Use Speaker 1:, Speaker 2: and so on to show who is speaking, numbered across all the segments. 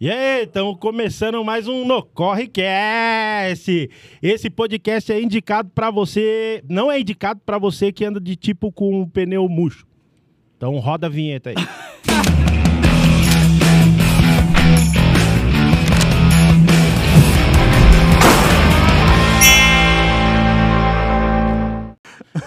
Speaker 1: E aí, estamos começando mais um No Correcast. Esse podcast é indicado para você, não é indicado para você que anda de tipo com um pneu murcho. Então roda a vinheta aí.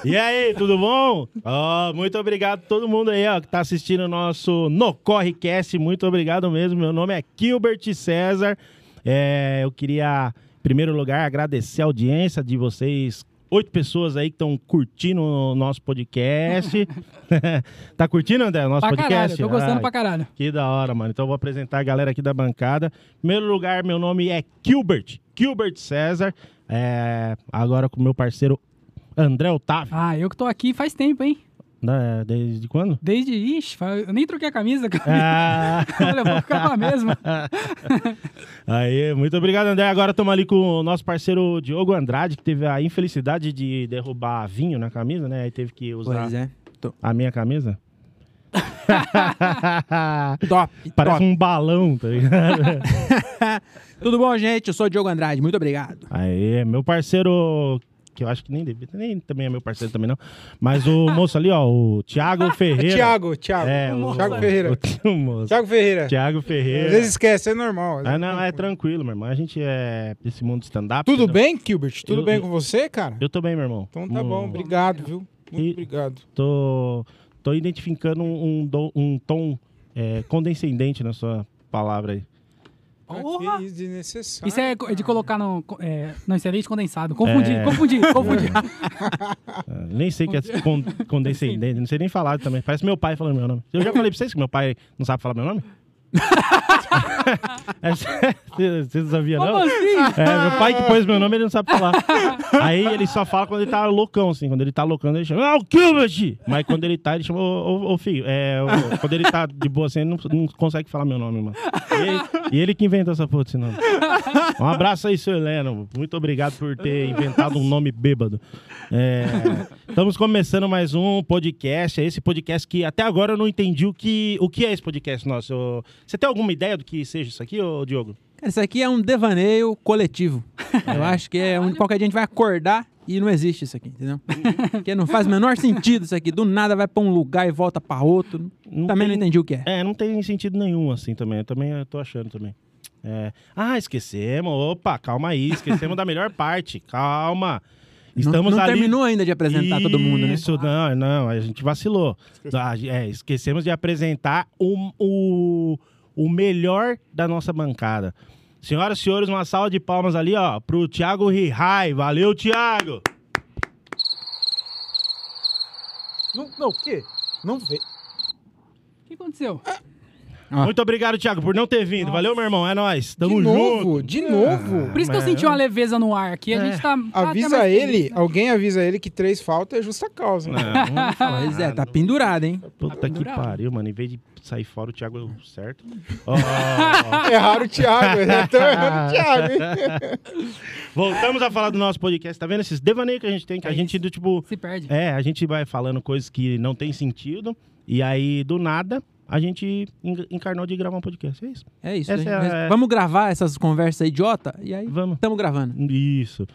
Speaker 1: E aí, tudo bom? Ó, muito obrigado a todo mundo aí ó, que tá assistindo o nosso No Correcast. Muito obrigado mesmo. Meu nome é Gilbert César. É, eu queria, em primeiro lugar, agradecer a audiência de vocês. Oito pessoas aí que estão curtindo o nosso podcast. tá curtindo, André, o nosso
Speaker 2: Pra
Speaker 1: podcast?
Speaker 2: caralho, tô gostando
Speaker 1: Ai,
Speaker 2: pra caralho.
Speaker 1: que da hora, mano. Então eu vou apresentar a galera aqui da bancada. Em primeiro lugar, meu nome é Gilbert, Gilbert César. É, agora com meu parceiro André Otávio.
Speaker 2: Ah, eu que tô aqui faz tempo, hein?
Speaker 1: Né, Desde quando?
Speaker 2: Desde. Ixi, fa- eu nem troquei a camisa, cara.
Speaker 1: Ah,
Speaker 2: Olha, eu vou ficar com a mesma.
Speaker 1: aí, muito obrigado, André. Agora estamos ali com o nosso parceiro Diogo Andrade, que teve a infelicidade de derrubar vinho na camisa, né? Aí teve que usar
Speaker 3: Pois é.
Speaker 1: a minha camisa.
Speaker 3: Top,
Speaker 1: Parece
Speaker 3: top.
Speaker 1: um balão, tá ligado?
Speaker 3: Tudo bom, gente? Eu sou o Diogo Andrade, muito obrigado.
Speaker 1: Aí, meu parceiro, que eu acho que nem devia, nem também é meu parceiro também não, mas o moço ali, ó, o Thiago Ferreira.
Speaker 4: Tiago, Thiago.
Speaker 1: é, o,
Speaker 4: Thiago Ferreira.
Speaker 1: O, o moço,
Speaker 4: Thiago Ferreira.
Speaker 1: Thiago Ferreira.
Speaker 4: Às vezes esquece, é normal.
Speaker 1: Ah, não, é tranquilo, meu irmão. A gente é desse mundo de stand-up.
Speaker 4: Tudo
Speaker 1: entendeu?
Speaker 4: bem, Gilbert? Tudo
Speaker 1: Eu-
Speaker 4: bem com você, cara?
Speaker 1: Eu tô bem, meu irmão.
Speaker 4: Então tá
Speaker 1: Hum,
Speaker 4: bom, obrigado, viu? Muito
Speaker 1: E-
Speaker 4: obrigado.
Speaker 1: Tô, tô identificando um, um dom- um tom é, condescendente na sua palavra aí.
Speaker 4: Ah, que isso, desnecessário.
Speaker 2: Isso é co- de colocar no. co- É, não, isso é leite condensado. Confundi,
Speaker 1: É.
Speaker 2: confundi, confundi.
Speaker 1: Ah, Nem sei o que é con- condescendente, não sei nem falar também. Parece meu pai falando meu nome. Eu já falei pra vocês que meu pai não sabe falar meu nome? É sério, Vocês não sabiam,
Speaker 2: Como
Speaker 1: não?
Speaker 4: Ah.
Speaker 2: assim?
Speaker 1: É, meu pai que pôs meu nome, ele não sabe falar. Aí ele só fala quando ele tá loucão, assim. Quando ele tá loucão, ele chama, ah, o Gilbert! Mas quando ele tá, ele chama, ô, ô, ô, filho. É, ô, quando ele tá de boa, assim, ele não, não consegue falar meu nome, mano. E ele, e ele que inventou essa porra desse nome. Um abraço aí, seu Heleno. Muito obrigado por ter inventado um nome bêbado. É, estamos começando mais um podcast. É esse podcast que até agora eu não entendi o que, o que é esse podcast nosso. Ô, Você tem alguma ideia do que seja isso aqui, ô Diogo?
Speaker 3: Cara, isso aqui é um devaneio coletivo. Eu acho que é onde qualquer dia a gente vai acordar e não existe isso aqui, entendeu? Porque não faz o menor sentido isso aqui. Do nada vai pra um lugar e volta pra outro.
Speaker 1: Não
Speaker 3: Também
Speaker 1: tem-
Speaker 3: não entendi o que é.
Speaker 1: É, não tem sentido nenhum assim também. Eu também eu tô achando também. É, Ah, esquecemos. Opa, calma aí. Esquecemos da melhor parte. Calma. Estamos
Speaker 3: não não
Speaker 1: ali.
Speaker 3: terminou ainda de apresentar todo mundo, né?
Speaker 1: Isso, não, não. A gente vacilou. Ah, é, esquecemos de apresentar o, o, o melhor da nossa bancada. Senhoras e senhores, uma salva de palmas ali, ó, pro Thiago Rihai. Valeu, Thiago!
Speaker 4: Não, não, o quê? Não vê.
Speaker 2: O que aconteceu?
Speaker 3: Ah.
Speaker 1: Muito obrigado, Thiago, por não ter vindo. Valeu, meu irmão. É nóis.
Speaker 4: De
Speaker 1: Tamo
Speaker 4: novo,
Speaker 1: junto.
Speaker 4: de novo.
Speaker 2: Por isso que eu
Speaker 1: Mas-
Speaker 2: senti uma leveza no ar aqui. A
Speaker 1: É.
Speaker 2: gente tá. tá até
Speaker 4: Avisa
Speaker 2: mais
Speaker 4: ele,
Speaker 2: feliz, né?
Speaker 4: alguém avisa ele que três faltas é justa causa.
Speaker 1: Não,
Speaker 4: Né?
Speaker 1: Ah, não fala
Speaker 3: Pois é,
Speaker 1: nada.
Speaker 3: tá pendurado, hein?
Speaker 1: Puta que
Speaker 2: pendurado.
Speaker 1: pariu, mano. Em vez de sair fora, o Thiago deu certo. Ó,
Speaker 4: Erraram o Thiago, né? Então erraram o Thiago, hein?
Speaker 1: voltamos a falar do nosso podcast. Tá vendo esses devaneios que a gente tem? Que a
Speaker 2: É
Speaker 1: gente, do tipo,
Speaker 2: Se perde.
Speaker 1: É, a gente vai falando coisas que não tem sentido, e aí, do nada, a gente en- encarnou de gravar um podcast. É isso.
Speaker 3: É isso.
Speaker 1: Essa
Speaker 3: hein?
Speaker 1: é a-
Speaker 3: Mas Vamos gravar essas conversas idiota e aí
Speaker 1: Vamos.
Speaker 3: estamos gravando.
Speaker 1: Isso.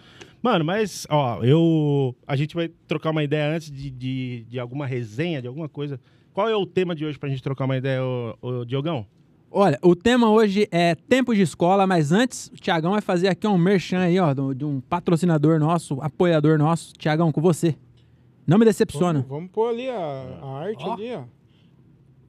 Speaker 1: Mano, mas, ó, eu. A gente vai trocar uma ideia antes de, de, de alguma resenha, de alguma coisa. Qual é o tema de hoje pra gente trocar uma ideia, ô, ô, Diogão?
Speaker 3: Olha, o tema hoje é tempo de escola, mas antes o Tiagão vai fazer aqui um merchan aí, ó, do- de um patrocinador nosso, apoiador nosso. Tiagão, com você. Não me decepciona.
Speaker 4: Vamos, vamos pôr ali a, a arte
Speaker 2: Ó.
Speaker 4: ali, ó.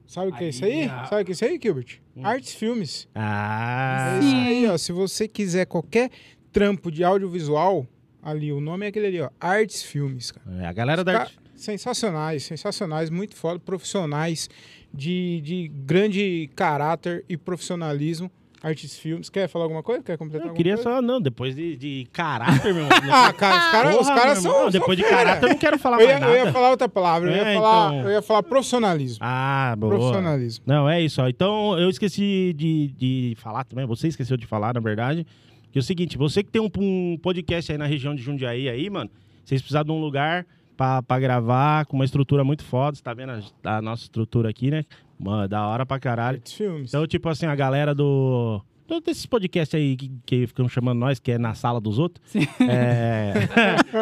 Speaker 4: Sabe o que é isso
Speaker 2: Aí,
Speaker 4: aí?
Speaker 2: ó.
Speaker 4: Sabe o que é isso aí, Gilbert? Artes Filmes.
Speaker 1: Ah!
Speaker 4: É isso aí, ó. Se você quiser qualquer trampo de audiovisual, ali, o nome é aquele ali, ó. Artes Filmes, cara.
Speaker 1: É, a galera da
Speaker 4: Ca-
Speaker 1: arte.
Speaker 4: Sensacionais, sensacionais, muito foda, profissionais de, de grande caráter e profissionalismo. Artes Filmes. Quer falar alguma coisa? Quer completar
Speaker 1: Eu
Speaker 4: alguma
Speaker 1: queria
Speaker 4: tá coisa?
Speaker 1: só, não, depois de, de caráter, meu irmão.
Speaker 4: Ah, cara, os caras os
Speaker 1: Porra,
Speaker 4: caras
Speaker 1: meu
Speaker 4: são.
Speaker 1: irmão,
Speaker 4: são
Speaker 1: Depois de
Speaker 4: fera.
Speaker 1: caráter, eu não quero falar
Speaker 4: Eu
Speaker 1: mais
Speaker 4: ia, eu ia
Speaker 1: nada.
Speaker 4: falar outra palavra, eu, ia
Speaker 1: É,
Speaker 4: falar,
Speaker 1: então.
Speaker 4: eu ia falar profissionalismo.
Speaker 1: Ah, boa.
Speaker 4: profissionalismo.
Speaker 1: Não, é isso. ó. Então, eu esqueci de, de falar também, você esqueceu de falar, na verdade, que é o seguinte, você que tem um, um podcast aí na região de Jundiaí aí, mano, vocês precisam de um lugar pra pra gravar com uma estrutura muito foda, você tá vendo a, a nossa estrutura aqui, né? Mano, da hora pra caralho.
Speaker 4: Artes Filmes.
Speaker 1: Então, tipo assim, a galera do. Todos esses podcasts aí que, que ficam chamando nós, que é na sala dos outros.
Speaker 2: Sim.
Speaker 1: É.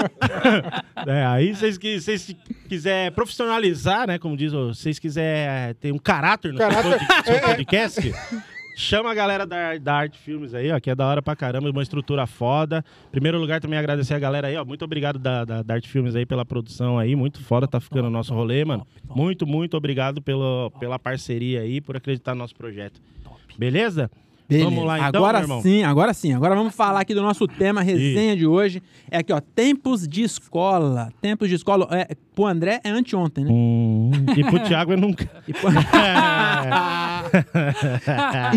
Speaker 1: É, aí vocês que vocês se quiser profissionalizar, né? Como diz, o- vocês quiser ter um caráter no seu
Speaker 4: Caráter.
Speaker 1: pod- seu podcast. Chama a galera da, da Arte Filmes aí, ó, que é da hora pra caramba, uma estrutura foda. Em primeiro lugar, também agradecer a galera aí, ó. Muito obrigado da, da, da Arte Filmes aí pela produção aí, muito foda, tá ficando o nosso rolê, mano. Muito, muito obrigado pelo, pela parceria aí, por acreditar no nosso projeto. Beleza? Vamos lá então,
Speaker 3: agora
Speaker 1: meu irmão.
Speaker 3: sim, agora sim. Agora vamos falar aqui do nosso tema resenha de hoje. É aqui, ó, tempos de escola. Tempos de escola. É, pro André é anteontem, né?
Speaker 1: Hum, e pro Thiago eu nunca.
Speaker 3: E pro-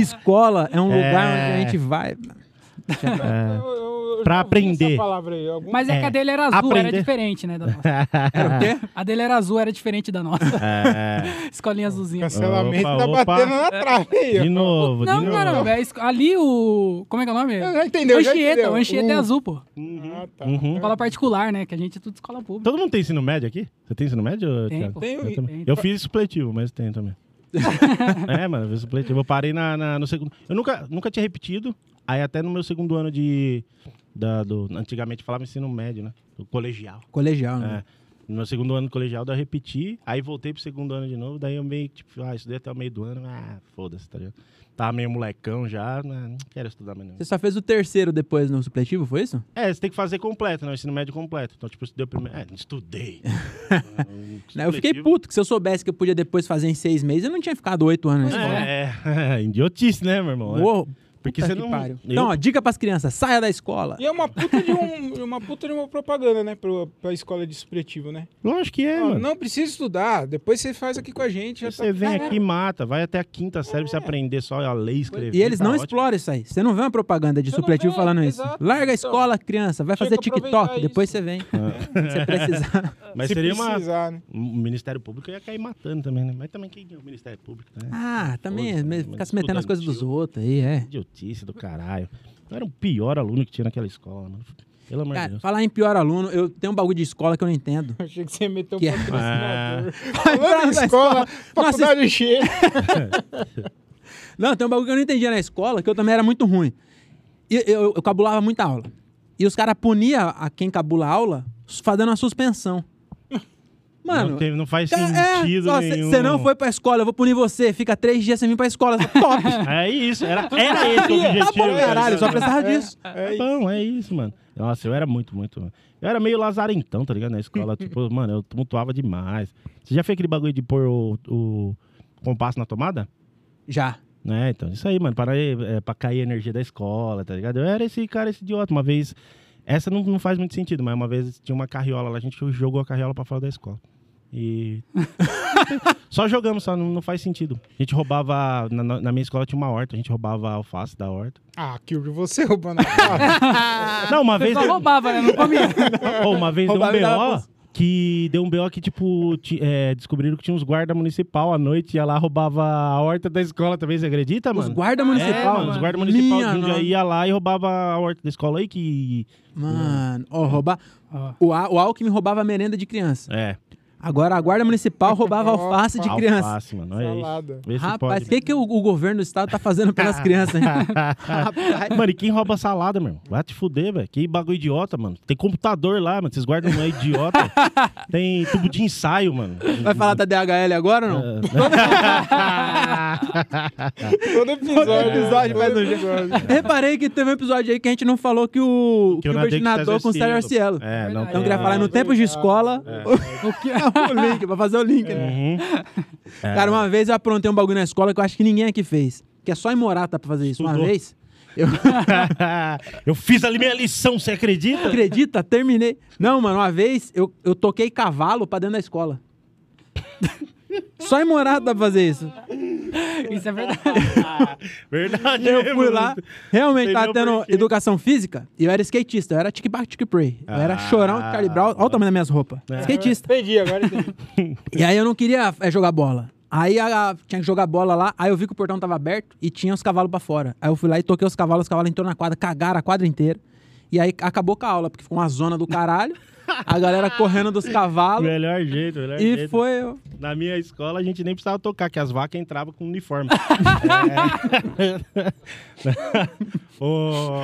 Speaker 3: escola é um lugar
Speaker 1: É.
Speaker 3: onde a gente vai.
Speaker 4: Eu- eu- eu
Speaker 1: Pra
Speaker 4: já ouvi
Speaker 1: aprender.
Speaker 4: Essa palavra aí, algum...
Speaker 2: Mas é, que
Speaker 1: É.
Speaker 2: a dele era azul,
Speaker 1: Aprender.
Speaker 2: era diferente, né? Da nossa.
Speaker 3: Era o quê?
Speaker 2: A dele era azul, era diferente da nossa.
Speaker 1: É.
Speaker 2: Escolinha azulzinha.
Speaker 4: Cancelamento
Speaker 1: Opa,
Speaker 4: tá
Speaker 1: opa.
Speaker 4: batendo na trave aí. ó.
Speaker 1: De novo,
Speaker 2: Não,
Speaker 1: de novo.
Speaker 2: cara, velho, esco- ali o. Como é que é o nome?
Speaker 4: Eu já entendeu, já
Speaker 2: Anchieta,
Speaker 4: entendeu.
Speaker 2: o Anchieta é
Speaker 4: Uh.
Speaker 2: azul, pô.
Speaker 4: Ah, tá.
Speaker 1: Uhum.
Speaker 2: Escola particular, né? Que a gente é tudo escola pública.
Speaker 1: Todo mundo tem ensino médio aqui? Você tem ensino médio,
Speaker 2: Tem,
Speaker 1: Thiago?
Speaker 2: pô.
Speaker 4: Tem,
Speaker 1: eu,
Speaker 4: e-
Speaker 1: também.
Speaker 2: tem.
Speaker 1: eu fiz supletivo, mas tem também. é, mano, eu fiz supletivo. Eu parei na, na- no segundo. Eu nunca, nunca tinha repetido. Aí até no meu segundo ano de. da- do, antigamente falava ensino médio, né? Do colegial.
Speaker 3: Colegial, né?
Speaker 1: É. No meu segundo ano do colegial, daí eu repeti, aí voltei pro segundo ano de novo, daí eu meio que, tipo, ah, estudei até o meio do ano, ah, foda-se, tá ligado? Tava meio molecão já, né? não quero estudar mais não.
Speaker 3: Você só fez o terceiro depois no supletivo, foi isso?
Speaker 1: É, você tem que fazer completo, né? O ensino médio completo. Então, tipo, eu estudei o primeiro. É, não estudei.
Speaker 3: Né, Eu fiquei puto, que se eu soubesse que eu podia depois fazer em seis meses, eu não tinha ficado oito anos na escola.
Speaker 1: É, é, idiotice, né, meu irmão? É.
Speaker 3: Uou,
Speaker 1: Porque
Speaker 3: puta
Speaker 1: você
Speaker 3: que
Speaker 1: não-
Speaker 3: pariu.
Speaker 1: eu-
Speaker 3: Então, ó, dica pras crianças, saia da escola.
Speaker 4: E é uma puta de, um, uma, puta de uma propaganda, né? Pra, pra escola de supletivo, né?
Speaker 1: Lógico que é,
Speaker 4: Ó,
Speaker 1: mano.
Speaker 4: não precisa estudar, depois você faz aqui com a gente. Já
Speaker 1: Você
Speaker 4: tá...
Speaker 1: vem aqui e mata, vai até a quinta série pra você aprender só a ler e escrever.
Speaker 3: É. E eles
Speaker 1: tá
Speaker 3: não
Speaker 1: ótimo.
Speaker 3: exploram isso aí. Você não vê uma propaganda de
Speaker 4: Você não
Speaker 3: supletivo
Speaker 4: vê,
Speaker 3: falando isso.
Speaker 4: exato.
Speaker 3: Larga a
Speaker 4: Então,
Speaker 3: escola, criança, vai
Speaker 4: tinha
Speaker 3: fazer
Speaker 4: que aproveitar
Speaker 3: TikTok, depois você vem.
Speaker 1: Ah.
Speaker 3: Se precisar.
Speaker 1: Mas
Speaker 4: Se
Speaker 1: seria uma.
Speaker 4: precisar, né?
Speaker 1: O Ministério Público ia cair matando também, né? Mas também quem é o Ministério Público, né?
Speaker 3: Ah, também,
Speaker 1: Foda-se,
Speaker 3: é,
Speaker 1: mano,
Speaker 3: ficar se metendo nas coisas dos
Speaker 1: estudantil.
Speaker 3: outros aí, é.
Speaker 1: Idiotice do caralho. Eu era o pior aluno que tinha naquela escola, mano. Pelo amor de
Speaker 3: Cara,
Speaker 1: Deus.
Speaker 3: falar em pior aluno, eu tenho um bagulho de escola que eu não entendo.
Speaker 4: Achei que você ia meter um
Speaker 3: Que é-
Speaker 4: patrocinador.
Speaker 3: Vai
Speaker 4: Falando em
Speaker 3: pra
Speaker 4: escola,
Speaker 3: Nossa,
Speaker 4: faculdade cheia.
Speaker 3: Não, tem um bagulho que eu não entendia na escola, que eu também era muito ruim. E eu, eu cabulava muita aula. E os caras puniam a quem cabula a aula fazendo a suspensão. Mano,
Speaker 1: não, teve- não faz
Speaker 3: cara, é,
Speaker 1: sentido
Speaker 3: ó, cê-
Speaker 1: nenhum.
Speaker 3: cê não foi pra escola, eu vou punir você. Fica três dias sem vir pra escola. Top!
Speaker 1: É isso, era, era esse o
Speaker 3: tá
Speaker 1: objetivo.
Speaker 3: bom, caralho, eu só
Speaker 1: cara.
Speaker 3: precisava disso.
Speaker 1: Tá bom, é isso, mano. Nossa, eu era muito, muito. Eu era meio lazarentão, tá ligado? Na escola, tipo, mano, eu tumultuava demais. Você já fez aquele bagulho de pôr o, o compasso na tomada?
Speaker 3: Já.
Speaker 1: Né, então, isso aí, mano, para, é, pra cair a energia da escola, tá ligado? Eu era esse cara, esse idiota. Uma vez, essa não, não faz muito sentido, mas uma vez tinha uma carriola lá, a gente jogou a carriola pra fora da escola. E. só jogamos, só não, não faz sentido. A gente roubava, na- na, na minha escola tinha uma horta, a gente roubava a alface da horta.
Speaker 4: Ah, Kilby, você roubando a cara.
Speaker 1: Não, uma vez.
Speaker 2: Só
Speaker 1: deu-
Speaker 2: roubava, né? Não comia.
Speaker 1: Ou uma vez deu um
Speaker 3: Ah, Roubava e dava
Speaker 1: BO que deu um BO que, tipo, ti- é, descobriram que tinha uns guarda municipal à noite, ia lá, roubava a horta da escola também, você acredita,
Speaker 3: Os
Speaker 1: mano?
Speaker 3: guarda
Speaker 1: É,
Speaker 3: municipal.
Speaker 1: mano, os guarda municipal de
Speaker 3: Minha
Speaker 1: Jundiaí ia lá e roubava a horta da escola aí que.
Speaker 3: Mano, ó, roubar.
Speaker 2: Ó.
Speaker 3: O, Al- o Alckmin roubava a merenda de criança.
Speaker 1: É,
Speaker 3: Agora a guarda municipal roubava a alface de criança.
Speaker 1: alface, mano. olha isso.
Speaker 4: Salada.
Speaker 1: Vê se
Speaker 3: Rapaz,
Speaker 1: pode.
Speaker 3: o que, que o, o governo do estado tá fazendo pelas crianças, hein? Rapaz.
Speaker 1: Mano, e quem rouba salada, meu? irmão? Vai te fuder, velho. Que bagulho idiota, mano. Tem computador lá, mano. Vocês guardam é idiota. Tem tubo de ensaio, mano. É,
Speaker 3: Vai falar né? da DHL agora ou não?
Speaker 4: Todo episódio. né?
Speaker 3: Todo episódio faz um
Speaker 4: episódio.
Speaker 1: É.
Speaker 3: Reparei que teve um episódio aí que a gente não falou que o, que o
Speaker 1: nadei
Speaker 3: Bertinho nadou com o Célio Arcielo.
Speaker 1: tá É, não.
Speaker 3: Então eu
Speaker 1: tem-
Speaker 3: queria falar no tempo de escola.
Speaker 2: O que-
Speaker 3: o link, pra fazer o link, né?
Speaker 1: Uhum. É.
Speaker 3: Cara, uma vez eu aprontei um bagulho na escola que eu acho que ninguém aqui fez. Que é só em Morata pra fazer isso. Uma
Speaker 1: Estudou.
Speaker 3: vez, eu
Speaker 1: eu fiz ali minha lição, você acredita?
Speaker 3: acredita, terminei. Não, mano, uma vez eu, eu toquei cavalo pra dentro da escola. Só em Morata dá pra fazer isso.
Speaker 2: Isso é verdade.
Speaker 1: Verdade.
Speaker 3: Eu fui lá, realmente
Speaker 1: Tem
Speaker 3: tava
Speaker 1: meu
Speaker 3: tendo
Speaker 1: porquê.
Speaker 3: educação física e eu era skatista, eu era tic-bac, tic-pray. Eu era
Speaker 1: Ah. É.
Speaker 3: chorão, Charlie Brown, olha o tamanho das minhas roupas. Skatista.
Speaker 4: Entendi, agora entendi.
Speaker 3: E aí eu não queria é, jogar bola. Aí a- a- tinha que jogar bola lá, aí eu vi que o portão tava aberto e tinha os cavalos pra fora. Aí eu fui lá e toquei os cavalos, os cavalos entrou na quadra, cagaram a quadra inteira. E aí acabou com a aula, porque ficou uma zona do caralho. A galera correndo dos cavalos.
Speaker 1: Melhor jeito, melhor
Speaker 3: E
Speaker 1: jeito.
Speaker 3: foi. eu.
Speaker 1: Na minha escola, a gente nem precisava tocar, que as vacas entravam com uniforme. é... Ô-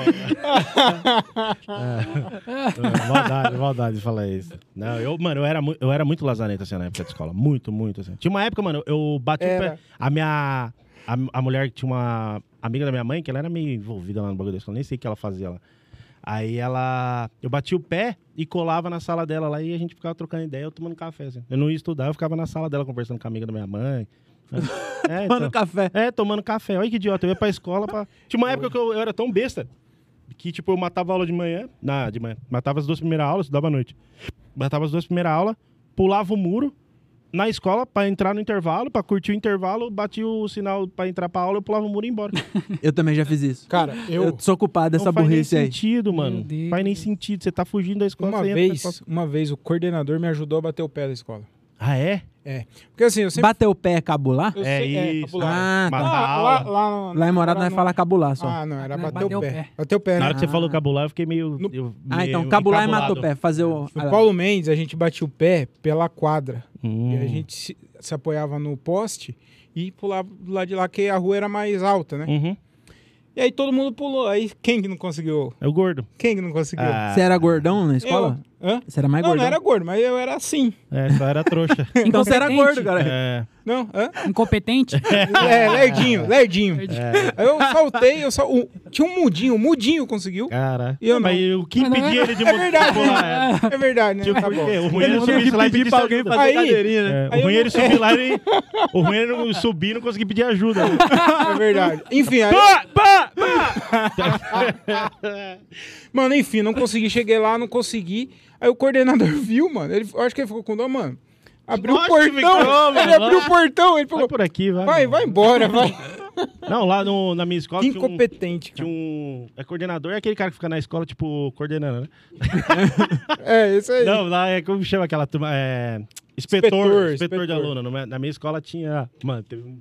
Speaker 1: É, Maldade, maldade falar isso. Não, eu, mano, eu era, mu- eu era muito lazarento, assim, na época da escola. Muito, muito, assim. Tinha uma época, mano, eu bati o
Speaker 4: Era.
Speaker 1: pé. A minha... A, a mulher que tinha uma amiga da minha mãe, que ela era meio envolvida lá no bagulho da escola, nem sei o que ela fazia lá. Aí ela. Eu bati o pé e colava na sala dela lá e a gente ficava trocando ideia, eu tomando café. Assim. Eu não ia estudar, eu ficava na sala dela conversando com a amiga da minha mãe. É,
Speaker 3: Tomando
Speaker 1: então.
Speaker 3: café.
Speaker 1: É, tomando café. Olha que idiota. Eu ia pra escola pra. Tinha uma época que eu, eu era tão besta que, tipo, eu matava a aula de manhã. Na, de manhã. Matava as duas primeiras aulas, estudava à noite. Matava as duas primeiras aulas, pulava o muro na escola pra entrar no intervalo, pra curtir o intervalo, batia o sinal pra entrar pra aula, eu pulava o muro e ia embora.
Speaker 3: Eu também já fiz isso.
Speaker 4: Cara,
Speaker 3: Eu,
Speaker 4: eu.
Speaker 3: sou culpado dessa
Speaker 1: não faz nem
Speaker 3: burrice aí.
Speaker 1: sentido, mano.
Speaker 2: Deus.
Speaker 1: Faz nem sentido. Você tá fugindo da escola.
Speaker 4: Uma
Speaker 1: você entra na
Speaker 3: tá
Speaker 1: escola.
Speaker 4: vez, uma vez, o coordenador me ajudou a bater o pé da escola.
Speaker 1: Ah, é?
Speaker 4: É. Porque assim, eu sempre.
Speaker 3: Bateu o pé, cabular?
Speaker 4: Eu
Speaker 1: É
Speaker 4: sei-
Speaker 1: isso.
Speaker 4: cabular.
Speaker 3: Ah, tá.
Speaker 1: Matar a
Speaker 4: Ah,
Speaker 1: aula.
Speaker 4: lá, lá,
Speaker 3: Lá em Morada nós
Speaker 4: não-
Speaker 3: fala cabular só.
Speaker 4: Ah, não, era
Speaker 2: Não,
Speaker 4: bater
Speaker 2: bateu
Speaker 4: o
Speaker 2: o
Speaker 4: pé.
Speaker 2: pé.
Speaker 4: Bater o pé,
Speaker 1: Na
Speaker 4: né?
Speaker 1: hora que você falou cabular, eu fiquei meio.
Speaker 4: No-
Speaker 1: eu-
Speaker 3: Ah,
Speaker 1: meio
Speaker 3: então cabular e matou
Speaker 1: encabulado.
Speaker 3: o pé. Fazer o.
Speaker 4: O Paulo Mendes, a gente batia o pé pela quadra.
Speaker 1: Hum.
Speaker 4: E a gente se, se apoiava no poste e pulava do lado de lá, que a rua era mais alta, né?
Speaker 1: Uhum.
Speaker 4: E aí todo mundo pulou. Aí quem que não conseguiu?
Speaker 1: É o gordo.
Speaker 4: Quem que não conseguiu?
Speaker 1: Ah,
Speaker 3: Você era gordão na
Speaker 4: Eu.
Speaker 3: escola?
Speaker 4: Hã?
Speaker 3: Você era mais
Speaker 4: Não,
Speaker 3: gordão?
Speaker 4: não era gordo, mas eu era assim.
Speaker 1: É, só era trouxa.
Speaker 3: Então você era
Speaker 2: Incompetente.
Speaker 3: gordo, cara.
Speaker 1: é.
Speaker 4: Não, hã?
Speaker 2: Incompetente?
Speaker 4: É, lerdinho, lerdinho.
Speaker 1: É.
Speaker 4: Aí eu saltei, eu sal... o- tinha um mudinho, o mudinho conseguiu.
Speaker 1: Cara.
Speaker 4: E eu não.
Speaker 1: Mas o que
Speaker 2: Mas não é-
Speaker 1: impedia ele de
Speaker 4: É
Speaker 1: mo-
Speaker 4: verdade,
Speaker 1: pular? É.
Speaker 4: né? É verdade, né?
Speaker 1: Tipo,
Speaker 4: Tá bom.
Speaker 1: porque o ruim era
Speaker 3: um
Speaker 1: subir lá e pedir ajuda.
Speaker 4: fazer cadeirinha,
Speaker 3: né?
Speaker 1: É,
Speaker 4: Aí
Speaker 1: o ruim
Speaker 4: eu-
Speaker 1: era ele subir lá e. O ruim era ele subir e não conseguir pedir ajuda.
Speaker 4: É verdade. Enfim, aí,
Speaker 1: pá, pá, pá.
Speaker 4: mano, enfim, não consegui. Cheguei lá, não consegui. Aí o coordenador viu, mano. Ele, eu acho que ele ficou com dó, mano. Abriu o
Speaker 1: Lógico que
Speaker 4: portão.
Speaker 1: ficou,
Speaker 4: ele
Speaker 1: mano.
Speaker 4: abriu o portão. Ele falou,
Speaker 1: Vai por aqui, vai.
Speaker 4: vai, vai embora, vai.
Speaker 1: Não, lá no- na minha escola
Speaker 4: Que
Speaker 1: tinha um,
Speaker 4: incompetente,
Speaker 1: tinha
Speaker 4: cara.
Speaker 1: um. É coordenador, é aquele cara que fica na escola, tipo, coordenando, né?
Speaker 4: É, isso aí.
Speaker 1: Não, lá é como chama aquela turma? É, inspetor,
Speaker 4: Inspetor,
Speaker 1: inspetor,
Speaker 4: inspetor.
Speaker 1: de aluno. Não é- Na minha escola tinha. Mano, teve um.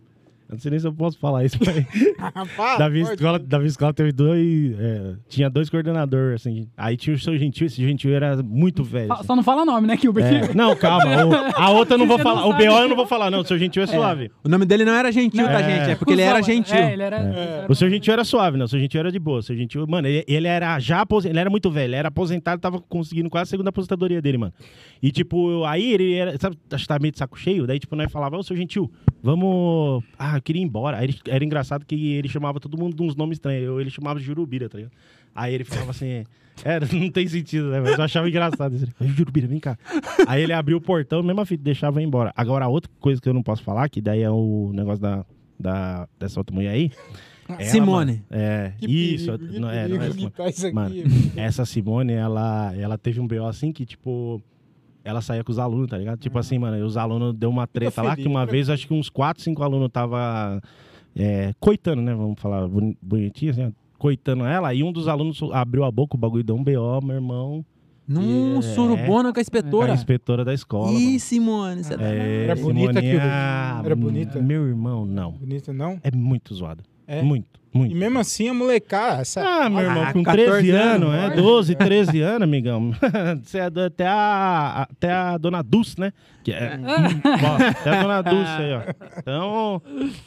Speaker 1: Eu não sei nem se eu posso falar isso, mas.
Speaker 4: Rapaz,
Speaker 1: da, minha
Speaker 4: pode-
Speaker 1: escola, da minha escola teve dois. é, tinha dois coordenadores, assim. Aí tinha o seu gentil, esse gentil era muito velho.
Speaker 2: Fa-
Speaker 1: assim.
Speaker 2: Só não fala nome, né, Gilbert?
Speaker 1: É, não, calma. o- a outra eu não vou
Speaker 2: Você não
Speaker 1: falar. O
Speaker 2: sabe.
Speaker 1: BO eu não vou falar, não. O seu gentil é suave.
Speaker 3: O nome dele não era gentil,
Speaker 1: Não.
Speaker 3: tá,
Speaker 1: É.
Speaker 3: gente? É porque ele era
Speaker 2: Cusão,
Speaker 3: gentil.
Speaker 2: É, ele era...
Speaker 1: O seu gentil era suave, não. O seu gentil era de boa. O seu gentil, mano, ele, ele era já aposentado. Ele era muito velho. Ele era aposentado, tava conseguindo quase a segunda aposentadoria dele, mano. E, tipo, eu- aí ele era. Sabe, acho que tava meio de saco cheio. Daí, tipo, nós falava, ô, seu gentil, vamos. Ah, eu queria ir embora. Aí ele- era engraçado que ele chamava todo mundo de uns nomes estranhos. Eu, ele chamava de Jurubira, tá ligado? Aí ele falava assim. É, não tem sentido, né? Mas eu achava engraçado isso. Aí, Jurubira, vem cá. Aí ele abriu o portão, mesma fita, deixava eu ir embora. Agora, outra coisa que eu não posso falar, que daí é o negócio da, da, dessa outra mulher aí. Ela,
Speaker 3: Simone.
Speaker 1: mano, é,
Speaker 4: Que
Speaker 1: isso.
Speaker 4: perigo, que
Speaker 1: não, é, não é
Speaker 4: perigo
Speaker 1: Simone.
Speaker 4: que tá isso aqui.
Speaker 1: Mano, essa Simone, ela, ela teve um BO assim que, tipo, ela saía com os alunos, tá ligado? Tipo assim, mano, os alunos deu uma treta lá,
Speaker 4: feliz, né?
Speaker 1: que uma
Speaker 4: Ah. fica
Speaker 1: vez acho que uns 4, 5 alunos tava é, coitando, né? Vamos falar boni- bonitinho, assim, ó, coitando ela, e um dos alunos abriu a boca, o bagulho deu um BO, meu irmão,
Speaker 3: Num
Speaker 1: É.
Speaker 3: surubona com a
Speaker 1: a
Speaker 3: inspetora.
Speaker 1: inspetora da escola.
Speaker 3: Ih, Simone. você tá-
Speaker 1: mano. É,
Speaker 4: Era bonita
Speaker 1: Simoninha,
Speaker 4: aquilo, né? Era bonita?
Speaker 1: Meu irmão, não.
Speaker 4: Bonita, não?
Speaker 1: É muito zoado.
Speaker 4: É?
Speaker 1: Muito, muito.
Speaker 4: E mesmo assim, a molecada, essa...
Speaker 1: Ah, meu irmão,
Speaker 3: Ah,
Speaker 1: com
Speaker 3: 14
Speaker 1: 13 anos,
Speaker 3: anos,
Speaker 1: é 12, 13 anos, amigão. Você é do- até a, até a dona Dulce, né? Que é, ó, até a dona Dulce aí, ó. Então,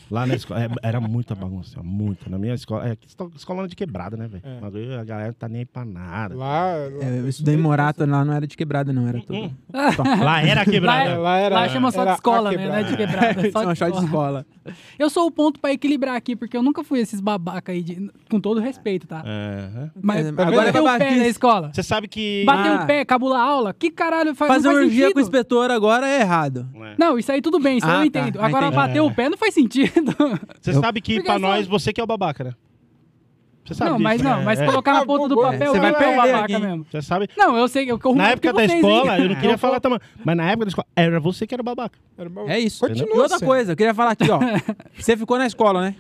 Speaker 1: lá na escola, é, era muita bagunça, muita. Na minha escola, é, que esco- escola de quebrada, né, velho?
Speaker 4: É.
Speaker 1: Mas A galera não tá nem aí pra nada.
Speaker 4: Lá,
Speaker 3: É, eu estudei em Morata, lá não era de quebrada, não. Era tudo.
Speaker 1: Lá era
Speaker 2: Lá,
Speaker 1: quebrada.
Speaker 2: é-
Speaker 4: Lá era-
Speaker 2: lá chama só de
Speaker 4: era a
Speaker 2: escola, né? Não é
Speaker 4: quebrada.
Speaker 2: de quebrada.
Speaker 3: São
Speaker 2: Só
Speaker 3: um shot
Speaker 2: de
Speaker 3: de
Speaker 2: escola.
Speaker 3: escola.
Speaker 2: Eu sou o ponto pra equilibrar aqui, porque eu nunca fui esses babaca aí, de- com todo respeito, tá?
Speaker 1: Aham.
Speaker 2: Mas
Speaker 3: É,
Speaker 4: agora
Speaker 2: agora bateu
Speaker 3: é
Speaker 2: o pé
Speaker 3: babaquice.
Speaker 2: na escola.
Speaker 1: Você sabe que...
Speaker 2: Bateu
Speaker 3: Ah.
Speaker 2: o pé, cabula a aula. Que caralho faz,
Speaker 3: Fazer
Speaker 2: não faz
Speaker 3: orgia
Speaker 2: sentido.
Speaker 3: com o inspetor agora é errado.
Speaker 2: Não, isso aí tudo bem, isso
Speaker 3: Ah,
Speaker 2: aí eu
Speaker 3: tá.
Speaker 2: entendo.
Speaker 3: Ah,
Speaker 2: Agora
Speaker 3: entendi.
Speaker 2: bater o pé não faz sentido.
Speaker 1: Você
Speaker 3: Eu-
Speaker 1: sabe que
Speaker 2: Porque
Speaker 1: pra
Speaker 2: eu sou-
Speaker 1: nós, você que é o babaca, né? Você sabe
Speaker 2: não,
Speaker 1: disso,
Speaker 2: mas
Speaker 1: né?
Speaker 2: não, mas
Speaker 1: É.
Speaker 2: colocar
Speaker 4: Ah,
Speaker 2: na ponta do
Speaker 4: boa,
Speaker 2: papel
Speaker 3: Tá você vai
Speaker 2: eu sou o
Speaker 3: perder
Speaker 2: babaca
Speaker 3: aqui.
Speaker 2: mesmo.
Speaker 1: Você sabe...
Speaker 2: Não, eu sei, eu que eu
Speaker 1: Na
Speaker 2: arrumei
Speaker 1: época
Speaker 2: com
Speaker 1: da
Speaker 2: é vocês, hein?
Speaker 1: escola, eu não queria falar também. Mas na época da escola, era você que era o babaca.
Speaker 4: era uma-
Speaker 3: É isso.
Speaker 4: Continua
Speaker 3: e outra
Speaker 4: sendo.
Speaker 3: coisa, eu queria falar aqui, ó. Você ficou na escola, né?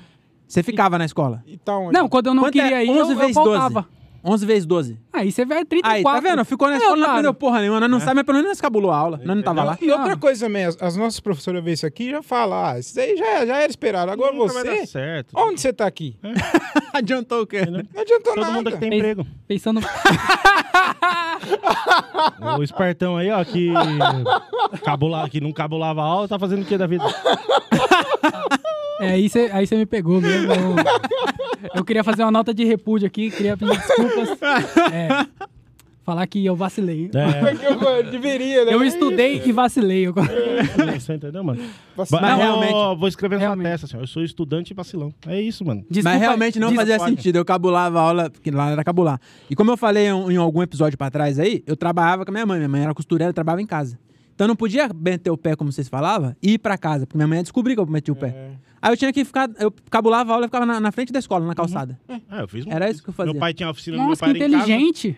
Speaker 3: Você ficava na escola.
Speaker 4: E tá onde?
Speaker 2: Não, quando eu não
Speaker 3: Quanto é
Speaker 2: queria ir, eu,
Speaker 3: 11
Speaker 2: eu
Speaker 3: vezes 12?
Speaker 2: voltava.
Speaker 3: 11 vezes 12.
Speaker 2: Aí você vai 34.
Speaker 3: Aí, tá vendo? Ficou na
Speaker 2: É,
Speaker 3: escola, não
Speaker 2: otário.
Speaker 3: aprendeu porra nenhuma. Nós
Speaker 2: É.
Speaker 3: não sabemos, mas pelo menos nós cabulou a aula. Nós não tava lá.
Speaker 4: E outra
Speaker 2: Ah.
Speaker 4: coisa também, as, as nossas professoras veem isso aqui e já falam, ah, isso aí já, já era esperado. Agora
Speaker 1: Nunca vai dar
Speaker 4: você,
Speaker 1: certo. É.
Speaker 4: onde você tá aqui?
Speaker 3: Adiantou o quê?
Speaker 4: Não adiantou
Speaker 1: Todo
Speaker 4: nada.
Speaker 1: mundo que tem
Speaker 2: Fez-
Speaker 1: emprego.
Speaker 2: Pensando.
Speaker 1: O espertão aí, ó, que, cabula, que não cabulava aula, tá fazendo o que da vida?
Speaker 2: É, aí você aí cê me pegou mesmo. Eu, eu queria fazer uma nota de repúdio aqui, queria pedir desculpas. É, falar que eu vacilei.
Speaker 1: É,
Speaker 4: Porque eu deveria, né?
Speaker 2: Eu estudei e vacilei. Eu...
Speaker 1: você entendeu, mano?
Speaker 4: Nossa,
Speaker 1: Mas,
Speaker 3: Não,
Speaker 1: realmente. Eu
Speaker 3: realmente.
Speaker 1: vou escrever na
Speaker 2: Realmente.
Speaker 1: testa, assim, ó, eu sou estudante e vacilão. É isso, mano.
Speaker 2: Desculpa-
Speaker 3: Mas realmente não
Speaker 2: desculpa-
Speaker 3: fazia sentido. Eu cabulava a aula, porque lá era cabular. E como eu falei um, em, em algum episódio pra trás aí, eu trabalhava com a minha mãe. Minha mãe era costureira, eu trabalhava em casa. Então eu não podia meter o pé, como vocês falavam, e ir pra casa, porque minha mãe ia descobrir que eu meti o pé.
Speaker 2: É.
Speaker 3: Aí eu tinha que ficar. Eu cabulava a aula e ficava na, na frente da escola,
Speaker 2: Uhum.
Speaker 3: na calçada.
Speaker 2: É.
Speaker 1: Ah, eu fiz
Speaker 3: Era isso que eu fazia.
Speaker 1: Meu pai tinha a oficina do meu
Speaker 2: Nossa,
Speaker 1: pai
Speaker 3: tá
Speaker 2: que
Speaker 1: era em casa,
Speaker 2: inteligente.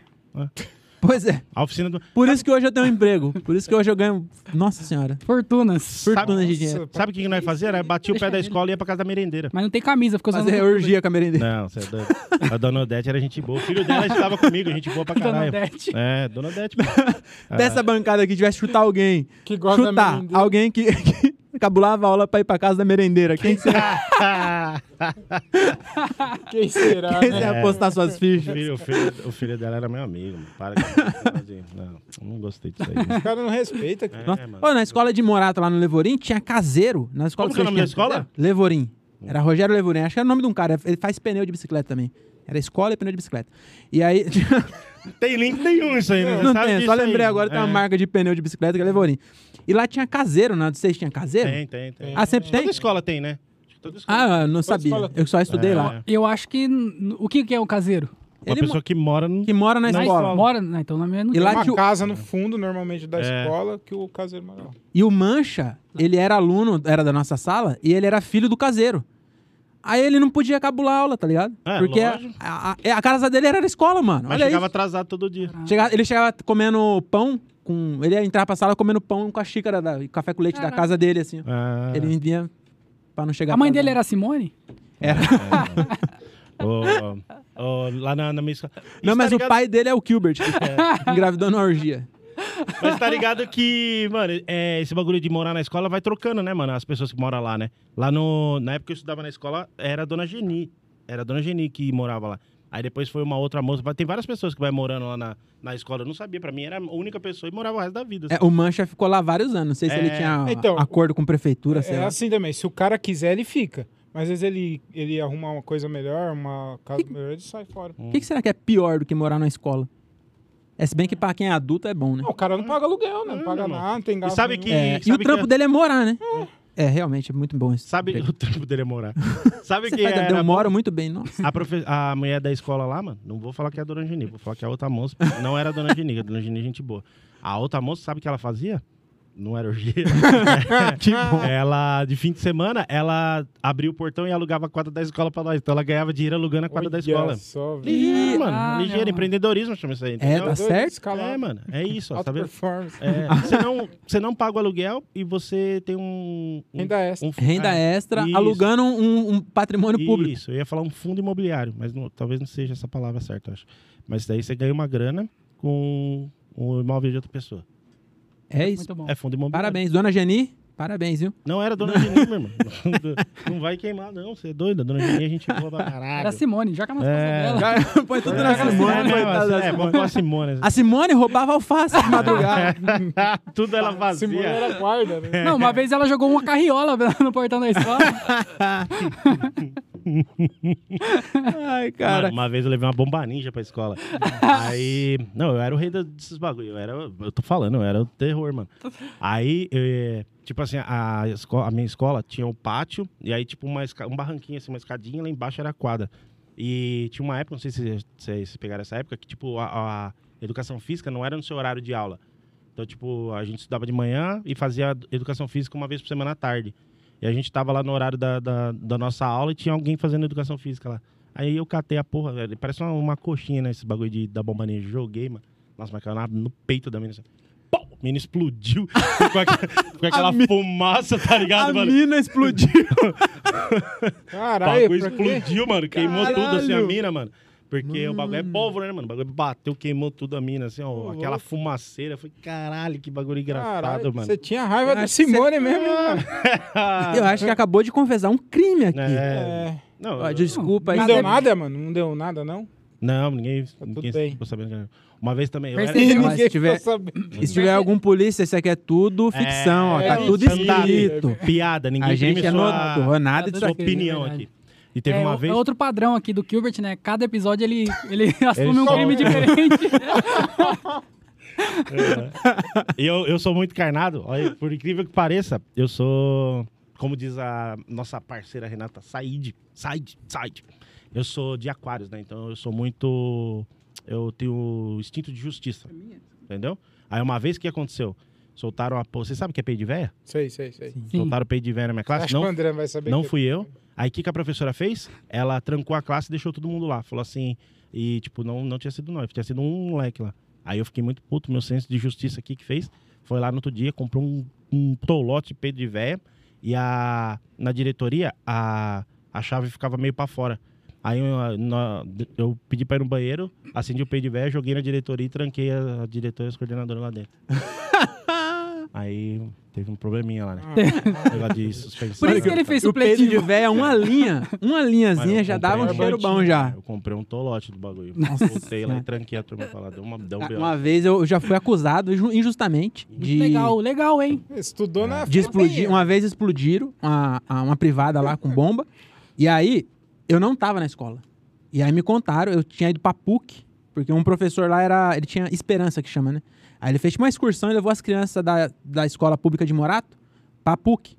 Speaker 3: Pois é.
Speaker 1: A oficina do.
Speaker 3: Por isso que hoje eu tenho um emprego. Por isso que hoje eu ganho. Nossa senhora.
Speaker 2: Fortunas.
Speaker 3: Fortuna de
Speaker 1: Sabe,
Speaker 3: dinheiro.
Speaker 1: sabe o que que nós fazia? Era batia o pé da escola e ia pra casa da merendeira.
Speaker 2: Mas não tem camisa, ficou usando.
Speaker 3: Fazer orgia com a merendeira.
Speaker 1: Não, você é doido. A dona Odete era gente boa. O filho dela estava comigo, gente boa pra
Speaker 2: Dona
Speaker 1: caralho.
Speaker 2: Odete.
Speaker 1: É, dona Odete. mano.
Speaker 3: É. Dessa bancada aqui, tivesse que chutar alguém.
Speaker 4: Que gosta da
Speaker 3: chutar
Speaker 4: merendeira.
Speaker 3: alguém que, que cabulava a aula pra ir pra casa da merendeira. Quem você
Speaker 4: Quem será,
Speaker 3: Quem
Speaker 4: né?
Speaker 3: você ia apostar suas
Speaker 1: O
Speaker 3: fichas?
Speaker 1: filho, o, filho, o filho dela era meu amigo, mano. Para que... Não, eu não gostei disso aí.
Speaker 4: O cara não respeita. cara.
Speaker 3: Nossa.
Speaker 1: É, mano.
Speaker 3: Ô, na escola de Morato, lá no Levorim, tinha caseiro. Na escola
Speaker 1: Como que é o nome da
Speaker 3: Sebastião.
Speaker 1: escola?
Speaker 3: Levorim. Era Rogério Levorim. Acho que era o nome de um cara. Ele faz pneu de bicicleta também. Era escola e pneu de bicicleta. E aí...
Speaker 1: Tem link nenhum isso aí, né? Você
Speaker 3: Não
Speaker 1: sabe
Speaker 3: tem,
Speaker 1: disso
Speaker 3: só
Speaker 1: aí.
Speaker 3: lembrei agora, tem uma
Speaker 1: É.
Speaker 3: marca de pneu de bicicleta que é Levorim. E lá tinha caseiro, na de vocês tinha caseiro?
Speaker 1: Tem, tem, tem.
Speaker 3: Ah, sempre tem?
Speaker 1: Toda escola tem, né? Acho que Toda escola.
Speaker 3: Ah, eu não sabia.
Speaker 4: escola tem.
Speaker 3: Eu só estudei
Speaker 1: É.
Speaker 3: lá.
Speaker 2: Eu acho que. n- O que que é o caseiro?
Speaker 1: Uma
Speaker 3: Ele
Speaker 1: pessoa que mora no...
Speaker 3: mo- que mora na
Speaker 1: Na
Speaker 3: escola.
Speaker 1: escola.
Speaker 2: Mora? Não, então na minha não
Speaker 3: E
Speaker 2: tem.
Speaker 3: lá
Speaker 4: Uma
Speaker 3: que o-
Speaker 4: casa no fundo, normalmente, da
Speaker 1: É.
Speaker 4: escola, que o caseiro mora lá.
Speaker 3: E o Mancha, ele era aluno, era da nossa sala, e ele era filho do caseiro. Aí ele não podia cabular a aula, tá ligado?
Speaker 1: É,
Speaker 3: Porque a,
Speaker 1: lógico.
Speaker 3: a- é, a- a casa dele era a escola, mano.
Speaker 1: Mas
Speaker 3: Olha
Speaker 1: chegava
Speaker 3: isso.
Speaker 1: atrasado todo dia.
Speaker 3: Chegava- ele chegava comendo pão, com, ele ia entrar pra sala comendo pão com a xícara, da, café com leite da casa dele, assim. ó.
Speaker 1: Ah,
Speaker 3: Ele vinha pra não chegar
Speaker 2: A mãe
Speaker 3: atrasado.
Speaker 2: dele era a Simone?
Speaker 1: Ah, ô, ô, lá na, na minha escola.
Speaker 3: Não,
Speaker 1: Isso
Speaker 3: mas
Speaker 1: tá
Speaker 3: o
Speaker 1: ligado-
Speaker 3: pai dele é o Gilbert, que engravidou na orgia.
Speaker 1: Mas tá ligado que, mano, é, esse bagulho de morar na escola vai trocando, né, mano? As pessoas que moram lá, né? Lá no. Na época que eu estudava na escola, era a dona Geni. Era a dona Geni que morava lá. Aí depois foi uma outra moça. Tem várias pessoas que vai morando lá na, na escola. Eu não sabia, pra mim era a única pessoa e morava o resto da vida.
Speaker 3: É, o Mancha ficou lá vários anos. Não sei se ele
Speaker 1: É,
Speaker 3: tinha
Speaker 4: então,
Speaker 3: acordo com a prefeitura, sei
Speaker 4: É
Speaker 3: lá.
Speaker 4: assim também, se o cara quiser, ele fica. Mas às vezes ele, ele arruma uma coisa melhor, uma casa melhor, ele sai fora.
Speaker 1: Hum.
Speaker 3: O que, que será que é pior do que morar na escola? É se bem que pra quem é adulto é bom, né?
Speaker 4: Não, o cara não paga aluguel, né? Não
Speaker 1: Não,
Speaker 4: paga
Speaker 1: É, irmão.
Speaker 4: nada, não tem
Speaker 1: E
Speaker 4: gasto.
Speaker 1: sabe
Speaker 4: nenhum.
Speaker 1: que.
Speaker 3: É, e o
Speaker 1: sabe que-
Speaker 3: trampo dele é morar, né? É, realmente, é muito bom isso.
Speaker 1: Sabe o trampo dele é morar. Sabe
Speaker 3: Você
Speaker 1: que
Speaker 3: faz,
Speaker 1: era
Speaker 3: eu moro muito bem, nossa.
Speaker 1: a, profe- a mulher da escola lá, mano, não vou falar que é a Dona Geni, vou falar que é a outra moça. Não era a Dona Geni, a Dona Geni é gente boa. A outra moça, sabe o que ela fazia? Não era orgia.
Speaker 3: que bom.
Speaker 1: Ela, de fim de semana, ela abria o portão e alugava a quadra da escola pra nós. Então ela ganhava dinheiro alugando a quadra da
Speaker 4: Olha
Speaker 1: escola.
Speaker 3: tá
Speaker 4: Só, velho.
Speaker 1: Ligeiro, mano.
Speaker 2: Ah,
Speaker 1: ligeiro,
Speaker 2: não.
Speaker 1: empreendedorismo chama isso aí.
Speaker 3: É,
Speaker 1: Entendeu?
Speaker 3: tá certo?
Speaker 4: Escalar,
Speaker 1: É, mano. É isso, ó, tá
Speaker 4: alta
Speaker 1: vendo?
Speaker 4: performance.
Speaker 1: É, você, não, você não paga o aluguel e você tem um. um
Speaker 4: Renda extra.
Speaker 1: um-
Speaker 3: Renda
Speaker 1: é,
Speaker 3: extra,
Speaker 1: Isso.
Speaker 3: alugando um, um patrimônio público.
Speaker 1: Isso, eu ia falar um fundo imobiliário, mas não- talvez não seja essa palavra certa, eu acho. Mas daí você ganha uma grana com o imóvel de outra pessoa.
Speaker 3: É isso.
Speaker 2: Muito bom.
Speaker 1: É fundo imobiliário.
Speaker 3: Parabéns, dona Geni. Parabéns, viu?
Speaker 1: Não era dona Geni, meu irmão. Não vai queimar, não. Você é doida. Dona Geni, a gente boa pra caralho.
Speaker 2: Era a Simone, joga nas
Speaker 1: É.
Speaker 2: costas dela.
Speaker 3: Já Põe tudo na
Speaker 1: É,
Speaker 3: Simone,
Speaker 1: né,
Speaker 3: coitada da
Speaker 1: É,
Speaker 3: Simone.
Speaker 1: vamos com a Simone.
Speaker 3: A Simone roubava alface de madrugada.
Speaker 1: Tudo ela
Speaker 4: Esse moleque
Speaker 1: fazia.
Speaker 4: era guarda, né?
Speaker 1: é.
Speaker 2: Não, uma vez ela jogou uma carriola né, no portão da escola.
Speaker 3: Ai,
Speaker 1: Mano,
Speaker 3: cara.
Speaker 1: uma vez eu levei uma bomba ninja pra escola. Aí. Não, eu era o rei da- desses bagulho. Eu era. Eu tô falando, eu era o terror, mano. Aí, eh, tipo assim, a, esco- a minha escola tinha um pátio, e aí, tipo, uma esca- um barranquinho, assim, uma escadinha, lá embaixo era a quadra. E tinha uma época, não sei se vocês se, se pegaram essa época, que, tipo, a, a educação física não era no seu horário de aula. Então, tipo, a gente estudava de manhã e fazia educação física uma vez por semana à tarde. E a gente tava lá no horário da, da, da nossa aula e tinha alguém fazendo educação física lá. Aí eu catei a porra, velho. Parece uma, uma coxinha, né? Esse bagulho de, da bomba ninja. Joguei, mano. Nossa, mas caiu na- no peito da menina. assim. Pau! A menina explodiu. com aquela, com aquela fumaça, tá ligado,
Speaker 3: A
Speaker 1: mano?
Speaker 3: mina explodiu.
Speaker 1: O bagulho
Speaker 4: Caralho, pra quê?
Speaker 1: explodiu, mano. Queimou tudo assim a
Speaker 3: Caralho.
Speaker 1: mina, mano. Porque o bagulho
Speaker 4: Hum.
Speaker 1: é pólvora, né, mano? O bagulho bateu, queimou tudo a mina, assim, ó. aquela fumaceira. Eu falei, caralho, que bagulho engraçado,
Speaker 4: Caralho,
Speaker 1: mano.
Speaker 4: Você tinha raiva da
Speaker 3: acho que
Speaker 4: Simone mesmo, hein, mano?
Speaker 3: Eu acho que acabou de confessar um crime aqui.
Speaker 1: É,
Speaker 4: É.
Speaker 1: Não,
Speaker 3: Ó,
Speaker 1: eu-
Speaker 3: desculpa é aí.
Speaker 4: Não
Speaker 2: Nada-
Speaker 4: deu nada, mano? Não deu nada, não?
Speaker 1: Não,
Speaker 3: Tá
Speaker 1: ninguém, ninguém
Speaker 4: bem.
Speaker 1: ficou sabendo. que era. Uma vez também. eu
Speaker 2: Mas
Speaker 1: era-
Speaker 2: tem-
Speaker 3: Mas se tiver-
Speaker 4: ficou sabendo.
Speaker 3: E se tiver algum polícia, isso aqui é tudo ficção, ó.
Speaker 4: é
Speaker 3: Tá tudo
Speaker 1: stand-up,
Speaker 3: escrito.
Speaker 1: Piada, ninguém
Speaker 3: A gente
Speaker 1: imprime
Speaker 3: é
Speaker 1: sua,
Speaker 3: notou, nada
Speaker 1: sua
Speaker 3: disso aqui. né,
Speaker 1: opinião
Speaker 2: é verdade.
Speaker 1: aqui. E teve
Speaker 2: é,
Speaker 1: uma
Speaker 2: o-
Speaker 1: vez.
Speaker 2: é outro padrão aqui do Gilbert, né? Cada episódio ele, ele assume um
Speaker 1: só- tá
Speaker 2: crime diferente.
Speaker 1: E eu, eu sou muito encarnado. Olha, por incrível que pareça, eu sou, como diz a nossa parceira Renata, Said. Said, Said. Eu sou de Aquários, né? Então eu sou muito. Eu tenho instinto de justiça.
Speaker 3: É
Speaker 1: Entendeu? Aí uma vez que aconteceu, soltaram a. po- Você sabe o que é peido de véia?
Speaker 4: Sei, sei, sei.
Speaker 2: Sim.
Speaker 1: Soltaram peido de véia na minha classe?
Speaker 4: Acho que o
Speaker 1: Não,
Speaker 4: André vai saber.
Speaker 1: não
Speaker 4: que-
Speaker 1: fui eu. Aí o que, que a professora fez? Ela trancou a classe e deixou todo mundo lá. Falou assim, e tipo, não, não tinha sido nós, tinha sido um moleque lá. Aí eu fiquei muito puto, meu senso de justiça aqui que fez. Foi lá no outro dia, comprou um, um tolote de peito de véia. E a, na diretoria, a, a chave ficava meio pra fora. Aí eu, na- eu pedi pra ir no banheiro, acendi o peito de véia, joguei na diretoria e tranquei a, a diretora e as coordenadoras lá dentro. Aí teve um probleminha lá, né?
Speaker 4: Ah,
Speaker 1: Negócio de suspensão.
Speaker 2: Por isso que
Speaker 1: né?
Speaker 2: ele fez
Speaker 3: O peito de
Speaker 2: supletivo.
Speaker 3: véia, uma linha, uma
Speaker 1: Mano, eu
Speaker 3: linhazinha já
Speaker 1: comprei
Speaker 3: dava um
Speaker 1: uma
Speaker 3: cheiro bom
Speaker 1: bandinha,
Speaker 3: já.
Speaker 1: Eu comprei um tolote do bagulho.
Speaker 3: Nossa
Speaker 1: Voltei lá
Speaker 3: Senhora.
Speaker 1: e tranquei a turma pra lá. Deu uma, deu um
Speaker 3: Ah,
Speaker 1: B.O.
Speaker 3: Uma vez eu já fui acusado ju- injustamente de,
Speaker 2: Legal, legal, hein?
Speaker 4: Estudou
Speaker 1: É.
Speaker 4: na.
Speaker 3: de explodir. Uma vez explodiram uma, a- uma privada lá com bomba. E aí eu não tava na escola. E aí me contaram, eu tinha ido pra PUC, porque um professor lá era. Ele tinha esperança que chama, né? Aí ele fez tipo uma excursão e levou as crianças da, da escola pública de Morato pra PUC.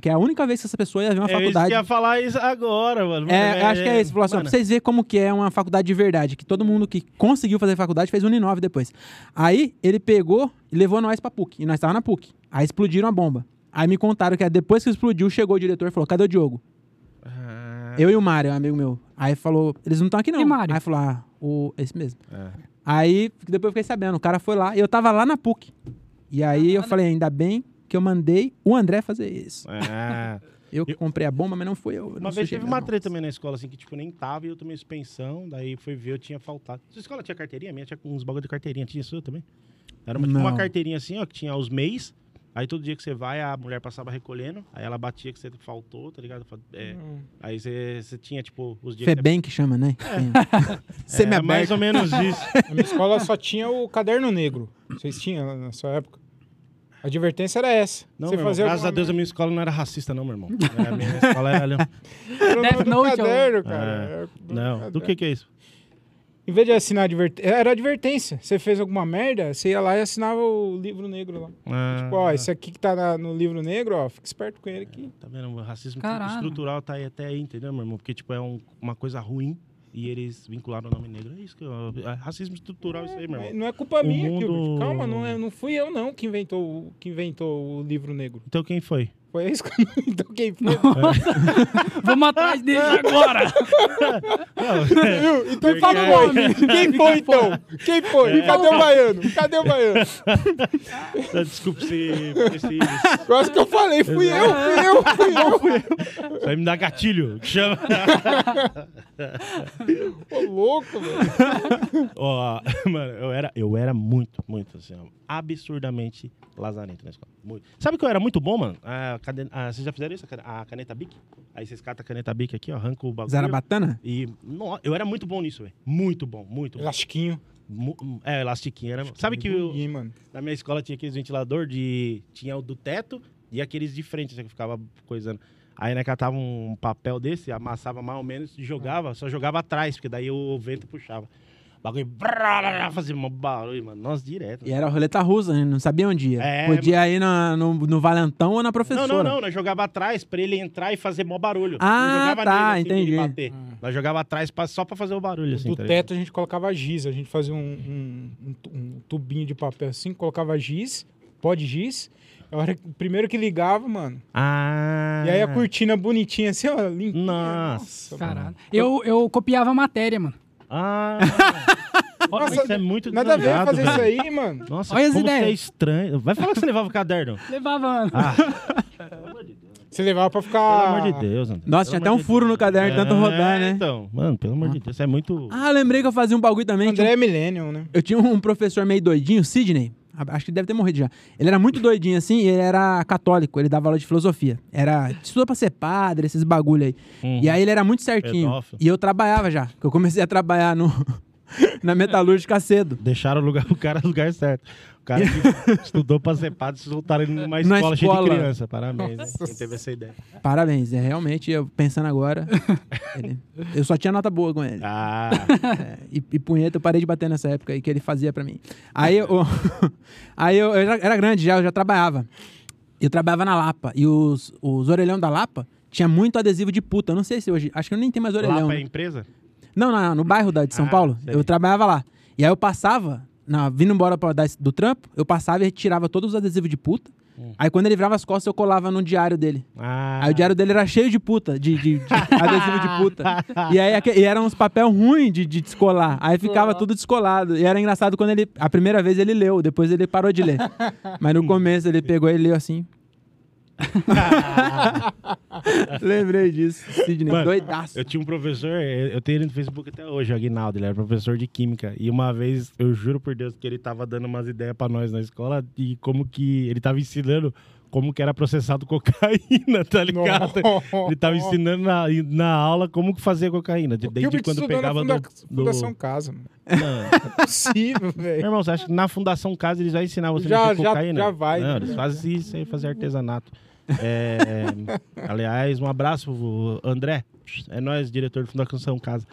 Speaker 3: Que é a única vez que essa pessoa ia ver uma
Speaker 1: É isso que
Speaker 3: faculdade.
Speaker 1: ia falar isso agora, mano.
Speaker 3: É, acho que é isso. Falou assim, ó, pra
Speaker 1: Mano,
Speaker 3: vocês verem como que é uma faculdade de verdade, que todo mundo que conseguiu fazer faculdade fez Uninove depois. Aí ele pegou e levou nós pra PUC. E nós tava na PUC. Aí explodiram a bomba. Aí me contaram que é depois que explodiu, chegou o diretor e falou: cadê o Diogo?
Speaker 1: É.
Speaker 3: Eu e o Mário, um amigo meu. Aí falou: eles não estão aqui não.
Speaker 2: E Mário?
Speaker 3: Aí falou: ah, o... esse mesmo.
Speaker 1: É.
Speaker 3: Aí depois eu fiquei sabendo, o cara foi lá e eu tava lá na PUC. E aí eu falei: ainda bem que eu mandei o André fazer isso.
Speaker 1: é.
Speaker 3: Eu que comprei a bomba, mas não fui eu. eu não
Speaker 1: Uma vez
Speaker 3: sujei
Speaker 1: teve
Speaker 3: minhas
Speaker 1: uma
Speaker 3: mãos.
Speaker 1: treta também na escola, assim, que tipo, nem tava e eu tomei suspensão. Daí fui ver, eu tinha faltado. Sua escola tinha carteirinha? A minha tinha uns bagulho de carteirinha. Tinha sua também? Era uma, tipo, uma
Speaker 3: Não.
Speaker 1: carteirinha assim, ó, que tinha os mês. Aí todo dia que você vai, a mulher passava recolhendo. Aí ela batia que você faltou, tá ligado? É,
Speaker 3: Hum.
Speaker 4: Hum.
Speaker 1: aí você, você tinha, tipo, os dias que você
Speaker 3: Febem que chama, né? Você
Speaker 1: É, mais ou menos isso.
Speaker 4: Na minha escola só tinha o caderno negro. Vocês tinham na sua época? A advertência era essa.
Speaker 1: Não,
Speaker 4: você
Speaker 1: meu irmão,
Speaker 4: fazia
Speaker 1: graças a
Speaker 4: alguma
Speaker 1: Deus a minha escola não era racista, não, meu irmão. É, a minha escola era.
Speaker 4: merda,
Speaker 2: Death
Speaker 4: era o nome do
Speaker 2: Note, ó.
Speaker 4: caderno, cara.
Speaker 1: Não, do que que é isso?
Speaker 4: Em vez de assinar advertência, era advertência. Você fez alguma merda, você ia lá e assinava o livro negro lá.
Speaker 1: Ah,
Speaker 4: Tipo, ó, esse aqui que tá na- no livro negro, ó, fica esperto com ele aqui.
Speaker 1: Tá vendo? O racismo
Speaker 2: Caralho.
Speaker 1: estrutural tá aí até aí, entendeu, meu irmão? Porque, tipo, é um- uma coisa ruim e eles vincularam o nome negro. É isso que eu. é racismo estrutural, isso aí, meu
Speaker 4: Mas
Speaker 1: irmão.
Speaker 4: Não é culpa
Speaker 1: O
Speaker 4: minha,
Speaker 1: mundo-
Speaker 4: Gilbert. Calma, não, é- não fui eu não que inventou, o- que inventou o livro negro.
Speaker 1: Então quem foi?
Speaker 4: Foi isso que inventou quem foi.
Speaker 2: Vamos atrás dele agora.
Speaker 4: Viu? Então
Speaker 1: Porque-
Speaker 4: fala o nome. Quem foi, então? Quem foi?
Speaker 1: É.
Speaker 4: Cadê o baiano? Cadê o baiano?
Speaker 1: Ah, Desculpa se. se
Speaker 4: Eu acho que eu falei, fui eu, fui eu, fui eu.
Speaker 1: isso aí me dá gatilho. que Chama.
Speaker 4: Ô, louco, velho.
Speaker 1: Ó, mano, eu era, eu era muito, muito, assim, ó, absurdamente lazarento na escola. Muito. Sabe que eu era muito bom, mano? A cane- a- vocês já fizeram isso? A cane- A caneta Bic? Aí vocês catam a caneta Bic aqui, ó, arranca o bagulho.
Speaker 3: Zarabatana?
Speaker 1: E, no, eu era muito bom nisso, velho. Muito bom, muito bom.
Speaker 4: Elastiquinho.
Speaker 1: Mu- é, elastiquinho. Era, sabe que eu-
Speaker 4: Ih, mano.
Speaker 1: na minha escola tinha aqueles ventilador de... Tinha o do teto e aqueles de frente, assim, que ficava coisando. Aí, né, catava um papel desse, amassava mais ou menos e jogava. Só jogava atrás, porque daí o vento puxava. O Bagulho... brá, brá, brá, Fazia um barulho, mano. Nossa, direto.
Speaker 4: é
Speaker 3: E era a roleta russa, né? não sabia onde ia.
Speaker 1: É,
Speaker 3: Podia ir na- no, no Valentão ou na
Speaker 1: Não,
Speaker 3: professora.
Speaker 1: não, não. Nós jogava atrás pra ele entrar e fazer mó barulho.
Speaker 3: Ah,
Speaker 1: não jogava
Speaker 3: tá,
Speaker 1: nele, assim, pra ele
Speaker 3: entendi.
Speaker 1: bater. Nós jogava atrás pra- só pra fazer o barulho, assim,
Speaker 4: Ah. Do
Speaker 1: tá ligado?
Speaker 4: teto a gente colocava giz, a gente fazia um, um- um tu- um tubinho de papel assim, colocava giz, pó de giz. A hora que- primeiro que ligava, mano.
Speaker 1: Ah.
Speaker 4: E aí a cortina bonitinha assim, ó, limpinha.
Speaker 1: Nossa.
Speaker 4: mano.
Speaker 2: Caralho. Eu, eu copiava a matéria, mano.
Speaker 1: Ah.
Speaker 4: Nossa,
Speaker 1: isso é muito
Speaker 4: Nada a ver
Speaker 1: desandado,
Speaker 4: fazer isso
Speaker 1: velho.
Speaker 4: aí, mano.
Speaker 1: Nossa,
Speaker 2: Olha as
Speaker 1: como você
Speaker 2: ideias.
Speaker 1: é estranho. Vai falar que você levava o caderno.
Speaker 2: Levava, mano.
Speaker 1: Ah,
Speaker 4: Você levava pra
Speaker 1: pelo
Speaker 4: ficar.
Speaker 1: amor de Deus, André.
Speaker 3: Ah.
Speaker 1: Pelo
Speaker 3: Nossa, tinha até
Speaker 1: amor
Speaker 3: um
Speaker 1: de
Speaker 3: furo
Speaker 1: Deus.
Speaker 3: no caderno de tanto
Speaker 1: É,
Speaker 3: rodar, né?
Speaker 1: Então, mano, pelo amor de Deus, você é muito...
Speaker 3: Ah, eu lembrei que eu fazia um bagulho também.
Speaker 4: André
Speaker 3: Tinha
Speaker 4: é Millennium, né?
Speaker 3: um- eu tinha um professor meio doidinho, Sidney. acho que deve ter morrido já. Ele era muito doidinho assim, e ele era católico, ele dava aula de filosofia. Era, estudou pra ser padre, esses bagulho aí. E aí ele era muito certinho.
Speaker 1: Uhum. Pedófilo.
Speaker 3: E eu trabalhava já, que eu comecei a trabalhar no, na metalúrgica cedo.
Speaker 1: Deixaram o, lugar, o cara no lugar certo. O cara que estudou pra ser padre, se soltaram ele numa
Speaker 3: Na
Speaker 1: escola, cheia de
Speaker 3: escola.
Speaker 1: criança. Parabéns, né? Quem teve essa ideia.
Speaker 3: Parabéns, é realmente, eu pensando agora, ele- eu só tinha nota boa com ele.
Speaker 1: Ah,
Speaker 3: É, e, e punheta eu parei de bater nessa época aí que ele fazia pra mim. Aí eu, aí eu, eu já era grande já, eu já trabalhava. Eu trabalhava na Lapa. E os, os orelhão da Lapa tinha muito adesivo de puta. Eu não sei se hoje. Acho que eu nem tenho mais orelhão.
Speaker 1: Lapa é
Speaker 3: né?
Speaker 1: empresa?
Speaker 3: Não, não, no bairro da, de São
Speaker 1: Ah,
Speaker 3: Paulo.
Speaker 1: sei.
Speaker 3: Eu trabalhava lá. E aí eu passava, na, vindo embora pra, da, do trampo, eu passava e retirava todos os adesivos de puta.
Speaker 1: Hum.
Speaker 3: Aí quando ele virava as costas, eu colava no diário dele.
Speaker 1: Ah,
Speaker 3: Aí o diário dele era cheio de puta, de, de- de adesivo de puta. E aí aque- e eram uns papel ruim de, de descolar. Aí ficava tudo descolado. E era engraçado quando ele. A primeira vez ele leu, depois ele parou de ler. Mas no começo ele pegou e leu assim. Lembrei disso. Sidney,
Speaker 1: Mano,
Speaker 3: doidaço.
Speaker 1: Eu tinha um professor, eh, eu tenho ele no Facebook até hoje, o Aguinaldo, ele era professor de química. E uma vez, eu juro por Deus, que ele tava dando umas ideias pra nós na escola e como que ele tava ensinando como que era processado cocaína, tá ligado?
Speaker 4: Nossa.
Speaker 1: Ele tava ensinando na, na aula como que fazia cocaína, de- desde
Speaker 4: Gilbert
Speaker 1: quando
Speaker 4: estudou na
Speaker 1: pegava
Speaker 4: funda-
Speaker 1: do... do...
Speaker 4: Fundação Casa, mano.
Speaker 1: Não.
Speaker 4: Não é possível, velho.
Speaker 1: Meu irmão, você acha que na Fundação Casa eles vão ensinar você
Speaker 4: Já-
Speaker 1: a mexer
Speaker 4: já-
Speaker 1: cocaína?
Speaker 4: já vai,
Speaker 1: Não,
Speaker 4: né?
Speaker 1: eles fazem isso aí, fazer artesanato. É, aliás, um abraço, o André. É nós, diretor do Fundação Casa.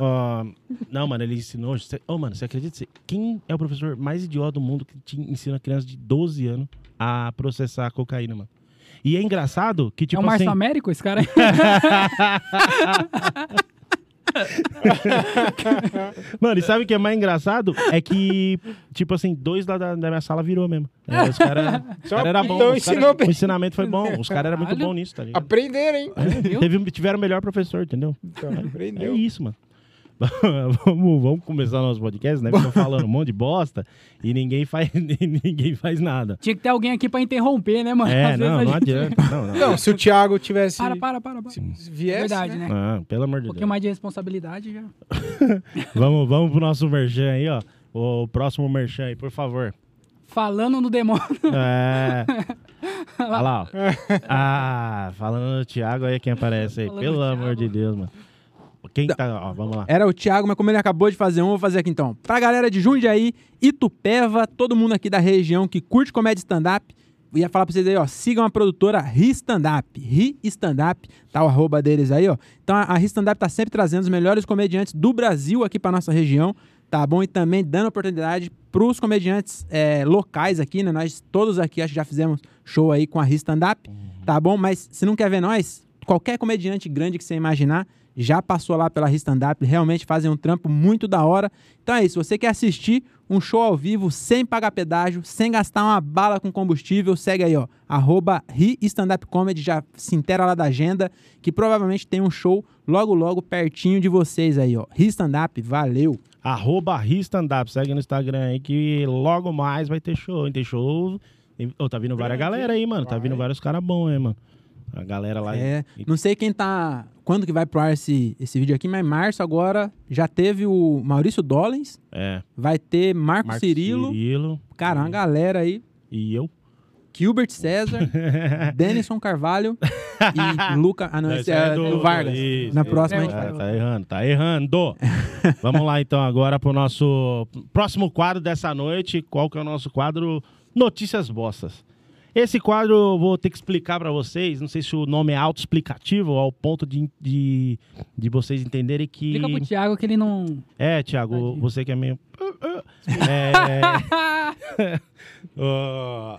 Speaker 1: Ó, não, mano, ele ensinou. Cê, ô, mano, você acredita? Cê- Quem é o professor mais idiota do mundo que te ensina criança de 12 anos a processar cocaína, mano? E é engraçado que, tipo
Speaker 2: é o Márcio
Speaker 1: assim.
Speaker 2: Américo, esse cara aí?
Speaker 1: Mano, e sabe o que é mais engraçado? É que, tipo assim, dois lá da, da minha sala virou mesmo. É, os caras
Speaker 4: Só-
Speaker 1: cara eram bons.
Speaker 4: então
Speaker 1: os cara-
Speaker 4: ensinou bem.
Speaker 1: O ensinamento foi bom. Os caras eram muito
Speaker 2: Caralho.
Speaker 1: bons nisso, tá ligado?
Speaker 4: Aprenderam, hein?
Speaker 2: Viu?
Speaker 1: Teve, um- tiveram o melhor professor, entendeu?
Speaker 4: Então,
Speaker 1: É
Speaker 4: aprendeu.
Speaker 1: isso, mano. vamos, vamos começar nosso podcast, né? Ficou falando um monte de bosta e ninguém faz, ninguém faz nada.
Speaker 2: Tinha que ter alguém aqui pra interromper, né, mano?
Speaker 1: É,
Speaker 2: Às vezes
Speaker 1: não,
Speaker 2: a
Speaker 1: não
Speaker 2: gente-
Speaker 1: adianta. Não, não.
Speaker 4: Não, se o Thiago tivesse.
Speaker 2: Para, para, para. para.
Speaker 4: se viesse,
Speaker 2: Verdade,
Speaker 4: né?
Speaker 2: né?
Speaker 1: Ah, pelo amor de
Speaker 2: Um
Speaker 1: Deus.
Speaker 2: pouquinho mais de responsabilidade já.
Speaker 1: Vamos, vamos pro nosso merchan aí, ó. O próximo merchan aí, por favor.
Speaker 2: Falando no demônio.
Speaker 1: É. Olha lá, ó. Ah, falando do Thiago, olha quem aparece aí.
Speaker 2: Falando do
Speaker 1: Pelo
Speaker 2: Thiago.
Speaker 1: amor de Deus, mano. Quem tá. Ó, vamos lá.
Speaker 3: Era o Thiago, mas como ele acabou de fazer um, eu vou fazer aqui então. Pra galera de Jundiaí, Itupeva, todo mundo aqui da região que curte comédia stand-up, eu ia falar pra vocês aí, ó, sigam a produtora Ri Stand-Up. Ri Stand-Up, tá o arroba deles aí, ó. Então a a Ri Stand-Up tá sempre trazendo os melhores comediantes do Brasil aqui pra nossa região, tá bom? E também dando oportunidade pros comediantes é, locais aqui, né? Nós todos aqui, acho que já fizemos show aí com a Ri Stand-Up, tá bom? Mas se não quer ver nós, qualquer comediante grande que você imaginar, já passou lá pela Ristandup, realmente fazem um trampo muito da hora. Então é isso, você quer assistir um show ao vivo sem pagar pedágio, sem gastar uma bala com combustível, segue aí, ó, arroba Ri Stand Up Comedy, já se intera lá da agenda, que provavelmente tem um show logo logo pertinho de vocês aí, ó. Ri Stand Up, valeu!
Speaker 1: Arroba Ristandup. Segue no Instagram aí que logo mais vai ter show. hein? Tem show. Tem- Ô, tá vindo várias galera aí, mano. Tá vindo vários caras bons aí, mano. A galera lá.
Speaker 3: É,
Speaker 1: e-
Speaker 3: não sei quem tá. Quando que vai pro ar esse, esse vídeo aqui, mas março agora já teve o Maurício Dollens,
Speaker 1: é.
Speaker 3: vai ter Marco,
Speaker 1: Marcos
Speaker 3: Cirilo,
Speaker 1: Cirilo.
Speaker 3: cara, uma galera aí.
Speaker 1: E eu.
Speaker 3: Gilbert César, Denison Carvalho e Luca. Ah, não, esse
Speaker 1: Esse
Speaker 3: é, do, Vargas.
Speaker 1: isso,
Speaker 3: Na
Speaker 1: isso.
Speaker 2: É,
Speaker 3: próxima a gente
Speaker 2: vai.
Speaker 1: Ah, tá errando, tá errando. Vamos lá então agora pro nosso próximo quadro dessa noite. Qual que é o nosso quadro? Notícias Bostas. Esse quadro eu vou ter que explicar pra vocês. Não sei se o nome é autoexplicativo ao ponto de, de, de vocês entenderem que.
Speaker 2: Explica pro Thiago que ele não.
Speaker 1: É, Thiago,
Speaker 2: Tadinho.
Speaker 1: você que é meio. É... Ó,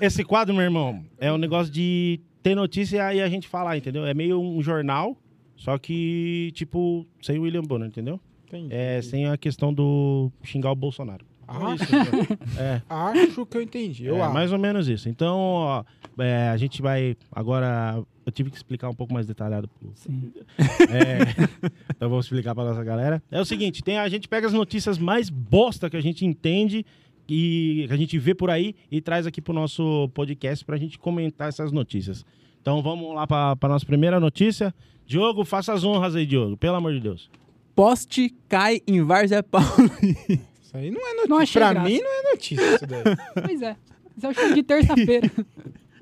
Speaker 1: Esse quadro, meu irmão, é um negócio de ter notícia e a gente falar, entendeu? É meio um jornal, só que, tipo, sem o William Bonner, entendeu?
Speaker 4: Entendi.
Speaker 1: É, sem a questão do xingar o Bolsonaro.
Speaker 4: Acho,
Speaker 1: É.
Speaker 4: acho que eu entendi. Eu
Speaker 1: é
Speaker 4: acho.
Speaker 1: mais ou menos isso. Então, ó, é, a gente vai agora. Eu tive que explicar um pouco mais detalhado pro,
Speaker 2: Sim.
Speaker 1: É, então vamos explicar para nossa galera. É o seguinte, tem, a gente pega as notícias mais bosta que a gente entende e que a gente vê por aí e traz aqui pro nosso podcast pra gente comentar essas notícias. Então vamos lá para a nossa primeira notícia. Diogo, faça as honras aí, Diogo, pelo amor de Deus.
Speaker 3: Poste cai em Várzea Paulista.
Speaker 4: Isso aí não é
Speaker 2: Não achei
Speaker 4: notícia. pra
Speaker 2: graça.
Speaker 4: mim não é notícia isso daí.
Speaker 2: Pois é. Isso é o show de terça-feira.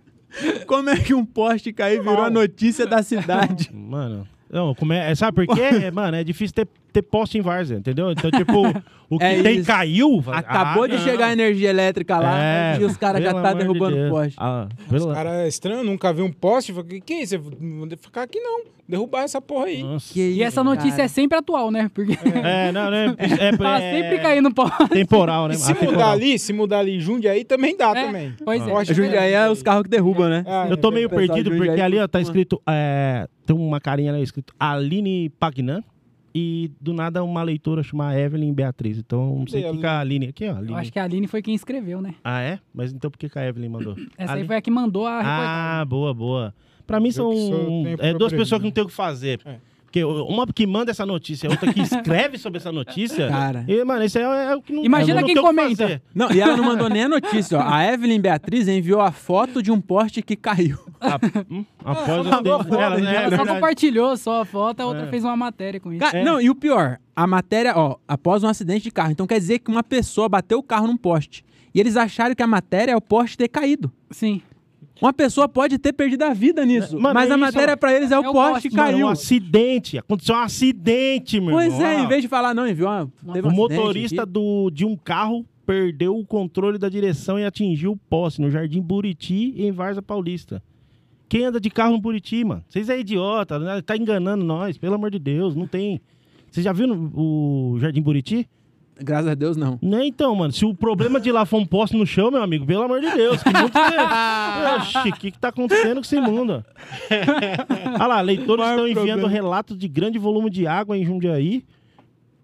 Speaker 3: Como é que um poste cair virou a notícia da cidade?
Speaker 1: Mano. Não, como é, é- sabe por quê? É, mano, é difícil ter, ter poste em Várzea, entendeu? Então, tipo, o que
Speaker 3: É
Speaker 1: tem
Speaker 3: isso.
Speaker 1: caiu. vai-
Speaker 3: Acabou
Speaker 1: Ah,
Speaker 3: de
Speaker 1: não.
Speaker 3: chegar a energia elétrica lá
Speaker 1: É,
Speaker 3: e os caras já
Speaker 1: pelo
Speaker 3: tá
Speaker 1: amor de
Speaker 3: derrubando
Speaker 1: Deus.
Speaker 3: o poste.
Speaker 1: Ah, pelo...
Speaker 4: Cara, é estranho, nunca vi um poste. Falei, que, que é isso? Eu Não devo ficar aqui não. Derrubar essa porra aí.
Speaker 1: Nossa.
Speaker 3: Que
Speaker 2: E essa
Speaker 3: isso, Ah,
Speaker 2: notícia
Speaker 3: cara.
Speaker 2: é sempre atual, né? Porque
Speaker 1: É, não, não é. é-
Speaker 2: tá
Speaker 1: é-
Speaker 2: sempre caindo pau.
Speaker 1: Temporal, né?
Speaker 4: E se mudar ali, se mudar ali Jundiaí, também dá também.
Speaker 2: Pois é.
Speaker 4: Poste
Speaker 3: Jundiaí é os carros que derrubam, né?
Speaker 4: Ah,
Speaker 1: Eu tô meio
Speaker 3: Pessoal de
Speaker 1: perdido
Speaker 3: Jundiaí
Speaker 1: porque ali, ó, tá
Speaker 3: costuma-
Speaker 1: escrito. é, tem uma carinha lá escrito Aline Pagnan. E do nada uma leitora chama Evelyn Beatriz. Então não sei
Speaker 4: Cadê
Speaker 1: o
Speaker 4: a
Speaker 1: que que a Aline. Aqui, ó.
Speaker 2: Eu
Speaker 1: Aline.
Speaker 2: acho que a Aline foi quem escreveu, né?
Speaker 1: Ah, é? Mas então por que, que a Evelyn mandou?
Speaker 2: Essa aí
Speaker 1: Aline-
Speaker 2: foi a que mandou a reportagem.
Speaker 1: Ah, boa, boa. Pra mim são
Speaker 4: que sou- tenho
Speaker 1: é, duas
Speaker 4: propriedade.
Speaker 1: pessoas que não tem o que fazer.
Speaker 4: É.
Speaker 1: Porque uma que manda essa notícia, outra que escreve sobre essa notícia.
Speaker 3: Cara.
Speaker 1: E, mano, isso aí é, é o que não
Speaker 2: Imagina
Speaker 1: eu não
Speaker 2: quem
Speaker 1: tenho o que
Speaker 2: comenta.
Speaker 1: fazer.
Speaker 3: Não, e ela não mandou nem a notícia, ó. A Evelyn Beatriz enviou a foto de um poste que caiu.
Speaker 1: Ah, hum, Após o tempo. Ela, né, é
Speaker 2: Ela só
Speaker 1: verdade.
Speaker 2: compartilhou só a foto, a outra
Speaker 1: É.
Speaker 2: fez uma matéria com isso. É.
Speaker 3: Ca- Não, e o pior, a matéria, ó, após um acidente de carro. Então quer dizer que uma pessoa bateu o carro num poste. E eles acharam que a matéria é o poste ter caído.
Speaker 2: Sim.
Speaker 3: Uma pessoa pode ter perdido a vida nisso.
Speaker 1: Mano,
Speaker 3: mas
Speaker 1: é
Speaker 3: a
Speaker 1: isso,
Speaker 3: matéria
Speaker 1: ó.
Speaker 3: pra eles é, o poste que
Speaker 1: Mano,
Speaker 3: caiu.
Speaker 1: Um acidente. Aconteceu um acidente, meu
Speaker 3: pois
Speaker 1: irmão.
Speaker 3: é,
Speaker 1: Ah,
Speaker 3: em vez de falar, não, enviou uma, teve um
Speaker 1: O
Speaker 3: acidente
Speaker 1: motorista
Speaker 3: aqui.
Speaker 1: do, de um carro perdeu o controle da direção e atingiu o poste no Jardim Buriti, em Varza Paulista. Quem anda de carro no Buriti, mano? Vocês é idiota, né? tá enganando nós, pelo amor de Deus, não tem. Você já viu no- o Jardim Buriti?
Speaker 3: Graças a Deus, não.
Speaker 1: Né, então, mano, se o problema de lá for um poste no chão, meu amigo, pelo amor de Deus, que mundo que é- Oxi, o que, que tá acontecendo com esse mundo? Olha lá, leitores estão
Speaker 3: Maior
Speaker 1: enviando
Speaker 3: problema.
Speaker 1: relatos de grande volume de água em Jundiaí.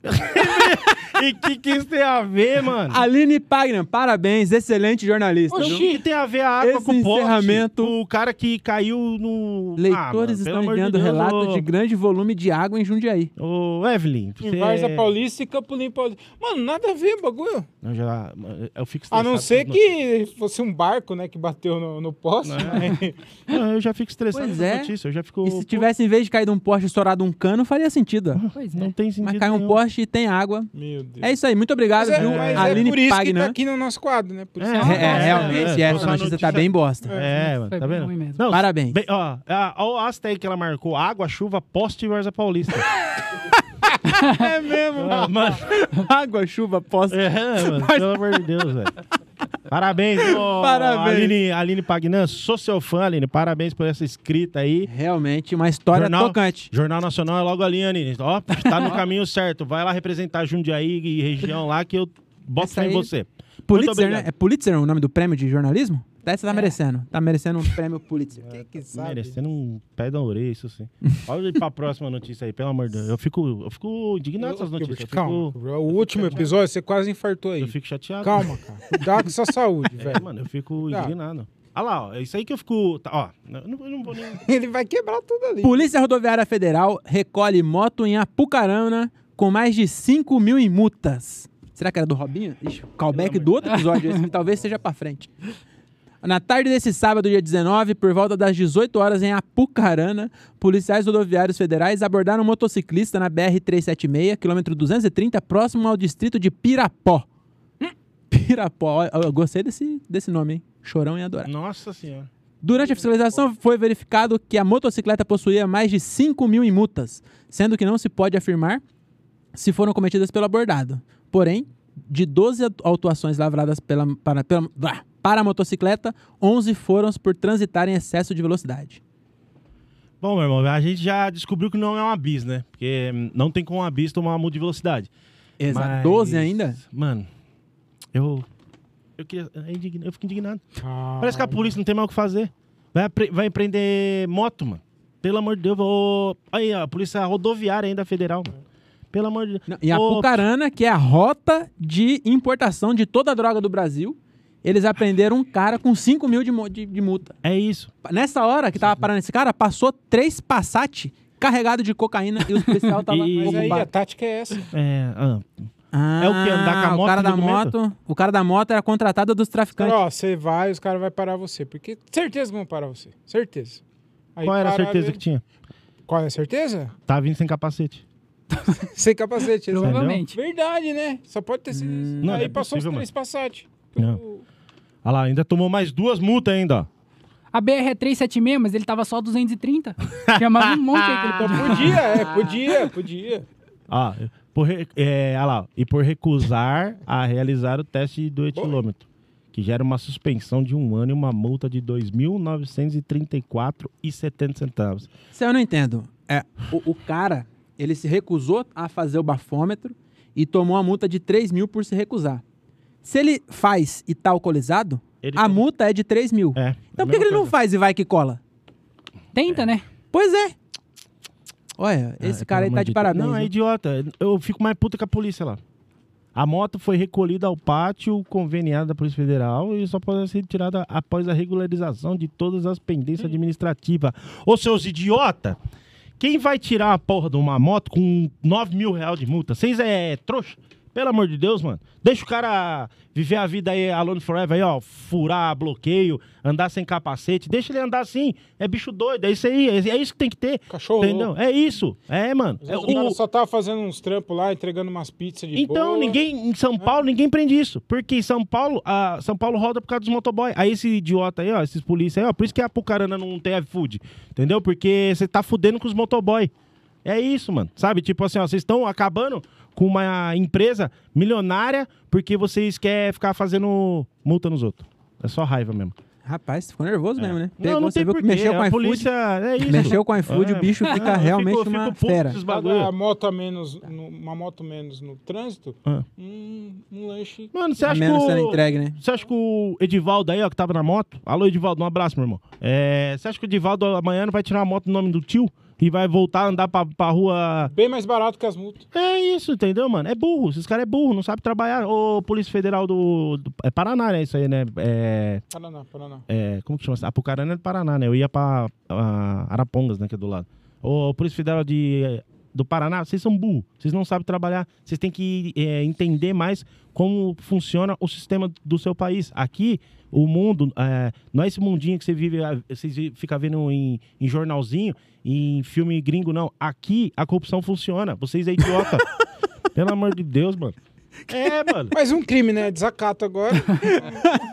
Speaker 1: e o que, que isso tem a ver, mano?
Speaker 3: Aline Pagnan, parabéns, excelente jornalista.
Speaker 1: Oxi, o
Speaker 3: viu?
Speaker 1: que tem a ver a água
Speaker 3: Esse
Speaker 1: com o poste?
Speaker 3: encerramento-
Speaker 1: O cara que caiu no... Ah, mano,
Speaker 3: Leitores
Speaker 1: pelo
Speaker 3: estão
Speaker 1: amor de
Speaker 3: enviando
Speaker 1: Deus,
Speaker 3: relatos
Speaker 1: ô-
Speaker 3: de grande volume de água em Jundiaí.
Speaker 1: Ô, Evelyn,
Speaker 4: Em
Speaker 1: você-
Speaker 4: Varza Paulista e Campo Limpo Paulista. Mano, nada a ver, bagulho.
Speaker 1: Não, já- eu fico
Speaker 4: A não
Speaker 1: estressado
Speaker 4: ser
Speaker 1: com-
Speaker 4: que fosse um barco, né, que bateu no, no poste. né?
Speaker 1: Não, eu já fico estressado
Speaker 3: Pois
Speaker 1: com essa
Speaker 3: é.
Speaker 1: notícia, eu já fico...
Speaker 3: E se tivesse, em vez de cair de um poste, estourado um cano, faria sentido. ó.
Speaker 2: Pois
Speaker 1: Não
Speaker 2: é.
Speaker 1: tem sentido
Speaker 3: Mas cai um
Speaker 1: nenhum.
Speaker 3: poste e tem água.
Speaker 4: Meu Deus.
Speaker 3: É isso aí, muito obrigado,
Speaker 4: Mas é,
Speaker 3: viu?
Speaker 4: mas é
Speaker 3: Aline né?
Speaker 4: por isso que tá
Speaker 3: Pagnan.
Speaker 4: aqui no nosso quadro, né? Por isso
Speaker 1: É,
Speaker 4: que-
Speaker 3: É,
Speaker 1: Ah,
Speaker 3: é, realmente,
Speaker 1: é,
Speaker 3: essa
Speaker 1: essa
Speaker 3: notícia, tá
Speaker 1: notícia-
Speaker 3: bem bosta.
Speaker 1: É,
Speaker 2: Foi
Speaker 1: mano, tá
Speaker 2: bem
Speaker 1: vendo?
Speaker 2: ruim mesmo.
Speaker 1: Não,
Speaker 3: Parabéns.
Speaker 1: bem- ó, a, ó, a hashtag que ela marcou, água, chuva, poste e Varza Paulista.
Speaker 3: É mesmo.
Speaker 1: Ah, mano,
Speaker 3: Água, chuva, poste.
Speaker 1: é, mano, pelo amor de Deus, velho. Parabéns, ô,
Speaker 3: Parabéns.
Speaker 1: Aline, Aline Pagnan. Sou seu fã, Aline. Parabéns por essa escrita aí.
Speaker 3: Realmente, uma história tocante.
Speaker 1: Jornal Nacional é logo ali, Aline. Ó, tá no caminho certo. Vai lá representar Jundiaí e região lá que eu boto
Speaker 3: Essa
Speaker 1: fé em
Speaker 3: aí-
Speaker 1: você.
Speaker 3: Pulitzer, né?
Speaker 1: obrigado.
Speaker 3: É Pulitzer o nome do prêmio de jornalismo? Até
Speaker 4: É.
Speaker 3: você tá merecendo. Tá merecendo um prêmio Pulitzer. Quem que sabe?
Speaker 1: Merecendo um pé da orelha, isso sim. Olha aí pra próxima notícia aí, pelo amor de Deus. Eu fico, eu fico indignado com é essas
Speaker 4: Gilbert,
Speaker 1: notícias. Eu
Speaker 4: Calma.
Speaker 1: fico,
Speaker 4: O último episódio você quase infartou aí.
Speaker 1: eu fico chateado.
Speaker 4: Calma, cara. Cuidado com sua saúde,
Speaker 1: É,
Speaker 4: velho.
Speaker 1: mano, eu fico
Speaker 4: Tá.
Speaker 1: indignado. Ah lá, ó, é isso aí que eu fico. tá, ó, eu não, eu não vou nem.
Speaker 4: Ele vai quebrar tudo ali.
Speaker 3: Polícia Rodoviária Federal recolhe moto em Apucarana com mais de 5 mil em multas. Será que era do Robinho? Ixi, callback do outro episódio, esse que talvez seja pra frente. Na tarde desse sábado, dia 19, por volta das 18 horas, em Apucarana, policiais rodoviários federais abordaram um motociclista na BR-376, quilômetro 230, próximo ao distrito de Pirapó. Pirapó, eu, eu gostei desse, desse nome, hein? Chorão e adorar.
Speaker 1: Nossa senhora.
Speaker 3: Durante a fiscalização, foi verificado que a motocicleta possuía mais de 5 mil em multas, sendo que não se pode afirmar se foram cometidas pelo abordado. Porém, de 12 atu- autuações lavradas pela, para, pela- blá, para a motocicleta, 11 foram por transitar em excesso de velocidade.
Speaker 1: Bom, meu irmão, a gente já descobriu que não é uma bis, né? Porque hum, não tem como uma bis tomar uma multa de velocidade.
Speaker 3: Exato.
Speaker 1: Mas,
Speaker 3: 12 ainda?
Speaker 1: Mano, eu. Eu, queria, é indign- eu fico indignado.
Speaker 4: Ah,
Speaker 1: Parece que a polícia não tem mais o que fazer. Vai, apre- vai prender moto, mano. Pelo amor de Deus, vou. Aí, ó, a polícia rodoviária ainda federal, mano. Pelo amor de Deus.
Speaker 3: Não, Em
Speaker 1: Ô,
Speaker 3: Apucarana, que é a rota de importação de toda a droga do Brasil, eles apreenderam um cara com 5 mil de, mo- de- de multa.
Speaker 1: É isso.
Speaker 3: Nessa hora que tava
Speaker 1: Uhum.
Speaker 3: parando esse cara, passou três Passat carregado de cocaína e o policial tava
Speaker 1: E-
Speaker 4: Mas aí a
Speaker 3: ocupado.
Speaker 4: tática é essa.
Speaker 1: É, ah,
Speaker 3: Ah,
Speaker 1: É o que? Andar com a
Speaker 3: o
Speaker 1: moto
Speaker 3: cara
Speaker 1: sem
Speaker 3: da
Speaker 1: documento?
Speaker 3: moto, o cara da moto era contratado dos traficantes.
Speaker 4: Ó, você vai, os caras vão parar você. Porque certeza que vão parar você. Certeza. Aí
Speaker 1: qual era a
Speaker 4: pararam
Speaker 1: certeza
Speaker 4: ele.
Speaker 1: que tinha?
Speaker 4: Qual é a certeza?
Speaker 1: Tava Tá vindo sem capacete.
Speaker 4: Sem capacete. exato.
Speaker 2: Provavelmente.
Speaker 4: Verdade, né? Só pode ter sido isso.
Speaker 1: Não,
Speaker 4: aí
Speaker 1: não é
Speaker 4: passou
Speaker 1: possível,
Speaker 4: os três Passat.
Speaker 1: Não. Olha lá, ainda tomou mais duas multas ainda, ó.
Speaker 2: A BR é 376, mas ele tava só 230. Tinha mais um monte aí que ele
Speaker 4: Então
Speaker 2: podia.
Speaker 4: podia, é, podia, podia.
Speaker 1: Ah, por, re- é, ah lá, e por recusar a realizar o teste do etilômetro, que gera uma suspensão de um ano e uma multa de R$ 2.934,70 centavos.
Speaker 3: Isso eu não entendo. É, o, o cara, ele se recusou a fazer o bafômetro e tomou uma multa de 3 mil por se recusar. Se ele faz e tá alcoolizado,
Speaker 1: Ele
Speaker 3: a
Speaker 1: tem-
Speaker 3: multa é de 3 mil.
Speaker 1: É.
Speaker 3: Então
Speaker 1: a
Speaker 3: por que que
Speaker 1: mesma
Speaker 3: ele não
Speaker 1: coisa.
Speaker 3: faz e vai que cola?
Speaker 2: Tenta, né?
Speaker 3: Pois é. Olha, esse
Speaker 1: Ah,
Speaker 3: cara aí
Speaker 1: pelo
Speaker 3: tá
Speaker 1: amor
Speaker 3: de
Speaker 1: Deus.
Speaker 3: parabéns.
Speaker 1: Não, é
Speaker 3: né?
Speaker 1: idiota. Eu fico mais puta com a polícia lá. A moto foi recolhida ao pátio conveniado da Polícia Federal e só pode ser retirada após a regularização de todas as pendências administrativas. Ô, seus idiota! Quem vai tirar a porra de uma moto com 9 mil reais de multa? Vocês é trouxa? Pelo amor de Deus, mano. Deixa o cara viver a vida aí, Alone Forever, aí, ó. Furar bloqueio, andar sem capacete. Deixa ele andar assim. É bicho doido. É isso aí. É isso que tem que ter.
Speaker 4: Cachorro
Speaker 1: Entendeu? É isso. É, mano.
Speaker 4: Os
Speaker 1: É,
Speaker 4: outros
Speaker 1: o-
Speaker 4: caras só tava fazendo uns trampos lá, entregando umas pizzas de
Speaker 1: Então,
Speaker 4: boa. É.
Speaker 1: ninguém. Em São Paulo, ninguém prende isso. Porque em São Paulo, a São Paulo roda por causa dos motoboy. Aí esse idiota aí, ó, esses polícia aí, ó. Por isso que a Pucarana não tem iFood. Entendeu? Porque você tá fudendo com os motoboy. É isso, mano. Sabe? Tipo assim, ó, vocês estão acabando com uma empresa milionária porque vocês querem ficar fazendo multa nos outros. É só raiva mesmo.
Speaker 3: Rapaz, ficou nervoso mesmo, né?
Speaker 1: É. não, não
Speaker 3: você
Speaker 1: tem
Speaker 3: viu que
Speaker 1: porquê.
Speaker 3: mexeu com
Speaker 1: a
Speaker 3: iFood.
Speaker 1: polícia. É isso.
Speaker 3: Mexeu com o iFood,
Speaker 1: É,
Speaker 3: o bicho
Speaker 1: eu
Speaker 3: fica
Speaker 1: fico-
Speaker 3: realmente
Speaker 1: eu fico
Speaker 3: uma
Speaker 1: puto com
Speaker 3: fera.
Speaker 1: esses
Speaker 4: Cada
Speaker 1: bagulho.
Speaker 4: moto a menos, no- uma moto a menos no trânsito,
Speaker 1: Ah.
Speaker 4: um, um lanche.
Speaker 1: Mano, você
Speaker 3: A
Speaker 1: acha que
Speaker 3: tá menos sendo
Speaker 1: o...
Speaker 3: entregue, né?
Speaker 1: Você acha que o Edivaldo aí, ó, que tava na moto? Alô, Edivaldo, um abraço, meu irmão. É, você acha que o Edivaldo amanhã não vai tirar a moto no nome do tio? E vai voltar a andar pra, pra rua.
Speaker 4: Bem mais barato que as multas.
Speaker 1: É isso, entendeu, mano? É burro. Esses caras é burro, não sabe trabalhar. Ô, Polícia Federal do. do- é Paraná, né? Isso aí, né? É,
Speaker 4: Paraná, Paraná.
Speaker 1: é, como que chama? Apucarana é do Paraná, né? Eu ia pra ah, Arapongas, né? Que é do lado. Ô, Polícia Federal de, do Paraná, vocês são burros. Vocês não sabem trabalhar. Vocês têm que é, entender mais como funciona o sistema do seu país. Aqui, o mundo, é, não é esse mundinho que você vive, ah, vocês vi- fica vendo em, em jornalzinho, em filme gringo, não. Aqui, a corrupção funciona. Vocês é idiota. Pelo amor de Deus, mano. É, mano.
Speaker 4: Mais um crime, né? Desacato agora.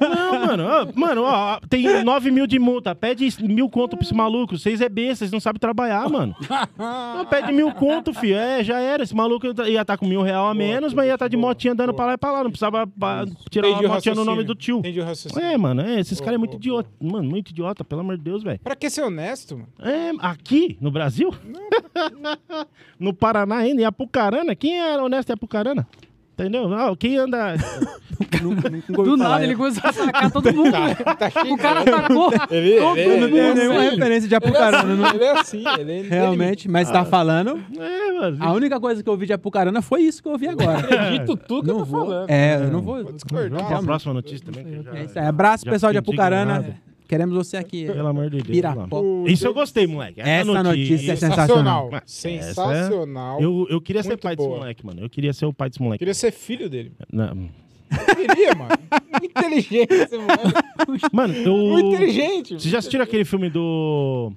Speaker 1: Não, mano. ó, mano, ó, tem 9 mil de multa. Pede mil conto pra esse maluco. Vocês é besta, vocês não sabem trabalhar, mano. Não, pede mil conto, filho. É, já era. Esse maluco ia estar com mil real a menos, mas ia estar de motinha andando pra lá e pra lá. Não precisava pra- tirar
Speaker 4: Entendi
Speaker 1: uma
Speaker 4: o
Speaker 1: motinha no
Speaker 4: raciocínio.
Speaker 1: nome do tio.
Speaker 4: Entendi o raciocínio.
Speaker 1: É, mano, é, esses
Speaker 4: Boa,
Speaker 1: caras é muito
Speaker 4: boa,
Speaker 1: idiota. Mano, muito idiota, pelo amor de Deus, velho.
Speaker 4: Pra que ser honesto, mano?
Speaker 1: É, aqui, no Brasil? no Paraná ainda, em Apucarana. Quem é honesto em Apucarana? Entendeu? Ah, quem anda.
Speaker 2: Do nada
Speaker 1: né?
Speaker 2: ele começou a sacar todo mundo.
Speaker 4: Tá cheio
Speaker 2: O cara atacou.
Speaker 4: Ele,
Speaker 2: Todo
Speaker 3: Não
Speaker 4: ele- ele é
Speaker 3: tem nenhuma
Speaker 4: assim.
Speaker 3: né? referência de
Speaker 4: Ele é
Speaker 3: Apucarana, não.
Speaker 4: assim, ele é assim. Ele é- ele-
Speaker 3: Realmente, mas
Speaker 1: Ah.
Speaker 3: tá falando.
Speaker 1: É, mano.
Speaker 3: A única coisa que eu ouvi de Apucarana foi isso que eu ouvi agora.
Speaker 4: Acredito tudo que eu
Speaker 3: não
Speaker 4: tô
Speaker 3: vou.
Speaker 4: falando.
Speaker 3: É, eu não
Speaker 4: Vou
Speaker 3: vou.
Speaker 1: Vamos pra
Speaker 4: discordar.
Speaker 1: próxima notícia também. que eu já-
Speaker 3: É isso aí. Abraço,
Speaker 1: Já
Speaker 3: pessoal de
Speaker 1: fiquei
Speaker 3: Apucarana.
Speaker 1: indignado.
Speaker 3: Queremos você aqui.
Speaker 1: Pelo amor de Deus.
Speaker 3: Pirapó.
Speaker 1: mano. Isso eu gostei, moleque.
Speaker 3: Essa notícia é sensacional.
Speaker 1: Mas
Speaker 4: Sensacional.
Speaker 1: essa- Eu, eu queria ser
Speaker 4: Muito
Speaker 1: pai
Speaker 4: boa.
Speaker 1: desse moleque, mano. Eu queria ser o pai desse moleque.
Speaker 4: Queria ser filho dele.
Speaker 1: Não.
Speaker 4: Queria, mano. Inteligente esse moleque.
Speaker 1: Mano, eu.
Speaker 4: Muito inteligente.
Speaker 1: Vocês já assistiram aquele filme do.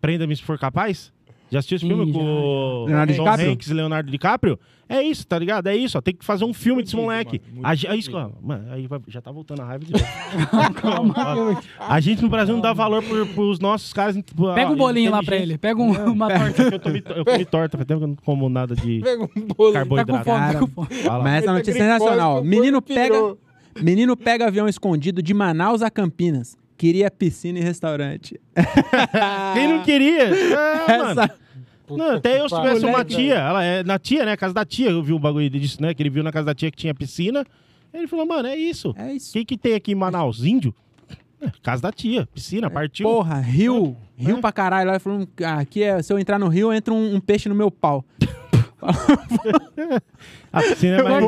Speaker 1: Prenda-me se for capaz? Já assistiu esse
Speaker 2: Ih,
Speaker 1: filme
Speaker 2: já,
Speaker 1: com o
Speaker 3: Leonardo
Speaker 1: Tom
Speaker 3: DiCaprio?
Speaker 1: Hanks e Leonardo DiCaprio? É isso, tá ligado? É isso, ó. Tem que fazer um filme desse
Speaker 4: Muito
Speaker 1: moleque.
Speaker 4: lindo, mano.
Speaker 1: A
Speaker 4: Muito
Speaker 1: ge- é isso, que, ó,
Speaker 4: lindo.
Speaker 1: mano, aí vai- já tá voltando a raiva de novo. Calma, calma. A gente no Brasil não dá valor pro, pros nossos caras.
Speaker 2: Pega um bolinho lá pra ele. Pega um, uma torta.
Speaker 1: Eu, comi, to- eu comi torta, faz tempo que eu não como nada de
Speaker 4: Pega um bolo.
Speaker 2: Tá com
Speaker 1: carboidrato. Ah,
Speaker 2: fome, tá
Speaker 3: Cara,
Speaker 2: com fome.
Speaker 1: Olha lá.
Speaker 3: Mas essa
Speaker 4: Ele tá
Speaker 3: notícia é
Speaker 4: gripose,
Speaker 3: sensacional.
Speaker 4: meu
Speaker 3: Menino
Speaker 4: corpo
Speaker 3: pega,
Speaker 4: pirou.
Speaker 3: menino pega avião escondido de Manaus a Campinas. Queria piscina e restaurante.
Speaker 1: Quem não queria? É, mano.
Speaker 3: tá- Essa-
Speaker 1: Não, até eu se tivesse
Speaker 3: né,
Speaker 1: uma
Speaker 4: Moleque,
Speaker 1: tia, ela é na tia, né? Casa da tia, eu vi um bagulho disso, né? Que ele viu na casa da tia que tinha piscina. Ele falou, mano, é isso. O
Speaker 3: É isso.
Speaker 1: que, que tem aqui em Manaus? Índio? É, casa da tia, piscina, partiu.
Speaker 3: Porra, rio. Rio pra caralho. Lá falando, ah, aqui é, se eu entrar no rio, entra um, um peixe no meu pau.
Speaker 1: A piscina é mais,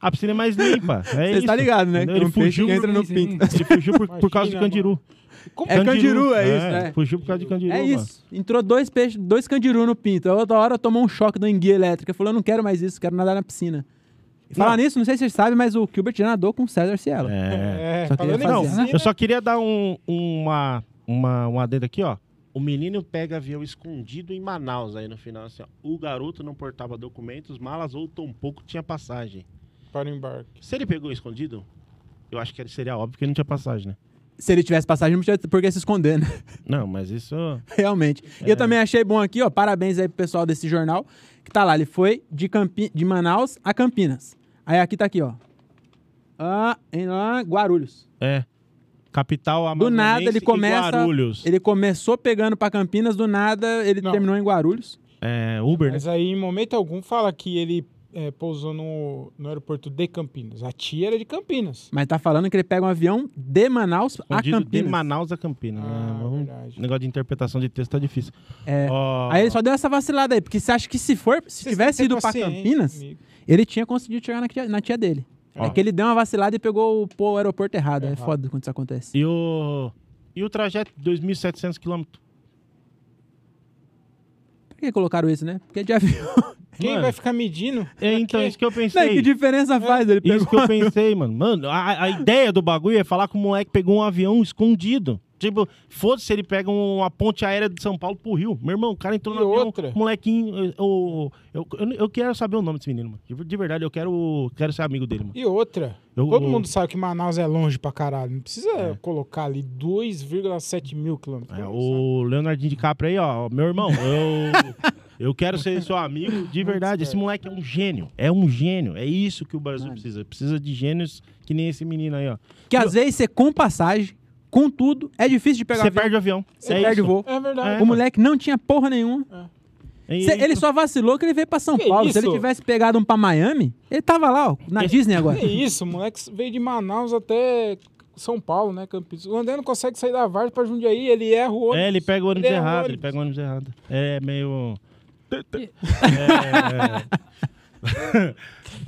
Speaker 1: a piscina é mais limpa. É
Speaker 3: Você
Speaker 1: isso.
Speaker 3: tá ligado, né?
Speaker 1: Entendeu?
Speaker 3: Tem
Speaker 1: Ele
Speaker 3: um peixe
Speaker 1: fugiu,
Speaker 3: que
Speaker 1: por,
Speaker 3: entra no
Speaker 2: Sim,
Speaker 3: pinto.
Speaker 1: ele fugiu por, por causa de
Speaker 4: Imagina,
Speaker 1: candiru.
Speaker 3: É candiru, é isso, é.
Speaker 1: Fugiu por causa de candiru,
Speaker 3: É
Speaker 1: mano.
Speaker 3: isso. Entrou dois peixes, dois candiru no pinto. A outra hora tomou um choque da enguia elétrica. Falou, eu não quero mais isso, quero nadar na piscina. E falar nisso, não sei se vocês sabem, mas o Gilbert já nadou com o César Cielo.
Speaker 1: É.
Speaker 4: É,
Speaker 3: Só
Speaker 4: falando
Speaker 3: queria
Speaker 4: em
Speaker 1: Não,
Speaker 3: fazer,
Speaker 4: piscina,
Speaker 1: eu só queria dar um, uma, uma, um adendo aqui, ó. O menino pega avião escondido em Manaus aí no final, assim, ó. O garoto não portava documentos, malas ou tampouco tinha passagem.
Speaker 4: né? Para o embarque.
Speaker 1: Se ele pegou escondido, Eu acho que seria óbvio que ele não tinha passagem, né?
Speaker 3: Se ele tivesse passagem, não tinha por que se esconder, né?
Speaker 1: Não, mas isso.
Speaker 3: Realmente. E eu também achei bom aqui, ó. Parabéns aí pro pessoal desse jornal. Que tá lá, ele foi de, Campi de Manaus a Campinas. Aí aqui tá aqui, ó. Ah, em lá, Guarulhos.
Speaker 1: É. Capital
Speaker 3: Do
Speaker 1: amazonense
Speaker 3: nada ele
Speaker 1: e
Speaker 3: começa.
Speaker 1: Guarulhos.
Speaker 3: Ele começou pegando pra Campinas, do nada ele
Speaker 4: Não.
Speaker 3: terminou em Guarulhos.
Speaker 1: É, Uber, né?
Speaker 4: Mas aí, em momento algum, fala que ele é, pousou no, no aeroporto de Campinas. A tia era de Campinas.
Speaker 3: Mas tá falando que ele pega um avião de Manaus a
Speaker 1: Escondido de
Speaker 3: Campinas.
Speaker 1: Manaus a Campinas. né?
Speaker 4: Ah,
Speaker 1: Vamos-
Speaker 4: verdade.
Speaker 1: Negócio de interpretação de texto tá difícil.
Speaker 3: É.
Speaker 1: Ó,
Speaker 3: Aí ele só deu essa vacilada aí, porque você acha que se for, se
Speaker 4: Vocês
Speaker 3: tivesse
Speaker 4: têm que
Speaker 3: ido
Speaker 4: ter
Speaker 3: pra
Speaker 4: paciência
Speaker 3: Campinas,
Speaker 4: comigo.
Speaker 3: ele tinha conseguido chegar na tia, na tia dele.
Speaker 1: Ó.
Speaker 3: É que ele deu uma vacilada e pegou o, pô, o aeroporto errado. É
Speaker 4: Errado.
Speaker 3: foda quando isso acontece.
Speaker 1: E o. E o trajeto de 2.700 quilômetros?
Speaker 3: Por que colocaram isso, né? Porque de avião.
Speaker 4: Quem
Speaker 1: Mano.
Speaker 4: vai ficar medindo?
Speaker 1: É, então, isso que eu
Speaker 3: Não, que
Speaker 1: pensei.
Speaker 3: diferença faz? Ele pegou.
Speaker 1: Isso que eu pensei, mano. Mano, a, a ideia do bagulho é falar que o moleque pegou um avião escondido. Tipo, foda-se ele pega um, uma ponte aérea de São Paulo pro Rio. Meu irmão, o cara entrou
Speaker 4: E
Speaker 1: no avião,
Speaker 4: outra?
Speaker 1: molequinho... Eu, eu, eu, eu quero saber o nome desse menino, mano. De- De verdade, eu quero, quero ser amigo dele, mano.
Speaker 4: E outra.
Speaker 1: Eu-
Speaker 4: Todo
Speaker 1: eu-
Speaker 4: mundo sabe que Manaus é longe pra caralho. Não precisa colocar ali 2,7 mil quilômetros. né?
Speaker 1: É, o Leonardinho de Capra aí, ó, meu irmão, eu, eu quero ser seu amigo de verdade. Esse moleque é um gênio, é um gênio. É isso que o Brasil precisa. Precisa de gênios que nem esse menino aí, ó.
Speaker 3: Que às vezes você com passagem, com tudo, é difícil de pegar
Speaker 1: Você
Speaker 3: avião.
Speaker 1: perde o avião.
Speaker 3: Você
Speaker 1: é
Speaker 3: perde
Speaker 1: isso.
Speaker 3: o voo.
Speaker 4: É verdade.
Speaker 1: É.
Speaker 3: O moleque não tinha porra nenhuma.
Speaker 1: É
Speaker 3: Cê-
Speaker 1: isso.
Speaker 3: ele só vacilou que ele veio pra São
Speaker 4: Que
Speaker 3: Paulo. Se ele
Speaker 4: isso?
Speaker 3: tivesse pegado um pra Miami, ele tava lá, ó, na Disney agora.
Speaker 4: É isso, o moleque veio de Manaus até São Paulo, né, Campinas. O André não consegue sair da Varsa pra Jundiaí, ele erra o ônibus.
Speaker 1: É, ele pega o ônibus
Speaker 4: Ele
Speaker 3: um
Speaker 4: é
Speaker 1: errado, ele
Speaker 4: ônibus.
Speaker 1: pega o ônibus errado. É meio. É, é.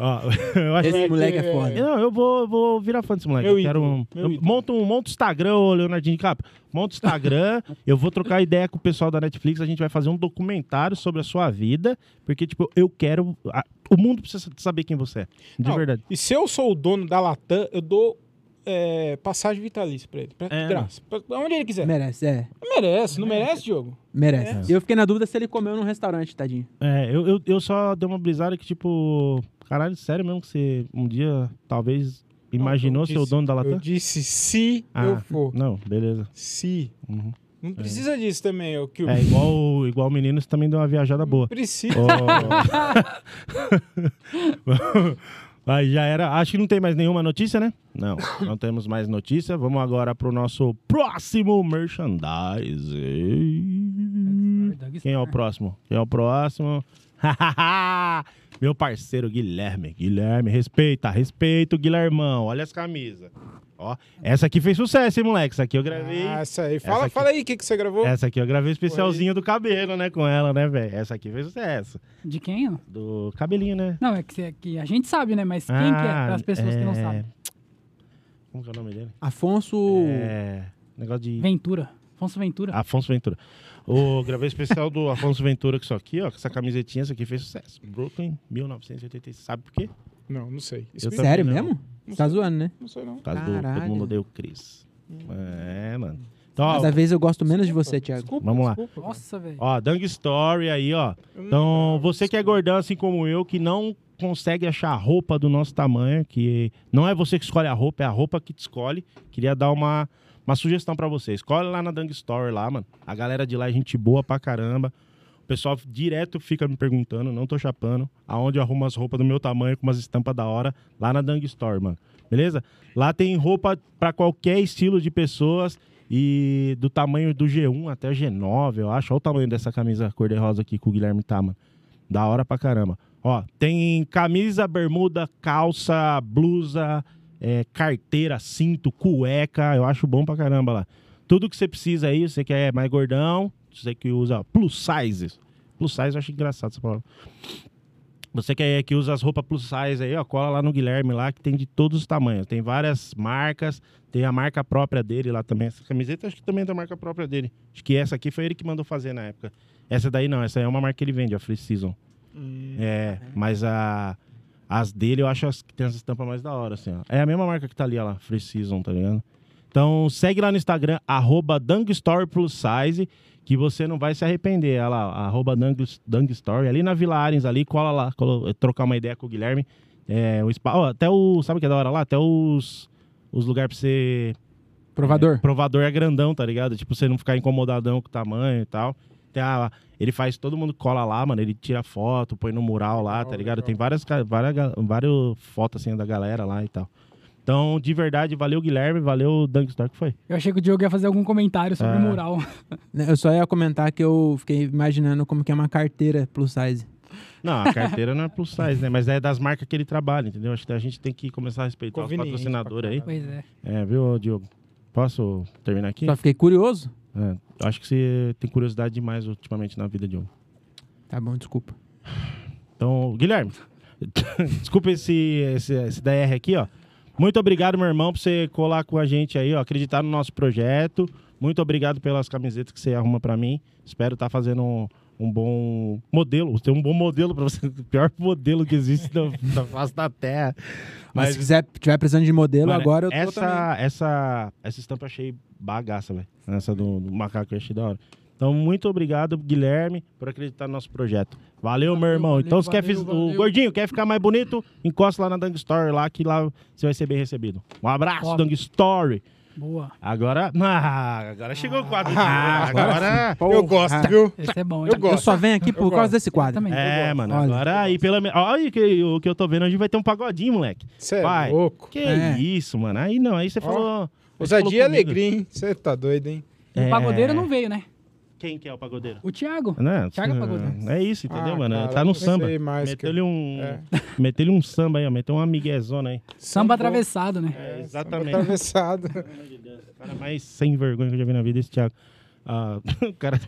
Speaker 1: Ó, eu acho
Speaker 3: Esse
Speaker 1: que-
Speaker 3: moleque é foda.
Speaker 1: Não, eu vou, vou virar fã desse moleque.
Speaker 4: Meu
Speaker 1: eu quero
Speaker 4: ídolo,
Speaker 1: um.
Speaker 4: meu
Speaker 1: eu
Speaker 4: ídolo.
Speaker 1: monto um monto Instagram, ô Leonardinho de Capa. Monta o Instagram, eu vou trocar ideia com o pessoal da Netflix. A gente vai fazer um documentário sobre a sua vida. Porque, tipo, eu quero. a- o mundo precisa saber quem você é. De
Speaker 4: Não,
Speaker 1: verdade.
Speaker 4: E se eu sou o dono da Latam, eu dou é, passagem vitalícia pra ele. Pra
Speaker 1: É.
Speaker 4: graça. Pra onde ele quiser.
Speaker 3: Merece, é.
Speaker 4: Não merece, não merece, Diogo?
Speaker 3: Merece. Eu fiquei na dúvida se ele comeu num restaurante, tadinho.
Speaker 1: É, eu, eu, eu só dei uma brisada que, tipo. Caralho, sério mesmo que você um dia talvez imaginou
Speaker 4: eu
Speaker 1: ser o
Speaker 4: disse-
Speaker 1: dono da
Speaker 4: Eu
Speaker 1: Latam?
Speaker 4: disse se
Speaker 1: Ah.
Speaker 4: eu for.
Speaker 1: Não, beleza.
Speaker 4: Se.
Speaker 1: Uhum.
Speaker 4: Não precisa disso também, ô que
Speaker 1: É igual, o- igual o menino, você também deu uma viajada boa.
Speaker 4: Precisa.
Speaker 1: Oh. Ó. Mas já era. Acho que não tem mais nenhuma notícia, né? Não, não temos mais notícia. Vamos agora pro nosso próximo merchandise. Quem é o próximo? Quem é o próximo? Meu parceiro Guilherme. Guilherme, respeita, respeita o Guilhermão. Olha as camisas. Ó, essa aqui fez sucesso, hein, moleque? Essa aqui eu gravei.
Speaker 4: Ah, essa aí.
Speaker 1: Essa
Speaker 4: Fala,
Speaker 1: aqui.
Speaker 4: fala aí o que, que você gravou.
Speaker 1: Essa aqui eu gravei o especialzinho do cabelo, né? Com ela, né, velho? Essa aqui fez sucesso.
Speaker 2: De quem? ó?
Speaker 1: Do cabelinho, né?
Speaker 2: Não, é que, cê- que a gente sabe, né? Mas quem que é? Para as pessoas que não
Speaker 1: é-
Speaker 2: sabem.
Speaker 1: Como que é o nome dele?
Speaker 3: Afonso.
Speaker 1: É. Negócio de.
Speaker 2: Ventura. Afonso Ventura.
Speaker 1: Afonso Ventura. O gravei especial do Afonso Ventura com isso aqui, ó. Com essa camisetinha, isso aqui fez sucesso. Brooklyn, 1986. Sabe por quê?
Speaker 4: Não, não sei.
Speaker 1: Eu
Speaker 4: Explica.
Speaker 1: também
Speaker 3: Sério
Speaker 1: não.
Speaker 3: mesmo? Tá zoando, né?
Speaker 4: Não sei, não.
Speaker 1: Por causa do
Speaker 3: Caralho.
Speaker 1: Todo Mundo Odeia o Chris. É, mano. Então, ó,
Speaker 3: Cada vez eu gosto menos de você, Thiago.
Speaker 4: Desculpa,
Speaker 1: Vamos lá.
Speaker 4: desculpa, cara.
Speaker 2: Nossa, velho.
Speaker 1: Ó, Dung Story aí, ó. Então, você que é gordão assim como eu, que não consegue achar a roupa do nosso tamanho, que não é você que escolhe a roupa, é a roupa que te escolhe. Queria dar uma, uma sugestão pra você. Escolhe lá na Dung Story lá, mano. A galera de lá é gente boa pra caramba. O pessoal direto fica me perguntando, não tô chapando, aonde eu arrumo as roupas do meu tamanho com umas estampas da hora, lá na Dung Store, mano. Beleza? Lá tem roupa pra qualquer estilo de pessoas e do tamanho do G1 até G9, eu acho. Olha o tamanho dessa camisa cor-de-rosa aqui que o Guilherme tá, mano. Da hora pra caramba. Ó, tem camisa, bermuda, calça, blusa, é, carteira, cinto, cueca. Eu acho bom pra caramba lá. Tudo que você precisa aí, você que é mais gordão, você que usa plus sizes. Plus size eu acho engraçado essa palavra. Você que, é, que usa as roupas plus size aí, ó, cola lá no Guilherme lá, que tem de todos os tamanhos. Tem várias marcas, tem a marca própria dele lá também. Essa camiseta acho que também é da marca própria dele. Acho que essa aqui foi ele que mandou fazer na época. Essa daí não, essa aí é uma marca que ele vende, a Free Season.
Speaker 2: Hum.
Speaker 1: é, mas a, as dele eu acho as que tem as estampas mais da hora, assim, ó. É a mesma marca que tá ali, ó lá, Free Season, tá ligado? Então segue lá no Instagram, arroba Dungstory Plus Size, que você não vai se arrepender. Olha lá, ó, arroba Dung- Dungstory, ali na Vila Arens, ali, cola lá, colo- trocar uma ideia com o Guilherme. É, o spa, ó, até o, sabe o que é da hora lá? Até os os lugares pra você.
Speaker 3: Provador.
Speaker 1: Provador é grandão, tá ligado? Tipo, você não ficar incomodadão com o tamanho e tal. Tem a- ele faz, todo mundo cola lá, mano. Ele tira foto, põe no mural lá, tá
Speaker 4: Legal,
Speaker 1: ligado?
Speaker 4: Oh, legal.
Speaker 1: Tem várias, ca- várias, ga- várias fotos assim da galera lá e tal. Então, de verdade, valeu Guilherme, valeu Dunkstar que foi.
Speaker 2: Eu achei que o Diogo ia fazer algum comentário sobre o
Speaker 1: Ah.
Speaker 2: mural.
Speaker 3: né, Eu só ia comentar que eu fiquei imaginando como que é uma carteira plus size.
Speaker 1: Não, a carteira não é plus size, né? Mas é das marcas que ele trabalha, entendeu? Acho que a gente tem que começar a respeitar os
Speaker 4: Conveniente
Speaker 1: patrocinadores aí.
Speaker 4: pra
Speaker 2: Pois é.
Speaker 1: É, viu, Diogo? Posso terminar aqui?
Speaker 4: Tá.
Speaker 3: Só fiquei curioso.
Speaker 1: É, eu acho que você tem curiosidade demais ultimamente na vida de um.
Speaker 3: Tá bom, desculpa.
Speaker 1: Então, Guilherme, desculpa esse, esse, esse DR aqui, ó. Muito obrigado, meu irmão, por você colar com a gente aí, ó, acreditar no nosso projeto. Muito obrigado pelas camisetas que você arruma pra mim. Espero estar fazendo um, um bom modelo. Tem um bom modelo pra você, o pior modelo que existe na, na face da Terra.
Speaker 3: Mas, se quiser, tiver precisando de modelo
Speaker 1: Mano,
Speaker 3: agora, eu tô também.
Speaker 1: essa, essa, essa estampa eu achei bagaça, velho. Essa do, do macaco eu achei da hora. Então, muito obrigado, Guilherme, por acreditar no nosso projeto. Valeu, meu irmão.
Speaker 2: valeu,
Speaker 1: então, se quer
Speaker 2: valeu,
Speaker 1: fiz- o
Speaker 2: valeu.
Speaker 1: gordinho quer ficar mais bonito, encosta lá na Dung Story, lá que lá você vai ser bem recebido. Um abraço,
Speaker 2: Top.
Speaker 1: Dung Story.
Speaker 2: Boa.
Speaker 1: Agora. Ah, agora chegou o quadro. Ah, agora.
Speaker 4: Eu gosto, viu?
Speaker 2: Esse é bom, hein?
Speaker 4: Eu
Speaker 3: Eu
Speaker 4: gosto.
Speaker 3: só venho aqui por
Speaker 4: Eu
Speaker 3: causa
Speaker 4: gosto.
Speaker 3: desse
Speaker 2: Eu
Speaker 3: quadro.
Speaker 2: também.
Speaker 1: É, mano,
Speaker 3: Olha,
Speaker 1: agora aí, pelo menos. Olha o que, o que eu tô vendo, hoje vai ter um pagodinho, moleque.
Speaker 4: Você é
Speaker 1: Vai.
Speaker 4: louco.
Speaker 1: Que
Speaker 3: É.
Speaker 1: isso, mano. Aí não, aí você falou. você falou
Speaker 4: Ousadia e
Speaker 1: comigo.
Speaker 4: é alegria, hein? Você tá doido, hein?
Speaker 2: O pagodeiro
Speaker 1: É.
Speaker 2: não veio, né?
Speaker 1: Quem que é o pagodeiro?
Speaker 2: O Thiago.
Speaker 1: Não,
Speaker 2: Thiago
Speaker 1: não,
Speaker 2: Pagodão.
Speaker 1: É isso, entendeu,
Speaker 4: Ah,
Speaker 1: mano?
Speaker 4: cara,
Speaker 1: tá no
Speaker 4: não sei
Speaker 1: samba.
Speaker 4: mais que-
Speaker 1: Meteu-lhe um,
Speaker 4: É.
Speaker 1: meteu um samba aí, ó. Meteu uma miguezona aí.
Speaker 2: Samba
Speaker 4: Sambou.
Speaker 2: atravessado, né?
Speaker 1: É,
Speaker 4: Samba Tá Atravessado.
Speaker 1: cara mais sem vergonha que eu já vi na vida, esse Thiago. Ah, o cara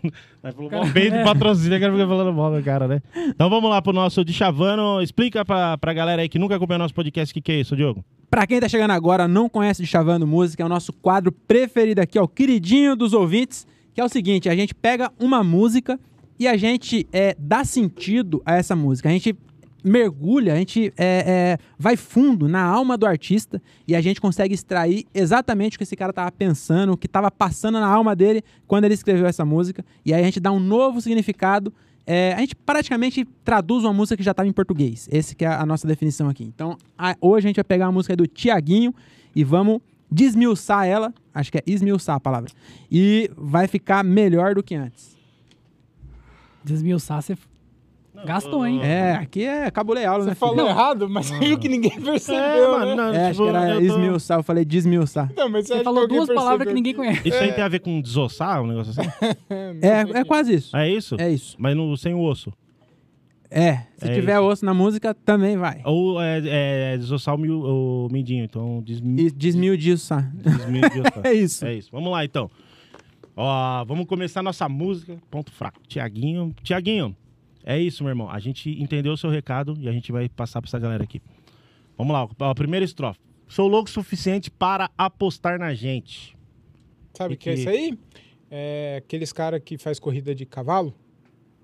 Speaker 1: mas falou
Speaker 2: Cara,
Speaker 1: mal bem
Speaker 2: é.
Speaker 1: do patrocínio, o cara fica falando mal do cara, né? Então vamos lá pro nosso de Chavano. Explica pra, pra galera aí que nunca acompanhou nosso podcast o que, que é isso, Diogo.
Speaker 3: Pra quem tá chegando agora, não conhece de Chavando Música, é o nosso quadro preferido aqui, ó, o queridinho dos ouvintes, que é o seguinte, a gente pega uma música e a gente é, dá sentido a essa música. A gente mergulha, a gente é, é, vai fundo na alma do artista e a gente consegue extrair exatamente o que esse cara tava pensando, o que tava passando na alma dele quando ele escreveu essa música. E aí a gente dá um novo significado. É, a gente praticamente traduz uma música que já estava em português. Essa que é a nossa definição aqui. Então, a- hoje a gente vai pegar uma música do Tiaguinho e vamos desmiuçar ela. Acho que é esmiuçar a palavra. E vai ficar melhor do que antes.
Speaker 2: Desmiuçar, você gastou, hein?
Speaker 3: É, aqui é cabulei aula, né?
Speaker 4: Você
Speaker 3: filho?
Speaker 4: falou errado, mas você viu que ninguém percebeu, né?
Speaker 1: É, não,
Speaker 3: É, acho
Speaker 1: tipo,
Speaker 3: que era
Speaker 1: eu tô-
Speaker 3: esmiuçar, eu falei desmiuçar.
Speaker 4: Não, mas
Speaker 2: Você falou duas palavras que ninguém conhece.
Speaker 1: Isso
Speaker 4: É.
Speaker 1: aí tem a ver com desossar, um negócio assim?
Speaker 3: É, é quase isso.
Speaker 1: É isso?
Speaker 3: É isso.
Speaker 1: Mas no, sem o osso.
Speaker 3: É, se
Speaker 1: É
Speaker 3: tiver
Speaker 1: isso.
Speaker 3: osso na música, também vai.
Speaker 1: Ou é, é desossar o, miu- o mindinho, então desmi,
Speaker 3: E desmiuçar.
Speaker 1: Desmiuçar.
Speaker 3: É isso.
Speaker 1: É isso. Vamos lá, então. Ó, vamos começar nossa música. Ponto fraco. Tiaguinho. Tiaguinho, é isso, meu irmão. A gente entendeu o seu recado e a gente vai passar pra essa galera aqui. Vamos lá, ó, a primeira estrofe. Sou louco o suficiente para apostar na gente.
Speaker 4: Sabe o que é
Speaker 1: Que-
Speaker 4: isso aí? É aqueles caras que faz corrida de cavalo.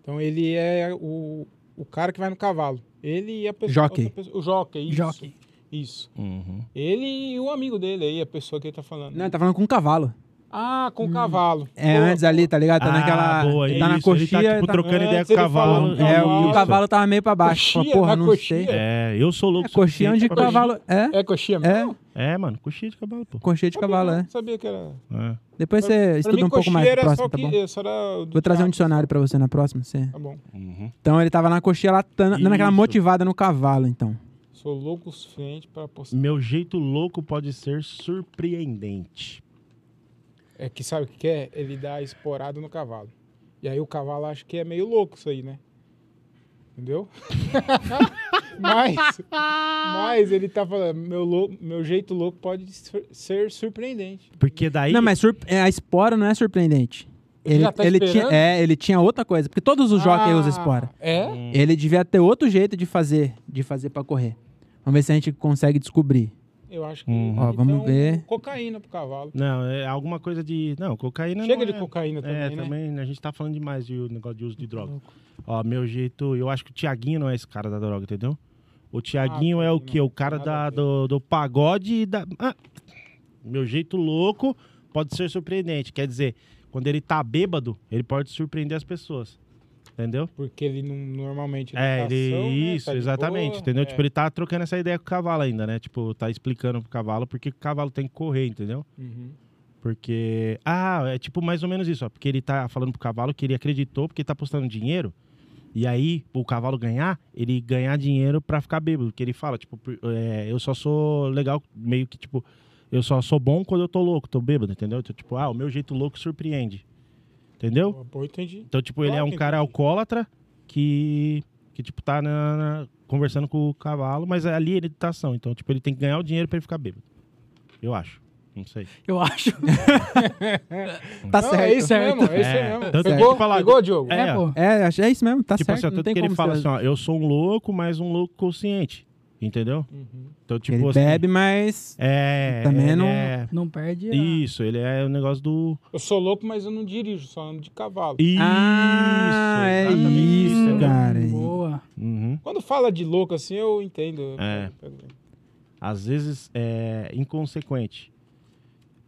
Speaker 4: Então ele é o, o cara que vai no cavalo. Ele e a pessoa.
Speaker 3: Jockey.
Speaker 4: outra pessoa- o jockey, isso.
Speaker 2: Jockey.
Speaker 4: Isso.
Speaker 1: Uhum.
Speaker 4: Ele e o amigo dele aí, a pessoa que ele tá falando.
Speaker 3: Não, tá falando com um cavalo.
Speaker 4: Ah, com o cavalo.
Speaker 3: É,
Speaker 4: Pô,
Speaker 3: antes ali, tá ligado? Tá
Speaker 1: Ah,
Speaker 3: naquela.
Speaker 1: boa,
Speaker 3: ele tá na
Speaker 1: isso. Ele
Speaker 3: coxinha.
Speaker 1: tá, tipo, trocando ideia com o
Speaker 4: Antes ele
Speaker 1: cavalo.
Speaker 4: falou,
Speaker 3: É, o
Speaker 4: Isso.
Speaker 3: cavalo tava meio pra baixo.
Speaker 4: Coxinha,
Speaker 3: Porra,
Speaker 4: na
Speaker 3: não
Speaker 4: coxinha.
Speaker 3: sei.
Speaker 1: É, eu sou louco
Speaker 3: É,
Speaker 1: o
Speaker 3: coxinha
Speaker 1: suficiente
Speaker 3: de
Speaker 1: para-
Speaker 3: cavalo. É,
Speaker 4: É coxinha
Speaker 3: é,
Speaker 4: mesmo?
Speaker 1: É, mano, coxinha de cavalo, pô.
Speaker 3: coxinha de cavalo, é.
Speaker 4: Sabia que era.
Speaker 1: É.
Speaker 3: Depois você
Speaker 4: Pra mim,
Speaker 3: estuda um pouco
Speaker 4: coxinha
Speaker 3: mais
Speaker 4: era
Speaker 3: próximo,
Speaker 4: só
Speaker 3: tá
Speaker 4: que-
Speaker 3: bom?
Speaker 4: só era do
Speaker 3: Vou trazer um
Speaker 4: Thiago.
Speaker 3: dicionário pra você na próxima. Você...
Speaker 4: Tá bom.
Speaker 1: Uhum.
Speaker 3: Então ele tava na coxinha lá, tá na- naquela
Speaker 1: Isso.
Speaker 3: motivada no cavalo, então.
Speaker 4: Sou louco o suficiente pra apostar.
Speaker 1: Meu jeito louco pode ser surpreendente.
Speaker 4: É que sabe o que que é? Ele dá esporada no cavalo. E aí o cavalo acha que é meio louco isso aí, né? Entendeu? mas, mas ele tá falando, meu, lou- meu jeito louco pode sur- ser surpreendente.
Speaker 1: Porque daí.
Speaker 3: Não, mas sur- é, a espora não é surpreendente.
Speaker 4: Ele
Speaker 3: Ele,
Speaker 4: já tá
Speaker 3: ele tinha,
Speaker 4: esperando?
Speaker 3: é, ele tinha outra coisa, porque todos os jockeys usam espora.
Speaker 4: É?
Speaker 3: Ele devia ter outro jeito de fazer, de fazer para correr. Vamos ver se a gente consegue descobrir.
Speaker 4: Eu acho que.
Speaker 1: Hum.
Speaker 3: Ó, vamos
Speaker 4: então,
Speaker 3: ver.
Speaker 4: Cocaína pro cavalo.
Speaker 1: Não, é alguma coisa de. Não, cocaína
Speaker 4: Chega
Speaker 1: não
Speaker 4: de
Speaker 1: é-
Speaker 4: cocaína também,
Speaker 1: É,
Speaker 4: né? Tá
Speaker 1: também a gente tá falando demais de o negócio de uso de droga. Ó, meu jeito, eu acho que o Tiaguinho não é esse cara da droga, entendeu? O Tiaguinho
Speaker 4: Ah,
Speaker 1: é o
Speaker 4: não,
Speaker 1: quê? O cara
Speaker 4: tem nada
Speaker 1: da,
Speaker 4: a ver.
Speaker 1: do, do pagode e da. Ah, meu jeito louco pode ser surpreendente. Quer dizer, quando ele tá bêbado, ele pode surpreender as pessoas. Entendeu?
Speaker 4: Porque ele não, normalmente.
Speaker 1: É,
Speaker 4: educação,
Speaker 1: ele.
Speaker 4: né,
Speaker 1: isso,
Speaker 4: tá de
Speaker 1: exatamente.
Speaker 4: boa,
Speaker 1: entendeu?
Speaker 4: é.
Speaker 1: Tipo, ele tá trocando essa ideia com o cavalo ainda, né? Tipo, tá explicando pro cavalo porque o cavalo tem que correr, entendeu?
Speaker 4: Uhum.
Speaker 1: Porque. Ah, é tipo mais ou menos isso, ó. Porque ele tá falando pro cavalo que ele acreditou, porque ele tá postando dinheiro. E aí, o cavalo ganhar, ele ganhar dinheiro pra ficar bêbado. Porque ele fala, tipo, por- é, eu só sou legal, meio que tipo, eu só sou bom quando eu tô louco, tô bêbado, entendeu? Então, Tipo, ah, o meu jeito louco surpreende. Entendeu?
Speaker 4: Pô, entendi.
Speaker 1: Então, tipo, ele é um
Speaker 4: Claro que
Speaker 1: cara
Speaker 4: entendi.
Speaker 1: alcoólatra que, que tipo, tá na- na- conversando com o cavalo, mas ali é meditação. Então, tipo, ele tem que ganhar o dinheiro pra ele ficar bêbado. Eu acho. Não sei.
Speaker 2: Eu acho.
Speaker 3: Tá
Speaker 4: Não,
Speaker 3: certo.
Speaker 4: é isso
Speaker 2: Certo.
Speaker 4: mesmo, é isso
Speaker 1: É,
Speaker 4: mesmo.
Speaker 1: tanto que eu
Speaker 4: Pegou,
Speaker 1: te falar-
Speaker 4: pegou, Diogo?
Speaker 1: É,
Speaker 2: É, pô.
Speaker 3: É, acho- é isso mesmo, tá
Speaker 1: tipo
Speaker 3: certo.
Speaker 1: assim, ó,
Speaker 3: não
Speaker 1: tanto
Speaker 3: tem
Speaker 1: que
Speaker 3: como
Speaker 1: ele fala
Speaker 3: ser-
Speaker 1: assim, ó, eu sou um louco, mas um louco consciente. Entendeu?
Speaker 4: Uhum.
Speaker 1: Então, tipo
Speaker 3: ele
Speaker 1: assim.
Speaker 3: bebe, mas.
Speaker 1: É.
Speaker 3: Também
Speaker 1: ele
Speaker 3: não-
Speaker 1: é-
Speaker 2: Não perde. a-
Speaker 1: Isso, ele é o negócio do.
Speaker 4: Eu sou louco, mas eu não dirijo, só ando de cavalo.
Speaker 1: Isso!
Speaker 3: Ah, é
Speaker 1: exatamente
Speaker 3: isso,
Speaker 1: entendeu?
Speaker 3: cara.
Speaker 2: Boa.
Speaker 1: Uhum.
Speaker 4: Quando fala de louco assim, eu entendo.
Speaker 1: É. às vezes é inconsequente.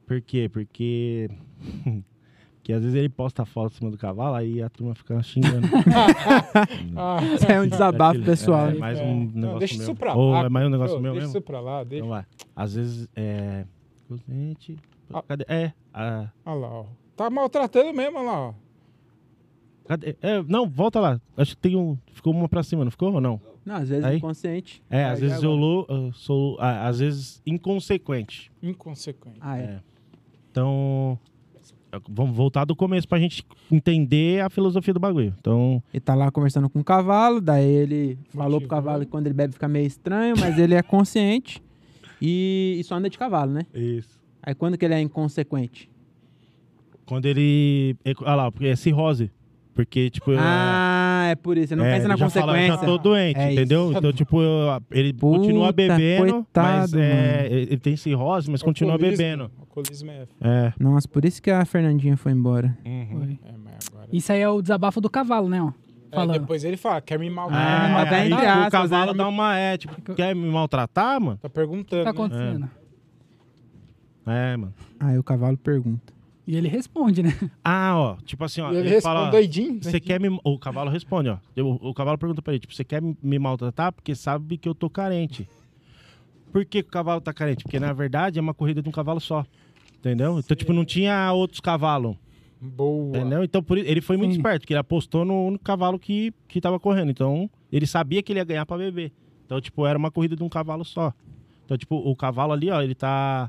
Speaker 1: Por quê? Porque. Porque às vezes ele posta foto em cima do cavalo, aí a turma fica xingando. Hum.
Speaker 4: Ah,
Speaker 3: É um desabafo
Speaker 1: Aquilo,
Speaker 3: pessoal.
Speaker 1: É
Speaker 3: né?
Speaker 1: mais
Speaker 4: é.
Speaker 1: um
Speaker 4: Não,
Speaker 1: negócio
Speaker 4: deixa
Speaker 1: meu.
Speaker 4: isso pra lá.
Speaker 1: Ou é mais um negócio
Speaker 4: pô,
Speaker 1: meu
Speaker 4: deixa
Speaker 1: mesmo?
Speaker 4: isso pra lá, deixa.
Speaker 1: Então vai. Às vezes é. Gente.
Speaker 4: Ah.
Speaker 1: Cadê? É. ah,
Speaker 4: Olha lá, ó. Tá maltratando mesmo, olha lá, ó.
Speaker 1: cadê? É, não, volta lá. Acho que tem um. Ficou uma pra cima, não ficou ou não?
Speaker 3: Não, às vezes
Speaker 1: Aí.
Speaker 3: inconsciente.
Speaker 1: É,
Speaker 4: Ah,
Speaker 1: às
Speaker 4: já
Speaker 1: vezes eu, lou- eu sou. ah, às vezes inconsequente.
Speaker 4: Inconsequente.
Speaker 3: Ah,
Speaker 1: É.
Speaker 3: é.
Speaker 1: Então. Vamos voltar do começo pra gente entender a filosofia do bagulho. Então,
Speaker 3: Ele tá lá conversando com o cavalo, daí ele falou pro
Speaker 4: Motivou.
Speaker 1: né?
Speaker 3: cavalo que quando ele bebe fica meio estranho, mas ele é consciente e, e só anda de cavalo, né?
Speaker 1: isso.
Speaker 3: Aí quando que ele é inconsequente?
Speaker 1: Quando ele. é- Olha lá, porque é cirrose. Porque, tipo, eu-
Speaker 3: Ah, é por isso, você não
Speaker 1: é,
Speaker 3: pensa na
Speaker 1: ele já fala,
Speaker 3: consequência.
Speaker 1: já tô doente,
Speaker 3: É
Speaker 1: entendeu?
Speaker 4: isso.
Speaker 1: Então, tipo, eu- ele
Speaker 3: Puta,
Speaker 1: continua bebendo, mas
Speaker 3: coitado,
Speaker 1: é,
Speaker 3: mano.
Speaker 1: ele ele tem cirrose,
Speaker 4: É
Speaker 1: mas continua
Speaker 4: Alcoolismo.
Speaker 1: bebendo.
Speaker 4: Alcoolismo é.
Speaker 1: É.
Speaker 3: Nossa, por isso que a Fernandinha foi embora.
Speaker 1: Uhum.
Speaker 2: Foi.
Speaker 4: É, mas agora.
Speaker 2: Isso aí é o desabafo do cavalo, né? ó?
Speaker 4: É,
Speaker 2: Falando.
Speaker 4: depois ele fala, quer me maltratar.
Speaker 3: Ah, mas
Speaker 1: é,
Speaker 3: tá
Speaker 1: aí,
Speaker 3: entre
Speaker 1: tipo, o
Speaker 3: aspas,
Speaker 1: cavalo
Speaker 3: né?
Speaker 1: dá uma é, tipo, quer me maltratar, mano?
Speaker 4: Tá
Speaker 2: O que
Speaker 4: perguntando.
Speaker 2: tá
Speaker 4: né?
Speaker 2: acontecendo?
Speaker 1: É, mano.
Speaker 3: Aí o cavalo pergunta.
Speaker 2: E ele responde, né?
Speaker 1: Ah, ó, tipo assim, ó,
Speaker 4: E ele,
Speaker 1: ele,
Speaker 4: responde
Speaker 1: fala,
Speaker 4: doidinho. né?
Speaker 1: você quer me... O cavalo responde, ó. O, o cavalo pergunta pra ele, tipo, você quer me maltratar? Porque sabe que eu tô carente. Por que, que o cavalo tá carente? Porque, na verdade, é uma corrida de um cavalo só. Entendeu? Então, tipo, não tinha outros cavalos.
Speaker 4: Boa.
Speaker 1: Entendeu? Então, por isso, ele foi muito
Speaker 2: Sim.
Speaker 1: esperto, porque ele apostou no único cavalo que, que tava correndo. Então, ele sabia que ele ia ganhar pra beber. Então, tipo, era uma corrida de um cavalo só. Então, tipo, o cavalo ali, ó, ele tá.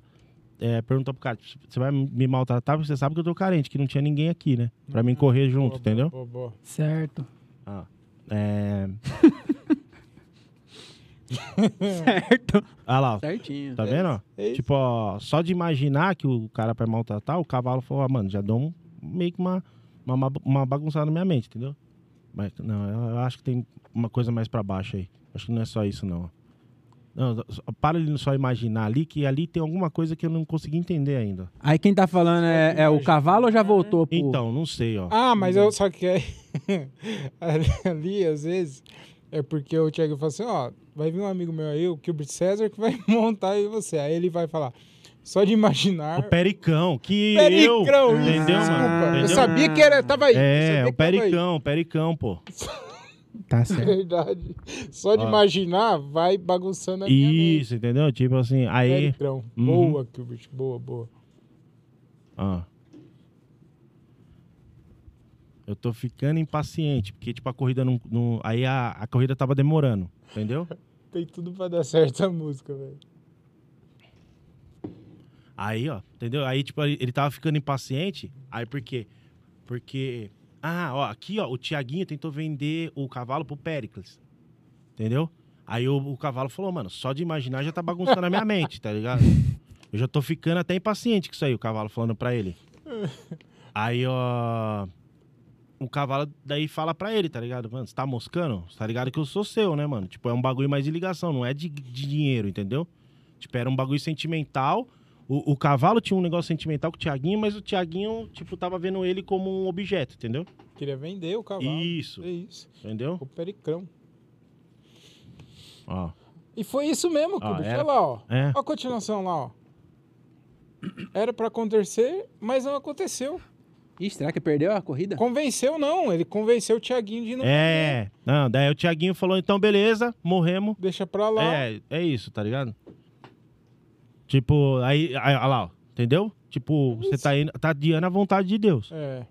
Speaker 1: É, perguntou pro cara: tipo, você vai me maltratar? Porque você sabe que eu tô carente, que não tinha ninguém aqui, né? Pra mim correr
Speaker 4: Hum, Boa,
Speaker 1: junto,
Speaker 4: boa,
Speaker 1: entendeu?
Speaker 4: Boa, boa.
Speaker 2: Certo.
Speaker 1: Ah, é.
Speaker 3: Certo.
Speaker 1: Ah lá, ó,
Speaker 3: Certinho.
Speaker 1: tá vendo? ó?
Speaker 4: É isso.
Speaker 1: Tipo, ó, só de imaginar que o cara vai maltratar, o cavalo falou, ah, mano, já deu um, meio que uma, uma, ma- uma bagunçada na minha mente, entendeu? Mas, não, eu- eu acho que tem uma coisa mais pra baixo aí. Acho que não é só isso, não. Não, só- para ele só imaginar ali, que ali tem alguma coisa que eu não consegui entender ainda.
Speaker 3: Aí quem tá falando é, é o cavalo ou já voltou pro...
Speaker 1: Então, não sei, ó.
Speaker 4: Ah, mas eu só que aí- ali, às vezes, é porque o Thiago fala assim, ó, vai vir um amigo meu aí, o Gilbert César, que vai montar aí você. Aí ele vai falar, só de
Speaker 1: O
Speaker 4: imaginar...
Speaker 1: Pericão, que eu...
Speaker 4: Pericão, isso,
Speaker 1: Entendeu,
Speaker 4: desculpa.
Speaker 1: mano?
Speaker 4: Eu
Speaker 1: Entendeu?
Speaker 4: sabia que era, tava aí. eu
Speaker 1: É,
Speaker 4: sabia
Speaker 1: o
Speaker 4: que tava aí.
Speaker 1: Pericão, o Pericão, pô.
Speaker 3: Tá certo.
Speaker 4: Verdade. Só de
Speaker 1: Ó.
Speaker 4: imaginar, vai bagunçando a minha mente.
Speaker 1: Isso, entendeu? Tipo assim, aí...
Speaker 4: Pericão.
Speaker 1: Uhum.
Speaker 4: Boa, Gilbert, boa, boa.
Speaker 1: Ó. Eu tô ficando impaciente, porque, tipo, a corrida não. não- aí a, a corrida tava demorando, entendeu?
Speaker 4: Tem tudo pra dar certo a música, velho.
Speaker 1: Aí, ó, entendeu? Aí, tipo, ele ele tava ficando impaciente. Aí por quê? Porque. Ah, ó, aqui, ó, o Tiaguinho tentou vender o cavalo pro Pericles. Entendeu? Aí o, o cavalo falou, mano, só de imaginar já tá bagunçando a minha mente, tá ligado? Eu já tô ficando até impaciente com isso aí, o cavalo falando pra ele. Aí, ó. O cavalo daí fala pra ele, tá ligado? Mano, você tá moscando? Você tá ligado que eu sou seu, né, mano? Tipo, é um bagulho mais de ligação, não é de, de dinheiro, entendeu? Tipo, era um bagulho sentimental. O, o cavalo tinha um negócio sentimental com o Tiaguinho, mas o Tiaguinho, tipo, tava vendo ele como um objeto, entendeu?
Speaker 4: Queria vender o cavalo.
Speaker 1: Isso.
Speaker 4: É isso.
Speaker 1: Entendeu?
Speaker 4: O Pericão.
Speaker 1: Ó.
Speaker 4: E foi isso mesmo,
Speaker 1: Ah,
Speaker 4: Kubrick.
Speaker 1: era-
Speaker 4: Olha lá, ó.
Speaker 1: É.
Speaker 4: Olha a continuação lá, ó. Era pra acontecer, mas não aconteceu.
Speaker 3: Ih, será que perdeu a corrida?
Speaker 4: Convenceu, não. Ele convenceu o Thiaguinho de não.
Speaker 1: É, não, daí o Thiaguinho falou, então beleza, morremos.
Speaker 4: Deixa pra lá.
Speaker 1: É, é isso, tá ligado? Tipo, aí, aí olha lá, ó, entendeu? Tipo, você tá indo, tá adiando a vontade de Deus.
Speaker 4: É.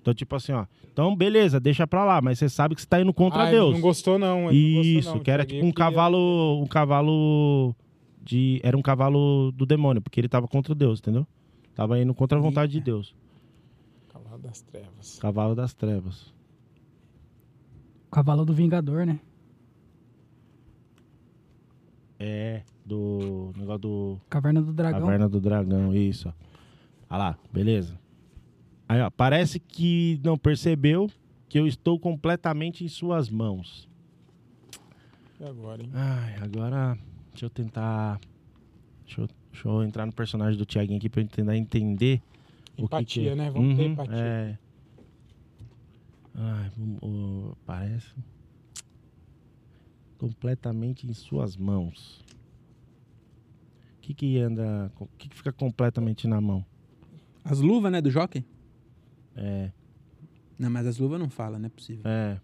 Speaker 1: Então, tipo assim, ó, então beleza, deixa pra lá, mas você sabe que você tá indo contra
Speaker 4: Ah, ele
Speaker 1: Deus.
Speaker 4: Não gostou, não. ele não gostou,
Speaker 1: Isso,
Speaker 4: não.
Speaker 1: que era tipo
Speaker 4: Thiaguinho
Speaker 1: um
Speaker 4: queria-
Speaker 1: cavalo. Um cavalo de. Era um cavalo do demônio, porque ele tava contra Deus, entendeu? Tava indo contra a vontade de Deus.
Speaker 4: Cavalo das trevas.
Speaker 1: Cavalo das trevas.
Speaker 2: Cavalo do Vingador, né?
Speaker 1: É, do. negócio do.
Speaker 2: Caverna do Dragão.
Speaker 1: Caverna do Dragão, isso. ó. Olha lá, beleza. Aí, ó, parece que não percebeu que eu estou completamente em suas mãos.
Speaker 4: E agora, hein?
Speaker 1: Ai, agora deixa eu tentar. Deixa eu, deixa eu entrar no personagem do Tiaguinho aqui pra eu tentar entender. o que que
Speaker 4: Empatia,
Speaker 1: é.
Speaker 4: né? Vamos ter
Speaker 1: Uhum,
Speaker 4: empatia.
Speaker 1: É. Ai, vamos- ô, parece. Completamente em suas mãos. O que que anda. O que que fica completamente na mão?
Speaker 3: As luvas, né, do jockey?
Speaker 1: É,
Speaker 3: Não, mas as luvas não fala, não é possível.
Speaker 1: é.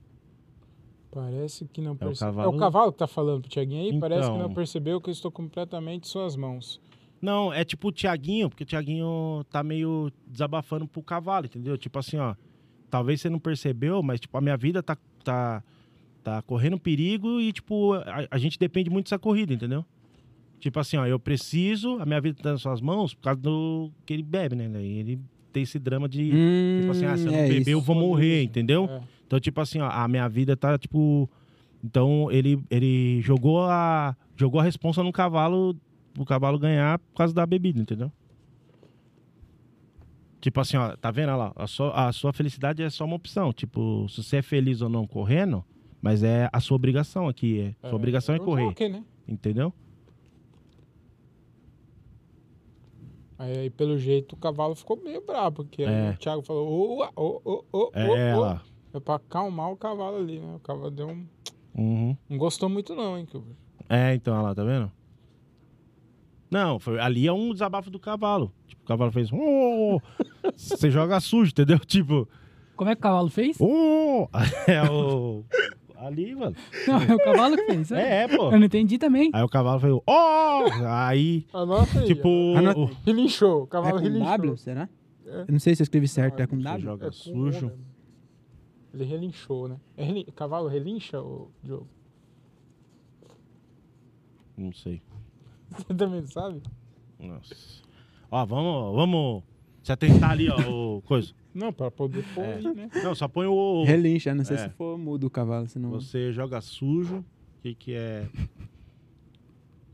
Speaker 4: Parece que não percebeu.
Speaker 1: cavalo-
Speaker 4: É o cavalo que tá falando pro Thiaguinho aí? Parece que
Speaker 1: Então.
Speaker 4: não percebeu que eu estou completamente em suas mãos.
Speaker 1: Não, é tipo o Tiaguinho, porque o Tiaguinho tá meio desabafando pro cavalo, entendeu? Tipo assim, ó. Talvez você não percebeu, mas tipo, a minha vida tá, tá, tá correndo perigo e, tipo, a, a gente depende muito dessa corrida, entendeu? Tipo assim, ó, eu preciso, a minha vida tá nas suas mãos por causa do que ele bebe, né? Daí ele tem esse drama de,
Speaker 3: Hum,
Speaker 1: tipo assim, ah, se eu não
Speaker 3: é
Speaker 1: beber,
Speaker 3: isso.
Speaker 1: eu vou morrer, entendeu?
Speaker 4: É.
Speaker 1: Então, tipo assim, ó, a minha vida tá, tipo. Então, ele, ele jogou a. jogou a responsa no cavalo. O cavalo ganhar por causa da bebida, entendeu? Tipo assim, ó, tá vendo Olha lá? A sua, a sua felicidade é só uma opção. Tipo, se você é feliz ou não correndo, mas é a sua obrigação aqui. É. Sua obrigação é
Speaker 4: o
Speaker 1: correr,
Speaker 4: jockey, né?
Speaker 1: entendeu?
Speaker 4: Aí, aí, pelo jeito, o cavalo ficou meio brabo, porque
Speaker 1: É.
Speaker 4: aí o Thiago falou, ô, ô, ô, ô,
Speaker 1: É,
Speaker 4: ô, ô.
Speaker 1: ela.
Speaker 4: É pra acalmar o cavalo ali, né? O cavalo deu um...
Speaker 1: Uhum.
Speaker 4: Não gostou muito não, hein, Kilber?
Speaker 1: É, então, olha lá, tá vendo? Não, foi, ali é um desabafo do cavalo. Tipo, o cavalo fez. "Oh", Você joga sujo, entendeu? Tipo.
Speaker 2: Como é que o cavalo fez?
Speaker 1: Oh! É o. Ali, mano.
Speaker 2: Não, é o cavalo que fez. É.
Speaker 1: É, é, pô.
Speaker 2: Eu não entendi também.
Speaker 1: Aí o cavalo foi. Oh! Aí,
Speaker 4: Anota tá aí.
Speaker 1: tipo.
Speaker 4: ó.
Speaker 1: o-
Speaker 3: Anotei.
Speaker 4: Relinchou, o
Speaker 3: É
Speaker 4: cavalo
Speaker 3: com
Speaker 4: relinchou.
Speaker 3: W, será? Eu não sei se eu escrevi certo, é com
Speaker 1: Você
Speaker 3: W?
Speaker 1: joga
Speaker 4: É com
Speaker 1: sujo.
Speaker 4: O, né? Ele relinchou, né? É relin- Cavalo relincha, ô, Diogo?
Speaker 1: Não sei.
Speaker 4: Você também não sabe?
Speaker 1: Nossa. Ó, vamos. Vamos. Se atentar ali, ó. O coisa.
Speaker 4: Não, pra poder pôr
Speaker 1: É.
Speaker 4: aí, né?
Speaker 1: Não, só põe o.
Speaker 3: Relincha, não sei
Speaker 1: É.
Speaker 3: se for mudo o cavalo, senão...
Speaker 1: Você joga sujo. O que que é.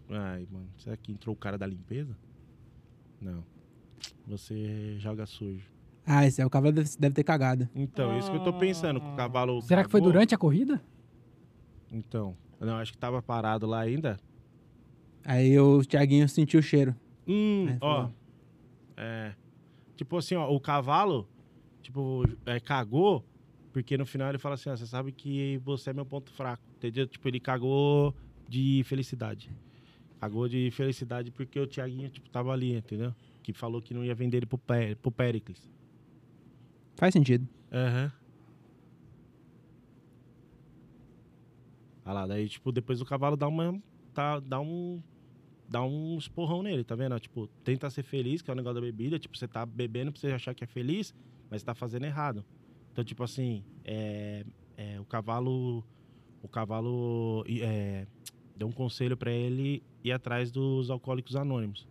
Speaker 1: Ai, mano. Será que entrou o cara da limpeza? Não. Você joga sujo.
Speaker 3: Ah, esse é o cavalo deve, deve ter cagado.
Speaker 1: Então, isso que eu tô pensando. que O cavalo.
Speaker 2: Será que foi
Speaker 1: cagou.
Speaker 2: durante a corrida?
Speaker 1: Então. Não, acho que tava parado lá ainda.
Speaker 3: Aí o Thiaguinho sentiu o cheiro.
Speaker 1: Hum,
Speaker 3: Aí
Speaker 1: ó.
Speaker 3: falou.
Speaker 1: É. Tipo assim, ó, o cavalo, tipo, é, cagou, porque no final ele fala assim, ó, você sabe que você é meu ponto fraco, entendeu? Tipo, ele cagou de felicidade. Cagou de felicidade porque o Thiaguinho, tipo, tava ali, entendeu? Que falou que não ia vender ele pro, Pé- pro Péricles.
Speaker 3: Faz sentido.
Speaker 1: Aham. Ah lá, daí, tipo, depois o cavalo dá uma. Tá, dá um. Dá um esporrão nele, tá vendo? Tipo, tenta ser feliz, que é o negócio da bebida. Tipo, você tá bebendo pra você achar que é feliz, mas tá fazendo errado. Então, tipo assim, é, é, o cavalo. O cavalo e, é, deu um conselho pra ele ir atrás dos alcoólicos anônimos.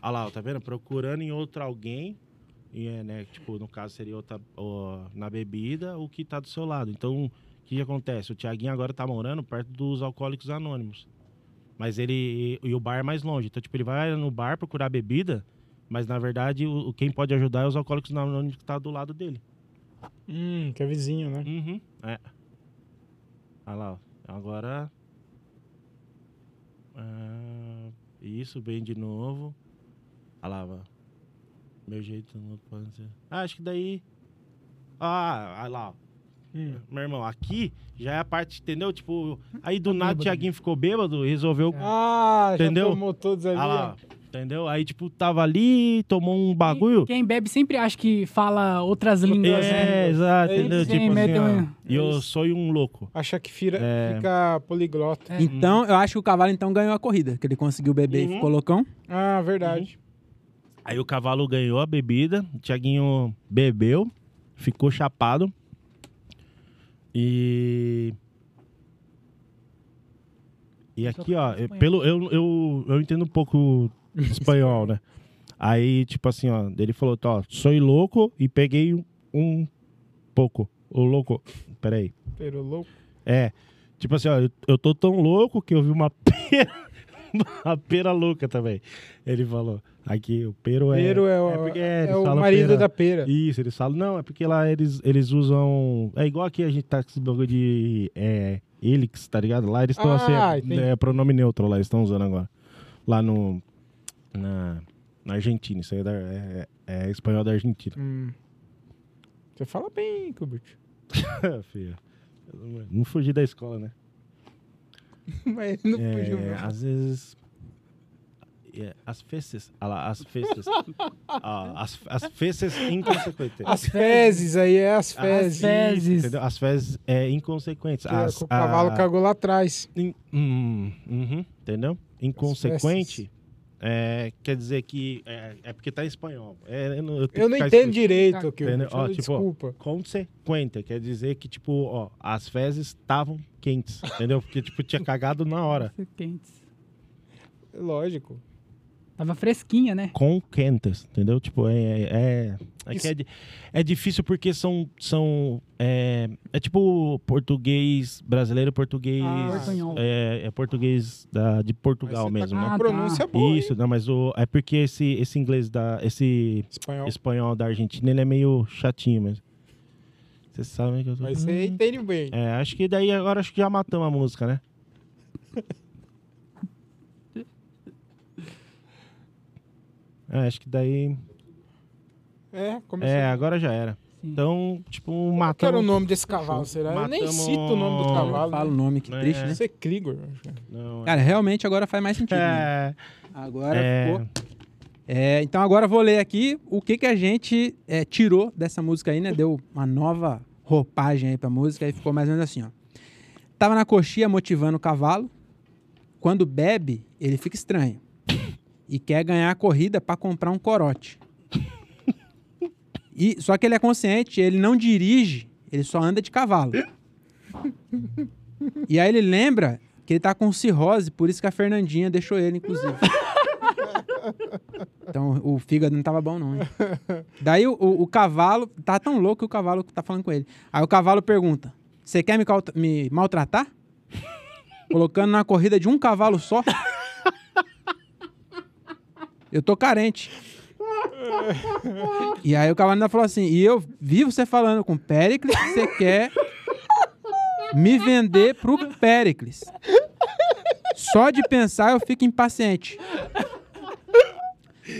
Speaker 1: Olha lá, ó, tá vendo? Procurando em outro alguém, e é, né? Tipo, no caso seria outra, ó, na bebida, o que tá do seu lado. Então, o que, que acontece? O Tiaguinho agora tá morando perto dos alcoólicos anônimos. Mas ele. E o bar é mais longe. Então, tipo, ele vai no bar procurar bebida, mas na verdade, o, o- quem pode ajudar é os alcoólicos anônimos que tá do lado dele.
Speaker 4: Hum, que é vizinho, né?
Speaker 1: Uhum. É. Olha lá, ó. Então, Agora. Ah, isso, bem de novo. Olha lá, ó. Meu jeito não pode ser. Ah, acho que daí. Ah, olha lá, ó.
Speaker 4: Hum.
Speaker 1: Meu irmão, aqui já é a parte, entendeu?
Speaker 2: Tá É.
Speaker 1: Tipo, aí do nada o Thiaguinho ficou bêbado e resolveu.
Speaker 4: Ah, já
Speaker 1: Entendeu?
Speaker 4: tomou todos ali.
Speaker 1: Olha lá,
Speaker 4: ó.
Speaker 1: ó. Entendeu? Aí, tipo, tava ali, tomou um bagulho.
Speaker 2: Quem bebe sempre acha que fala outras línguas. né?
Speaker 1: É, exato,
Speaker 4: É
Speaker 1: entendeu?
Speaker 2: isso. Sim,
Speaker 1: Tipo assim,
Speaker 2: meteu
Speaker 1: ó,
Speaker 2: um-
Speaker 1: e eu sou um louco.
Speaker 4: Achar que fira-
Speaker 1: É.
Speaker 4: fica poliglota.
Speaker 3: Então, eu acho que o cavalo então ganhou a corrida, que ele conseguiu beber
Speaker 1: Uhum.
Speaker 3: e ficou loucão.
Speaker 4: Ah, verdade.
Speaker 1: Aí o cavalo ganhou a bebida, o Tiaguinho bebeu, ficou chapado. E. E aqui, ó, eu- pelo, eu, eu, eu entendo um pouco espanhol, né? Aí, tipo assim, ó, ele falou: Tó, sou louco e peguei um, um pouco. O louco. Peraí.
Speaker 4: Pero louco.
Speaker 1: É. Tipo assim, ó, eu, eu tô tão louco que eu vi uma pera. Uma pera louca também. Ele falou. Aqui, o pero é.
Speaker 4: Pero é, o-
Speaker 1: porque
Speaker 4: é
Speaker 1: eles
Speaker 4: o
Speaker 1: falam
Speaker 4: marido
Speaker 1: pera.
Speaker 4: da pera.
Speaker 1: Isso, eles falam. Não, é porque lá eles, eles usam. É igual aqui a gente tá com esse bagulho de. É, elix, tá ligado? Lá eles estão
Speaker 4: Ah,
Speaker 1: assim.
Speaker 4: entendi.
Speaker 1: É, pronome neutro lá, eles estão usando agora. Lá no. Na, na Argentina. Isso aí é, da- é- é espanhol da Argentina.
Speaker 4: Hum. Você fala bem, Kubert.
Speaker 1: Filha, Não fugir da escola, né?
Speaker 4: Mas não
Speaker 1: É,
Speaker 4: fugiu, não.
Speaker 1: às vezes. é, as fezes. Ah lá, as fezes. Ah, as, as fezes inconsequentes.
Speaker 4: As fezes aí, é as
Speaker 2: As
Speaker 4: fezes.
Speaker 2: fezes.
Speaker 1: Entendeu? As fezes é, inconsequentes.
Speaker 4: Que
Speaker 1: As,
Speaker 4: o cavalo
Speaker 1: a-
Speaker 4: cagou lá atrás.
Speaker 1: in- hum, uhum, entendeu? Inconsequente. é, quer dizer que. É, é porque tá em espanhol. É, eu não, eu tenho
Speaker 4: Eu não
Speaker 1: que ficar
Speaker 4: entendo
Speaker 1: explicando.
Speaker 4: direito, Kubert.
Speaker 1: Entendeu? Ó, tipo, ó,
Speaker 4: Desculpa.
Speaker 1: Consequente, quer dizer que, tipo, ó, as fezes estavam quentes, entendeu? Porque, tipo, tinha cagado na hora.
Speaker 2: Quentes.
Speaker 4: Lógico.
Speaker 2: Tava fresquinha, né?
Speaker 1: com quentes, entendeu? Tipo, é. É, é, é, que
Speaker 4: Isso.
Speaker 1: é di- é difícil porque são. são é, é tipo português brasileiro, português.
Speaker 4: Ah,
Speaker 2: portunhol.
Speaker 1: é, é português da, de Portugal
Speaker 4: Mas você
Speaker 1: mesmo,
Speaker 4: tá com
Speaker 2: Ah,
Speaker 4: uma
Speaker 1: né?
Speaker 2: tá.
Speaker 4: pronúncia boa.
Speaker 1: Isso,
Speaker 4: hein?
Speaker 1: não, mas o, é porque esse, esse inglês da. Esse
Speaker 4: Espanhol.
Speaker 1: espanhol da Argentina, ele é meio chatinho, mas. Vocês sabem que eu tô.
Speaker 4: Mas você entende bem.
Speaker 1: É, acho que daí agora acho que já matamos a música, né? É, acho que daí.
Speaker 4: É, começou.
Speaker 1: É, agora já era.
Speaker 2: Sim.
Speaker 1: Então, tipo,
Speaker 4: Qual era o
Speaker 1: matamos.
Speaker 4: nome desse cavalo, será? Eu nem
Speaker 1: Matamos-
Speaker 4: cito o nome do
Speaker 3: Fala,
Speaker 4: cavalo.
Speaker 3: o nome, que
Speaker 1: É.
Speaker 3: triste, né?
Speaker 4: Isso é Krigor. eu acho.
Speaker 1: Não, é.
Speaker 3: Cara, realmente agora faz mais sentido. né?
Speaker 1: É,
Speaker 3: Agora
Speaker 1: É.
Speaker 3: ficou. É, então agora eu vou ler aqui o que, que a gente é, tirou dessa música aí, né? Deu uma nova roupagem aí pra música e ficou mais ou menos assim, ó. Tava na coxia motivando o cavalo. Quando bebe, ele fica estranho. E quer ganhar a corrida pra comprar um corote. E, só que ele é consciente, ele não dirige, ele só anda de cavalo. E aí ele lembra que ele tá com cirrose, por isso que a Fernandinha deixou ele, inclusive. Então o fígado não tava bom, não, hein? Daí o, o- o cavalo tá tão louco que o cavalo tá falando com ele. Aí o cavalo pergunta: Você quer me, caut- me maltratar? Colocando na corrida de um cavalo só? Eu tô carente. E aí o cavalo ainda falou assim: E eu vi você falando com Péricles que você quer me vender pro Péricles. Só de pensar eu fico impaciente.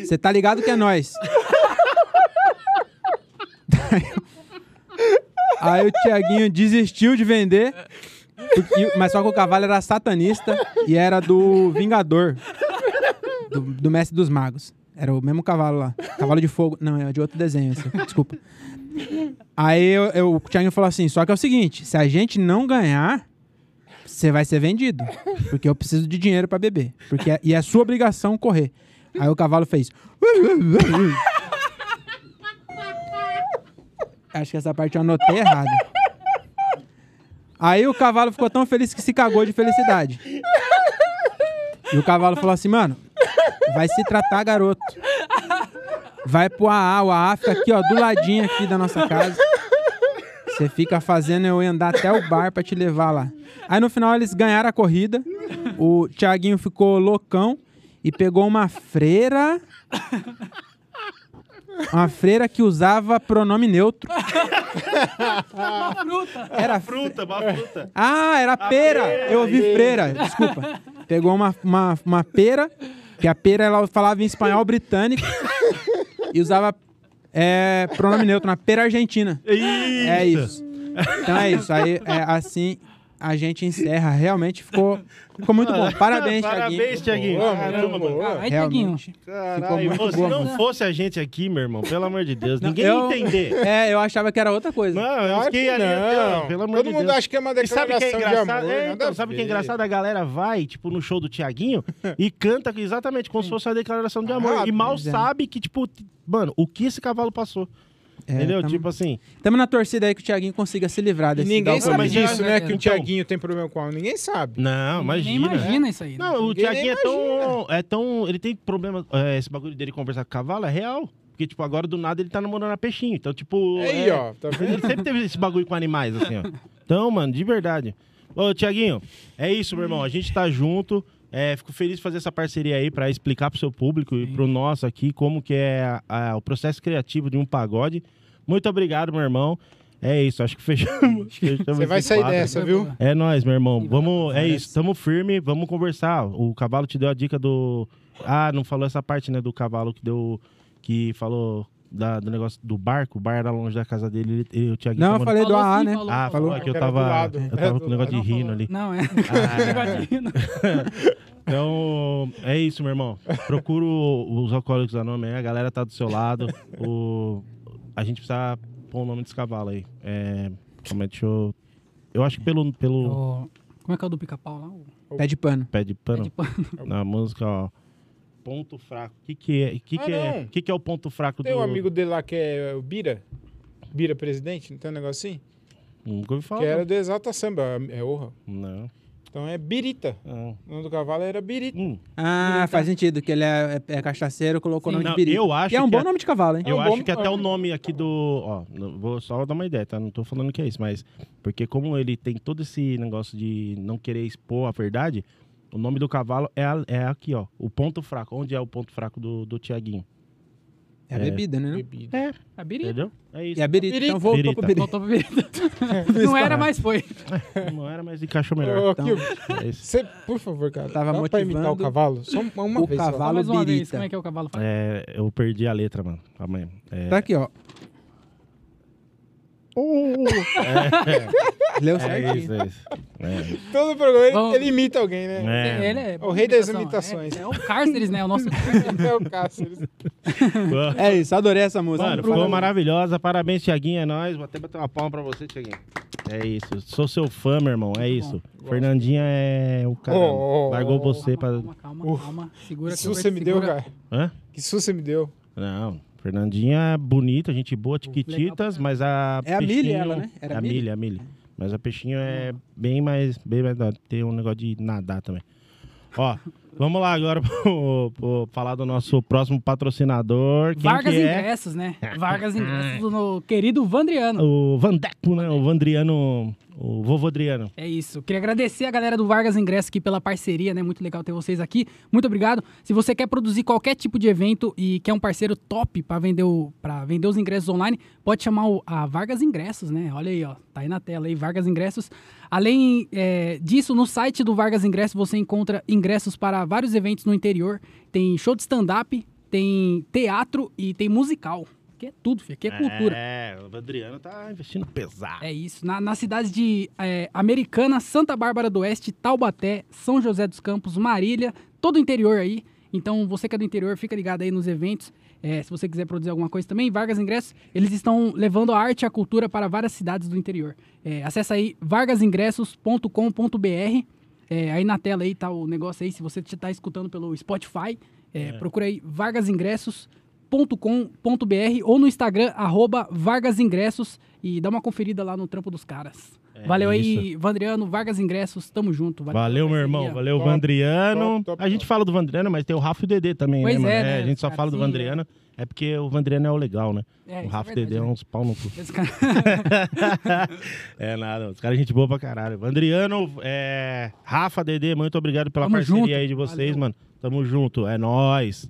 Speaker 3: Você tá ligado que é nós. Aí o Tiaguinho desistiu de vender, porque- mas só que o cavalo era satanista e era do Vingador, do, do Mestre dos Magos. Era o mesmo cavalo lá. Cavalo de fogo. Não, é de outro desenho, esse, desculpa. Aí eu, eu- o Thiaguinho falou assim: só que é o seguinte, se a gente não ganhar, você vai ser vendido. Porque eu preciso de dinheiro pra beber. Porque é- e é sua obrigação correr. Aí o cavalo fez. Acho que essa parte eu anotei errado. Aí o cavalo ficou tão feliz que se cagou de felicidade. E o cavalo falou assim, mano, vai se tratar, garoto. Vai pro AA, o AA fica aqui, ó, do ladinho aqui da nossa casa. Você fica fazendo eu ir andar até o bar pra te levar lá. Aí no final eles ganharam a corrida. O Thiaguinho ficou loucão e pegou uma freira. Uma freira que usava pronome neutro.
Speaker 2: Uma fruta.
Speaker 3: Era
Speaker 1: fruta, uma fruta.
Speaker 3: Ah, era pera. Eu ouvi freira. Desculpa. Pegou uma, uma, uma pera, que a pera ela falava em espanhol britânico e usava é, pronome neutro na pera argentina.
Speaker 1: É Isso.
Speaker 3: É isso. Então é isso. Aí é assim. a gente encerra. Realmente ficou, ficou muito bom. Parabéns, Thiaguinho.
Speaker 1: Parabéns, Thiaguinho.
Speaker 4: Boa,
Speaker 1: Caramba,
Speaker 4: muito
Speaker 1: mano.
Speaker 4: boa.
Speaker 2: Aí, Tiaguinho.
Speaker 3: Realmente.
Speaker 1: Caralho,
Speaker 3: muito
Speaker 1: pô, se
Speaker 3: boa,
Speaker 1: não
Speaker 3: mano.
Speaker 1: fosse a gente aqui, meu irmão, pelo amor de Deus, ninguém ia
Speaker 3: Eu-
Speaker 1: entender.
Speaker 3: É, eu achava que era outra coisa.
Speaker 1: Não, eu
Speaker 4: Claro
Speaker 1: fiquei
Speaker 4: que
Speaker 1: ali,
Speaker 4: não.
Speaker 1: ó, pelo amor
Speaker 4: Todo
Speaker 1: de
Speaker 4: mundo
Speaker 1: Deus.
Speaker 4: acha que é uma
Speaker 1: E sabe o que é
Speaker 4: declaração de
Speaker 1: engraçado?
Speaker 4: amor.
Speaker 1: É,
Speaker 4: nada
Speaker 1: então,
Speaker 4: a
Speaker 1: sabe o que é
Speaker 4: ver.
Speaker 1: engraçado? A galera vai, tipo, no show do Tiaguinho e canta exatamente como se fosse uma declaração de amor.
Speaker 4: Ah,
Speaker 1: e mal
Speaker 3: pois é.
Speaker 1: sabe que, tipo, t- mano, o que esse cavalo passou.
Speaker 3: É,
Speaker 1: entendeu?
Speaker 4: tá
Speaker 3: tamo-
Speaker 1: Tipo assim.
Speaker 3: Tamo na torcida aí que o Thiaguinho consiga se livrar
Speaker 4: E
Speaker 3: desse
Speaker 4: ninguém
Speaker 1: Não,
Speaker 4: sabe
Speaker 1: mas
Speaker 4: disso,
Speaker 2: isso-
Speaker 4: né? Que o
Speaker 1: então-
Speaker 4: Tiaguinho tem problema com a alma. Ninguém sabe.
Speaker 1: Não,
Speaker 2: Nem
Speaker 1: imagina.
Speaker 2: imagina isso aí. né?
Speaker 1: Não, o
Speaker 4: Ninguém nem
Speaker 1: Tiaguinho é tão, é tão. Ele tem problema. é, esse bagulho dele conversar com o cavalo é real. Porque, tipo, agora do nada ele tá namorando a peixinho. Então, tipo.
Speaker 4: Aí,
Speaker 1: é-
Speaker 4: ó. Tá
Speaker 1: Ele
Speaker 4: vendo?
Speaker 1: sempre teve esse bagulho com animais, assim, ó. Então, mano, de verdade. Ô, Tiaguinho, é isso, meu irmão. A gente tá junto. É, fico feliz de fazer essa parceria aí pra explicar pro seu público e pro nosso aqui como que é a- a- o processo criativo de um pagode. Muito obrigado, meu irmão. É isso, acho que fechamos. fechamos
Speaker 4: Você vai
Speaker 1: esse
Speaker 4: sair
Speaker 1: quadro.
Speaker 4: dessa, viu?
Speaker 1: É nóis, meu irmão.
Speaker 2: E
Speaker 1: Vamos, é isso, tamo firme, vamos conversar. O cavalo te deu a dica do. Ah, não falou essa parte, né? Do cavalo que deu. Que falou da- do negócio do barco, o bar era longe da casa dele, ele, ele, o Thiaguinho
Speaker 3: Não, eu
Speaker 1: tava no-
Speaker 3: falei do AA, né?
Speaker 1: Ah, falou,
Speaker 2: falou.
Speaker 1: é que eu Ah.
Speaker 4: Era do
Speaker 1: tava.
Speaker 4: lado.
Speaker 1: Eu
Speaker 4: Era
Speaker 1: tava
Speaker 4: do
Speaker 1: com o negócio de
Speaker 2: Não,
Speaker 1: rino
Speaker 2: falou.
Speaker 1: ali.
Speaker 2: Não, é. Negócio de rino.
Speaker 1: Então, é isso, meu irmão. Procura o- os alcoólicos anônimos aí, a galera tá do seu lado. O, a gente precisa pôr o nome desse cavalo aí. É, calma aí, deixa eu. Eu acho que pelo, pelo
Speaker 2: O- Como é que é o do pica-pau lá? O-
Speaker 3: Pé de pano.
Speaker 1: pé de
Speaker 2: é
Speaker 1: pano.
Speaker 2: tipo-
Speaker 1: Na música, ó. Ponto fraco. O que, que é? O que,
Speaker 4: Ah,
Speaker 1: que é?
Speaker 4: não.
Speaker 1: que, que é o ponto fraco
Speaker 4: Tem
Speaker 1: do.
Speaker 4: um amigo dele lá que é o Bira. Bira presidente, não tem um negócio assim?
Speaker 1: Nunca ouvi falar.
Speaker 4: Que era do Exalta Samba, é orra.
Speaker 1: Não.
Speaker 4: Então é Birita.
Speaker 1: não.
Speaker 4: O nome do cavalo era Birita.
Speaker 1: Hum,
Speaker 3: Ah, faz sentido, que ele é, é- é cachaceiro, colocou o
Speaker 1: Sim.
Speaker 3: nome
Speaker 1: Não,
Speaker 3: de birita.
Speaker 1: eu acho
Speaker 3: E é um
Speaker 1: que
Speaker 3: bom
Speaker 1: é-
Speaker 3: nome de cavalo, hein?
Speaker 1: eu
Speaker 4: um
Speaker 1: acho
Speaker 4: bom-
Speaker 1: que até o nome aqui do. Ó, não- vou só dar uma ideia, tá? Não tô falando que é isso, mas. Porque como ele tem todo esse negócio de não querer expor a verdade, o nome do cavalo é, a- é aqui, ó. O ponto fraco. Onde é o ponto fraco do, do Tiaguinho?
Speaker 3: É a bebida, né? não?
Speaker 4: Bebida.
Speaker 1: É,
Speaker 2: A birita.
Speaker 1: entendeu? É isso.
Speaker 3: E a birita.
Speaker 4: Birita.
Speaker 3: Então voltou
Speaker 1: Birita.
Speaker 3: pro birita.
Speaker 2: Voltou pra birita. Não
Speaker 1: é.
Speaker 2: era, mas foi.
Speaker 4: É.
Speaker 1: Não era, mas encaixou
Speaker 4: Ô,
Speaker 1: melhor.
Speaker 4: aqui,
Speaker 1: É isso.
Speaker 4: Você, Então, por favor, cara,
Speaker 3: Tava
Speaker 4: dá pra
Speaker 3: motivando
Speaker 4: imitar o cavalo? Só uma, uma
Speaker 3: o
Speaker 4: vez.
Speaker 3: cavalo.
Speaker 4: Só.
Speaker 2: Fala mais uma vez,
Speaker 3: birita.
Speaker 2: como é que é o cavalo faz?
Speaker 1: É, eu perdi a letra, mano. Amanhã. É,
Speaker 3: Tá aqui, ó. Leu
Speaker 1: é
Speaker 3: certinho.
Speaker 1: isso, é isso. É.
Speaker 4: Todo programa ele,
Speaker 2: Vamos.
Speaker 4: ele imita alguém, né?
Speaker 1: É.
Speaker 2: Ele é
Speaker 4: O rei das
Speaker 2: imitação,
Speaker 4: imitações.
Speaker 2: É, é o Cárceres, né? O nosso
Speaker 4: É, o Cáceres.
Speaker 1: Mano,
Speaker 3: É isso, adorei essa música.
Speaker 1: Mano, ficou maravilhosa. Parabéns, Tiaguinho. É nóis. Vou até bater uma palma pra você, Tiaguinho. É isso. Sou seu fã, meu irmão. É isso. Fernandinha é o cara.
Speaker 4: Oh, oh,
Speaker 1: Largou
Speaker 4: oh.
Speaker 1: você pra.
Speaker 2: Calma, calma, calma, calma. Segura
Speaker 4: Que
Speaker 2: aqui.
Speaker 4: susto você me deu, cara.
Speaker 1: Hã?
Speaker 4: Que susto você me deu.
Speaker 1: Não. Fernandinha é bonita, gente boa, tiquititas, mas a.
Speaker 3: É a Milly
Speaker 1: Peixinho-
Speaker 3: ela, né? Era
Speaker 1: É a
Speaker 3: a
Speaker 1: Milly,
Speaker 3: Milly?
Speaker 1: é a Milly. Mas a Peixinho é bem mais. Bem mais da- tem um negócio de nadar também. Ó, vamos lá agora pro, pro- falar do nosso próximo patrocinador. Quem
Speaker 2: Vargas
Speaker 1: que é?
Speaker 2: Ingressos, né? Vargas Ingressos do no querido Vandriano.
Speaker 1: O Vandeco, né? O Vandriano. O Vovodriano.
Speaker 2: É isso. Queria agradecer a galera do Vargas Ingresso aqui pela parceria, né? Muito legal ter vocês aqui. Muito obrigado. Se você quer produzir qualquer tipo de evento e quer um parceiro top para vender, o- pra vender os ingressos online, pode chamar o- a Vargas Ingressos, né? Olha aí, ó. Tá aí na tela aí, Vargas Ingressos. Além é, disso, no site do Vargas Ingressos você encontra ingressos para vários eventos no interior. Tem show de stand-up, tem teatro e tem musical. Que é tudo, filho. Que é cultura.
Speaker 1: É, o Vandriano tá investindo pesado.
Speaker 2: É isso. Na, na cidade de eh, Americana, Santa Bárbara do Oeste, Taubaté, São José dos Campos, Marília, todo o interior aí. Então, você que é do interior, fica ligado aí nos eventos. Eh, se você quiser produzir alguma coisa também, Vargas Ingressos, eles estão levando a arte e a cultura para várias cidades do interior. Eh, acessa aí vargasingressos.com.br. Eh, aí na tela aí tá o negócio aí, se você está escutando pelo Spotify, eh, procura aí Vargas Ingressos vargasingressos.com.br ou no Instagram, arroba Vargas Ingressos, e dá uma conferida lá no trampo dos caras.
Speaker 1: É
Speaker 2: Valeu aí, Vandriano, Vargas Ingressos, tamo junto.
Speaker 1: Valeu, meu irmão. Valeu,
Speaker 4: Top,
Speaker 1: Vandriano.
Speaker 4: top, top,
Speaker 1: a gente
Speaker 4: top.
Speaker 1: fala do Vandriano, mas tem o Rafa e o Dedê também,
Speaker 2: Pois
Speaker 1: né, mano?
Speaker 2: é, né?
Speaker 1: a gente só fala do
Speaker 2: Assim,
Speaker 1: Vandriano. É porque o Vandriano é o legal, né?
Speaker 2: É, isso
Speaker 1: o
Speaker 2: é
Speaker 1: Rafa e o
Speaker 2: verdade,
Speaker 1: Dedê é
Speaker 2: né?
Speaker 1: uns pau no cu.
Speaker 2: Esse cara-
Speaker 1: é nada, os caras é gente boa pra caralho. Vandriano, é... Rafa, Dedê, muito obrigado pela
Speaker 2: Tamo
Speaker 1: parceria
Speaker 2: junto.
Speaker 1: aí de vocês,
Speaker 2: Valeu.
Speaker 1: mano. Tamo junto, é nóis.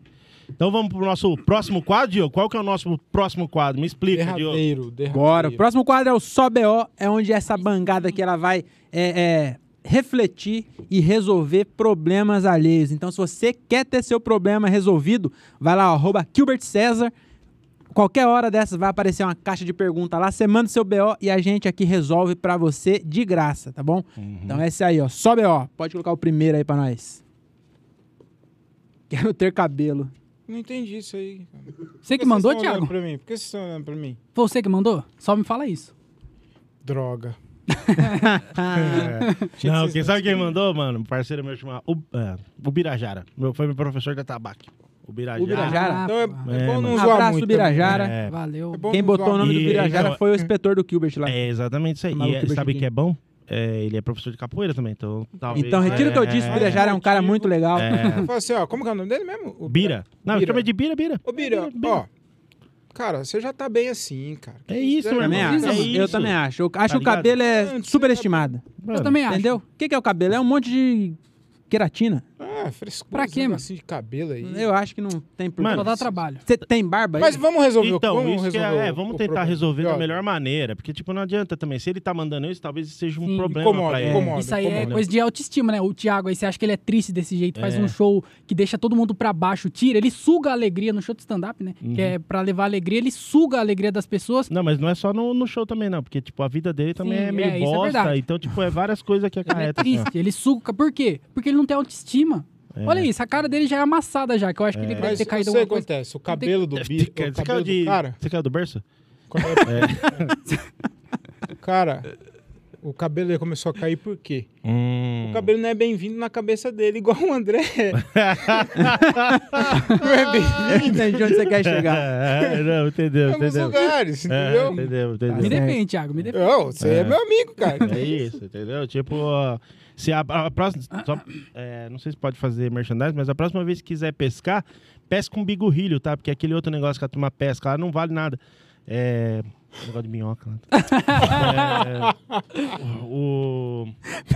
Speaker 1: Então vamos pro nosso próximo quadro, Diogo. Qual que é o nosso próximo quadro? Me explica, Diogo.
Speaker 4: Derradeiro, derradeiro.
Speaker 3: Bora. O próximo quadro é o Só BO, é onde essa bangada aqui ela vai é, é, refletir e resolver problemas alheios. Então, se você quer ter seu problema resolvido, vai lá, ó, arroba Gilbert César, Qualquer hora dessas vai aparecer uma caixa de pergunta lá. Você manda o seu BO e a gente aqui resolve pra você de graça, tá bom?
Speaker 4: Uhum.
Speaker 3: Então é esse aí, ó. Só BO. Pode colocar o primeiro aí pra nós. Quero ter cabelo.
Speaker 4: Não entendi isso aí. cara. Por
Speaker 2: Você que
Speaker 4: vocês
Speaker 2: mandou,
Speaker 4: tão olhando
Speaker 2: Thiago?
Speaker 4: Pra mim? Por que vocês estão olhando pra mim?
Speaker 2: Foi você que mandou? Só me fala isso.
Speaker 4: Droga.
Speaker 1: Não, quem sabe quem mandou, mano? Um parceiro meu chamado o, é, o Birajara. Meu, foi meu professor da tabaque. O Birajara.
Speaker 3: O Birajara.
Speaker 4: Então é, é
Speaker 1: É,
Speaker 4: bom
Speaker 1: mano.
Speaker 4: não zoar
Speaker 3: Abraço,
Speaker 4: muito.
Speaker 3: Birajara.
Speaker 1: É,
Speaker 2: Ah, Valeu.
Speaker 4: É bom
Speaker 3: Quem
Speaker 4: não
Speaker 3: botou
Speaker 4: zoar
Speaker 3: o nome do
Speaker 1: E-
Speaker 3: Birajara
Speaker 1: então,
Speaker 3: foi o inspetor do Gilbert lá.
Speaker 1: É exatamente isso aí.
Speaker 3: Tá Maluco
Speaker 1: E, é,
Speaker 3: do
Speaker 1: sabe o que
Speaker 3: Chiquinho.
Speaker 1: é bom? É, ele é professor de capoeira também, então talvez...
Speaker 3: Então retira o que eu disse, o
Speaker 1: é,
Speaker 3: Birajara é um cara muito legal.
Speaker 1: É,
Speaker 4: Fala assim, ó, como que é o nome dele mesmo? O
Speaker 1: Bira. Não,
Speaker 4: Bira.
Speaker 1: chama de Bira, Bira.
Speaker 4: Ô, Bira, ó. Cara, você já tá bem assim, cara. tá
Speaker 1: É isso,
Speaker 4: meu
Speaker 1: meu
Speaker 3: Também
Speaker 1: irmão.
Speaker 3: acho.
Speaker 4: assim?
Speaker 1: É
Speaker 3: Eu
Speaker 1: isso.
Speaker 3: também acho. Eu acho que
Speaker 1: Tá
Speaker 3: o
Speaker 1: ligado?
Speaker 3: cabelo é
Speaker 4: Antes,
Speaker 3: superestimado.
Speaker 1: Mano,
Speaker 2: Eu também acho.
Speaker 3: Entendeu? O que que é o cabelo? É um monte de queratina.
Speaker 4: Ah, frescura.
Speaker 2: Pra quê,
Speaker 4: esse
Speaker 2: mano?
Speaker 4: negocinho de cabelo aí.
Speaker 3: Eu acho que não tem
Speaker 1: Mano,
Speaker 2: Só
Speaker 3: problema.
Speaker 2: dá trabalho.
Speaker 3: Você tem barba aí?
Speaker 4: Hum. Mas vamos resolver o-
Speaker 1: Então,
Speaker 4: vamos
Speaker 1: isso que
Speaker 4: resolver
Speaker 1: é, é,
Speaker 4: o-
Speaker 1: vamos
Speaker 4: o
Speaker 1: tentar
Speaker 4: problema.
Speaker 1: resolver da
Speaker 4: Olha,
Speaker 1: melhor maneira, porque, tipo, não adianta também. Se ele tá mandando isso, talvez isso seja um
Speaker 2: Sim.
Speaker 1: problema
Speaker 4: Incomoda,
Speaker 1: pra ele.
Speaker 4: incomoda.
Speaker 2: Isso aí é
Speaker 4: incomoda.
Speaker 2: coisa de autoestima, né? O Thiago aí, você acha que ele é triste desse jeito, faz
Speaker 1: É.
Speaker 2: um show que deixa todo mundo pra baixo, tira, ele suga a alegria no show de stand-up, né?
Speaker 1: Uhum.
Speaker 2: Que é pra levar alegria, ele suga a alegria das pessoas.
Speaker 1: Não, mas não é só no, no show também, não. Porque, tipo, a vida dele também
Speaker 2: Sim,
Speaker 1: é meio
Speaker 2: é, isso é
Speaker 1: bosta.
Speaker 2: verdade.
Speaker 1: então, tipo, é várias coisas que
Speaker 2: Ele é
Speaker 1: acarreta. assim, ó.
Speaker 2: triste, ele suga. Por quê? Porque ele não tem autoestima.
Speaker 1: É.
Speaker 2: Olha isso, a cara dele já é amassada já, que eu acho que ele deve
Speaker 4: Mas
Speaker 2: ter
Speaker 4: eu
Speaker 2: caído
Speaker 4: sei é. o
Speaker 2: alguma
Speaker 4: que
Speaker 2: coisa.
Speaker 4: acontece. O cabelo do Bira.
Speaker 1: Você
Speaker 4: O
Speaker 1: caiu
Speaker 4: cabelo
Speaker 1: de-
Speaker 4: do cara.
Speaker 1: Você caiu do berço?
Speaker 4: quando eu-
Speaker 1: É.
Speaker 4: O cara. O cabelo dele começou a cair por quê?
Speaker 1: Hum.
Speaker 4: O cabelo não é bem-vindo na cabeça dele, igual o André. não é bem-vindo
Speaker 3: Entendi onde você quer chegar.
Speaker 1: É, é, não, entendeu,
Speaker 4: em alguns
Speaker 1: entendeu.
Speaker 4: lugares,
Speaker 1: É,
Speaker 4: entendeu?
Speaker 1: entendeu,
Speaker 2: Me
Speaker 1: entendeu.
Speaker 2: defende, Thiago, me defende.
Speaker 4: Não, você é. meu amigo, cara.
Speaker 1: É isso, entendeu? Tipo, ó, se a, a próxima. só- é, não sei se pode fazer merchandising, mas a próxima vez que quiser pescar, pesca um bigorrilho, tá? Porque aquele outro negócio que a turma pesca lá não vale nada. É. Negócio de minhoca lá. É, o.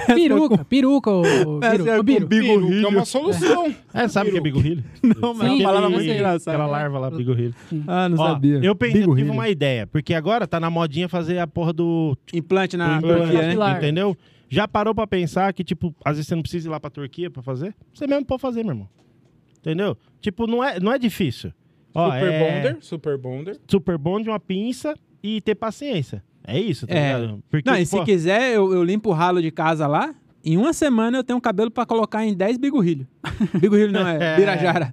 Speaker 2: Peruca, peruca, ô, ô, Biro, ô, Biro.
Speaker 4: Peru, que é uma solução.
Speaker 1: É, sabe o que é bigorrilho?
Speaker 3: Não, mas é uma
Speaker 2: Sim,
Speaker 3: palavra
Speaker 2: eu
Speaker 3: muito
Speaker 2: sei.
Speaker 3: engraçada.
Speaker 1: Aquela larva lá, bigorrilho.
Speaker 3: Ah, não
Speaker 1: Ó,
Speaker 3: sabia.
Speaker 1: Eu pensei, eu tive
Speaker 3: Bigorrilho.
Speaker 1: uma ideia, porque agora tá na modinha fazer a porra do
Speaker 3: Implante na
Speaker 1: Implante
Speaker 3: Turquia, né?
Speaker 2: capilar. Claro.
Speaker 1: Entendeu? Já parou pra pensar que, tipo, às vezes você não precisa ir lá pra Turquia pra fazer? Você mesmo pode fazer, meu irmão. Entendeu? Tipo, não é, não é difícil. Ó,
Speaker 4: super
Speaker 1: é
Speaker 4: Bonder, Super Bonder.
Speaker 1: Super bond, uma pinça e ter paciência. É isso, tá
Speaker 3: É.
Speaker 1: ligado? Porque,
Speaker 3: Não, e se
Speaker 1: pô,
Speaker 3: quiser, eu, eu limpo o ralo de casa lá. Em uma semana eu tenho um cabelo pra colocar em 10 bigorrilho. Bigorrilho não, é birajara.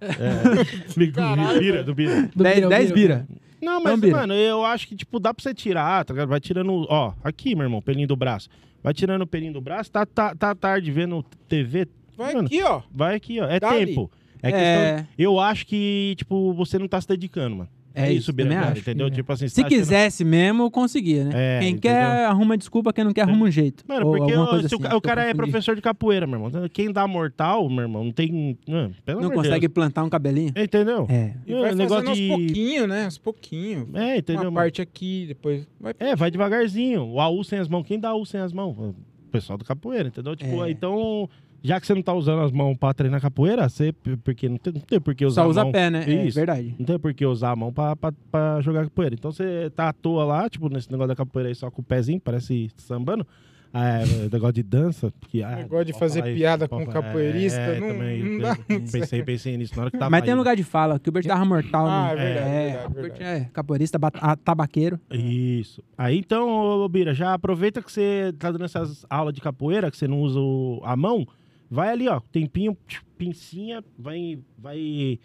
Speaker 1: Bico, bira, do bira.
Speaker 2: Do
Speaker 3: 10,
Speaker 2: Biro,
Speaker 3: 10
Speaker 2: Biro.
Speaker 3: bira.
Speaker 1: Não, mas,
Speaker 3: Não, Bira.
Speaker 1: mano, eu acho que, tipo, dá pra você tirar, tá ligado? Vai tirando, ó, aqui, meu irmão, pelinho do braço. Vai tirando o pelinho do braço, tá, tá, tá tarde vendo TV.
Speaker 4: Vai
Speaker 1: mano,
Speaker 4: aqui, ó.
Speaker 1: Vai aqui, ó. É
Speaker 4: Dá
Speaker 1: tempo. É
Speaker 3: É.
Speaker 1: questão. Eu acho que, tipo, você não tá se dedicando, mano.
Speaker 3: É isso, também
Speaker 1: Bira,
Speaker 3: acho. né?
Speaker 1: entendeu? Tipo assim, você
Speaker 3: Se
Speaker 1: tá achando-
Speaker 3: quisesse mesmo, eu conseguia, né?
Speaker 1: É,
Speaker 3: quem
Speaker 1: entendeu?
Speaker 3: quer arruma desculpa, quem não quer arruma um jeito.
Speaker 1: Mano,
Speaker 3: Ou
Speaker 1: porque
Speaker 3: alguma
Speaker 1: ó,
Speaker 3: coisa
Speaker 1: se o
Speaker 3: assim,
Speaker 1: ca-
Speaker 3: acho
Speaker 1: o
Speaker 3: que eu
Speaker 1: cara é
Speaker 3: confundi.
Speaker 1: professor de capoeira, meu irmão. Quem dá mortal, meu irmão, não tem. Não, pelo
Speaker 3: Não
Speaker 1: amor de
Speaker 3: consegue plantar um cabelinho?
Speaker 1: Deus. Entendeu?
Speaker 3: É.
Speaker 4: E
Speaker 1: É,
Speaker 4: vai
Speaker 1: negócio
Speaker 4: fazendo aos
Speaker 1: de-
Speaker 4: pouquinho, né? Aos pouquinho.
Speaker 1: É, entendeu?
Speaker 4: Uma
Speaker 1: mano?
Speaker 4: parte aqui, depois... Vai...
Speaker 1: É, vai devagarzinho. O AU sem as mãos. Quem dá AU sem as mãos? O pessoal do capoeira, entendeu? Tipo,
Speaker 3: É.
Speaker 1: então. Já que você não tá usando as mãos pra treinar capoeira, você. Porque não tem, não tem por que usar
Speaker 3: Só
Speaker 1: a
Speaker 3: usa
Speaker 1: mão.
Speaker 3: pé, né? É
Speaker 1: Isso.
Speaker 3: verdade.
Speaker 1: Não tem por que usar a mão pra, pra, pra jogar capoeira. Então você tá à toa lá, tipo, nesse negócio da capoeira aí só com o pezinho, parece sambando. Ah, é, negócio de dança. Que, ah,
Speaker 4: Negócio de
Speaker 1: pode
Speaker 4: fazer
Speaker 1: falar isso,
Speaker 4: piada
Speaker 1: pode
Speaker 4: com
Speaker 1: falar-
Speaker 4: capoeirista,
Speaker 1: é,
Speaker 4: não-
Speaker 1: também,
Speaker 4: não
Speaker 1: eu
Speaker 4: dá
Speaker 1: pensei, pensei nisso na hora que tava.
Speaker 3: Mas tem um
Speaker 1: aí.
Speaker 3: lugar de fala, que o Bert dava mortal.
Speaker 4: Ah,
Speaker 3: né?
Speaker 4: é verdade,
Speaker 3: É,
Speaker 4: verdade,
Speaker 3: o Bert
Speaker 4: verdade.
Speaker 3: é capoeirista, bat- a- tabaqueiro.
Speaker 4: É.
Speaker 1: Isso. Aí então, ô, Bira, já aproveita que você tá dando essas aulas de capoeira, que você não usa o- a mão, vai ali, ó, tempinho, tch, pincinha, vai. vai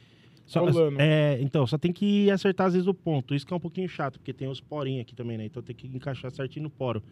Speaker 1: só,
Speaker 4: Rolando.
Speaker 1: é, então, só tem que acertar às vezes o ponto. Isso que é um pouquinho chato, porque tem os porinhos aqui também, né? Então tem que encaixar certinho no poro.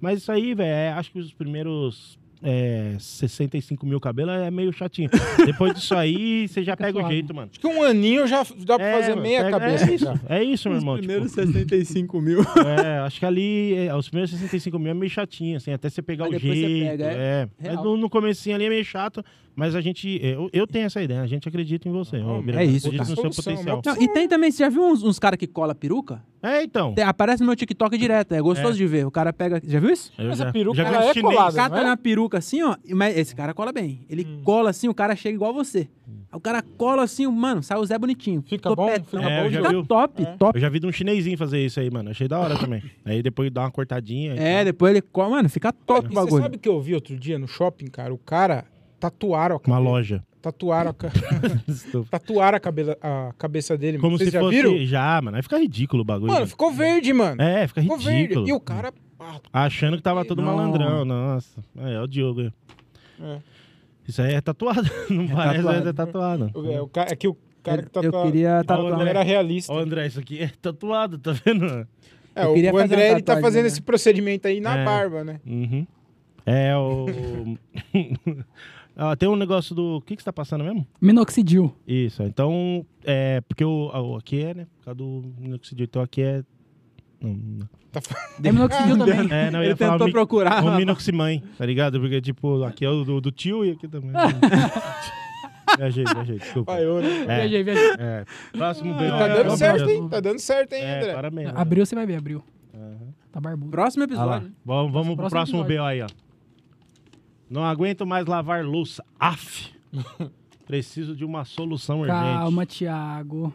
Speaker 1: Mas isso aí, velho, é, acho que os primeiros é, 65 mil cabelos é meio chatinho. Depois disso aí, você já
Speaker 2: Fica
Speaker 1: pega o
Speaker 2: suave.
Speaker 1: jeito, mano.
Speaker 4: Acho que um aninho já dá pra
Speaker 1: É,
Speaker 4: fazer
Speaker 1: mano,
Speaker 4: meia
Speaker 1: pega-
Speaker 4: cabeça.
Speaker 1: É isso,
Speaker 4: já.
Speaker 1: é isso meu irmão. tipo,
Speaker 3: 65 mil.
Speaker 1: é, acho que ali, é, os primeiros 65 mil é meio chatinho, assim, até você pegar
Speaker 3: Mas
Speaker 1: o
Speaker 3: depois você
Speaker 1: jeito.
Speaker 3: pega,
Speaker 1: é. Mas
Speaker 3: Real.
Speaker 1: no, no comecinho ali é meio chato, mas a gente, é, eu, eu tenho essa ideia, a gente acredita em você.
Speaker 4: Não,
Speaker 1: ô,
Speaker 4: mano,
Speaker 1: Miranda,
Speaker 3: é isso,
Speaker 1: acredita
Speaker 3: cara.
Speaker 1: no seu
Speaker 4: Solução, né?
Speaker 1: potencial.
Speaker 4: meu-
Speaker 3: e tem também, você já viu uns, uns caras que cola peruca?
Speaker 1: É, então.
Speaker 3: Tem- Aparece no meu TikTok direto, é gostoso
Speaker 1: É.
Speaker 3: de ver. O cara pega. Já viu isso?
Speaker 1: Eu
Speaker 4: Essa
Speaker 1: já-
Speaker 4: peruca,
Speaker 1: já vi um
Speaker 4: ela
Speaker 1: uns
Speaker 4: é
Speaker 1: chineses.
Speaker 4: colada.
Speaker 3: Cata
Speaker 4: não é?
Speaker 3: na peruca assim, ó. e- Mas esse cara cola bem. Ele
Speaker 1: Hum.
Speaker 3: cola assim, o cara chega igual você. Aí o cara cola assim, mano, sai o Zé bonitinho.
Speaker 4: Fica bom? Fica
Speaker 1: É, bom eu já
Speaker 3: Fica
Speaker 1: vi.
Speaker 3: top,
Speaker 4: né?
Speaker 3: top.
Speaker 1: Eu já vi de um chinesinho fazer isso aí, mano. Achei da hora também. aí depois dá uma cortadinha. e
Speaker 3: É,
Speaker 1: tal.
Speaker 3: depois ele cola. Mano, fica top o
Speaker 4: E Você
Speaker 3: bagulho.
Speaker 4: sabe o que eu vi outro dia no shopping, cara? O cara tatuaram a
Speaker 1: Uma
Speaker 4: cabeça.
Speaker 1: loja.
Speaker 4: Tatuaram a, ca-
Speaker 1: Estúpido.
Speaker 4: tatuaram a, cabela- a cabeça dele. mano.
Speaker 1: Como
Speaker 4: Vocês
Speaker 1: se
Speaker 4: já
Speaker 1: fosse.
Speaker 4: viram?
Speaker 1: Já, mano. Aí fica ridículo o bagulho.
Speaker 4: Mano,
Speaker 1: mano.
Speaker 4: ficou verde, mano.
Speaker 1: É, fica
Speaker 4: ficou
Speaker 1: ridículo.
Speaker 4: verde. E o cara... pá,
Speaker 1: Achando que tava todo
Speaker 3: Não.
Speaker 1: malandrão, nossa. É, é o Diogo. aí.
Speaker 4: É.
Speaker 1: Isso aí é tatuado. Não parece, mas é tatuado.
Speaker 4: o- é, o ca- é que o cara que
Speaker 3: Eu
Speaker 4: tatua-
Speaker 3: queria
Speaker 4: O
Speaker 3: tatuar. né?
Speaker 4: André era realista.
Speaker 1: Ó, André, isso aqui é tatuado, tá vendo?
Speaker 4: É,
Speaker 3: eu
Speaker 4: o
Speaker 3: queria
Speaker 4: o
Speaker 3: fazer
Speaker 4: André
Speaker 3: uma
Speaker 4: ele tá
Speaker 3: tatuagem,
Speaker 4: fazendo
Speaker 3: né?
Speaker 4: esse procedimento aí na
Speaker 1: É.
Speaker 4: barba, né?
Speaker 1: Uhum. É o. Ah, tem um negócio do. O que, que você tá passando mesmo?
Speaker 2: Minoxidil.
Speaker 1: Isso, então. É, porque o, o- aqui é, né? Por causa do minoxidil. Então aqui é. não, não.
Speaker 4: Tá
Speaker 2: É minoxidil também.
Speaker 1: É, não, eu
Speaker 3: Ele
Speaker 1: ia falar
Speaker 3: tentou
Speaker 1: mi-
Speaker 3: procurar.
Speaker 1: O minoximãe, tá ligado? Porque, tipo, aqui é o do, do tio e aqui também. viajei, viajei, desculpa.
Speaker 4: Paiô, né?
Speaker 1: É.
Speaker 2: Viajei, viajei.
Speaker 1: É, próximo B.
Speaker 4: Tá dando
Speaker 2: eu-
Speaker 4: certo,
Speaker 2: eu-
Speaker 4: hein? Tá dando certo, hein,
Speaker 1: É,
Speaker 4: André?
Speaker 1: parabéns. né?
Speaker 2: Abriu, você vai ver, abriu. Tá barbudo.
Speaker 3: Próximo
Speaker 1: Ah lá.
Speaker 3: episódio.
Speaker 1: Vamos, vamos pro
Speaker 2: Próximo
Speaker 1: próximo
Speaker 2: episódio.
Speaker 1: B aí, ó. Não aguento mais lavar louça. Af! Preciso de uma solução urgente.
Speaker 2: Calma, Thiago.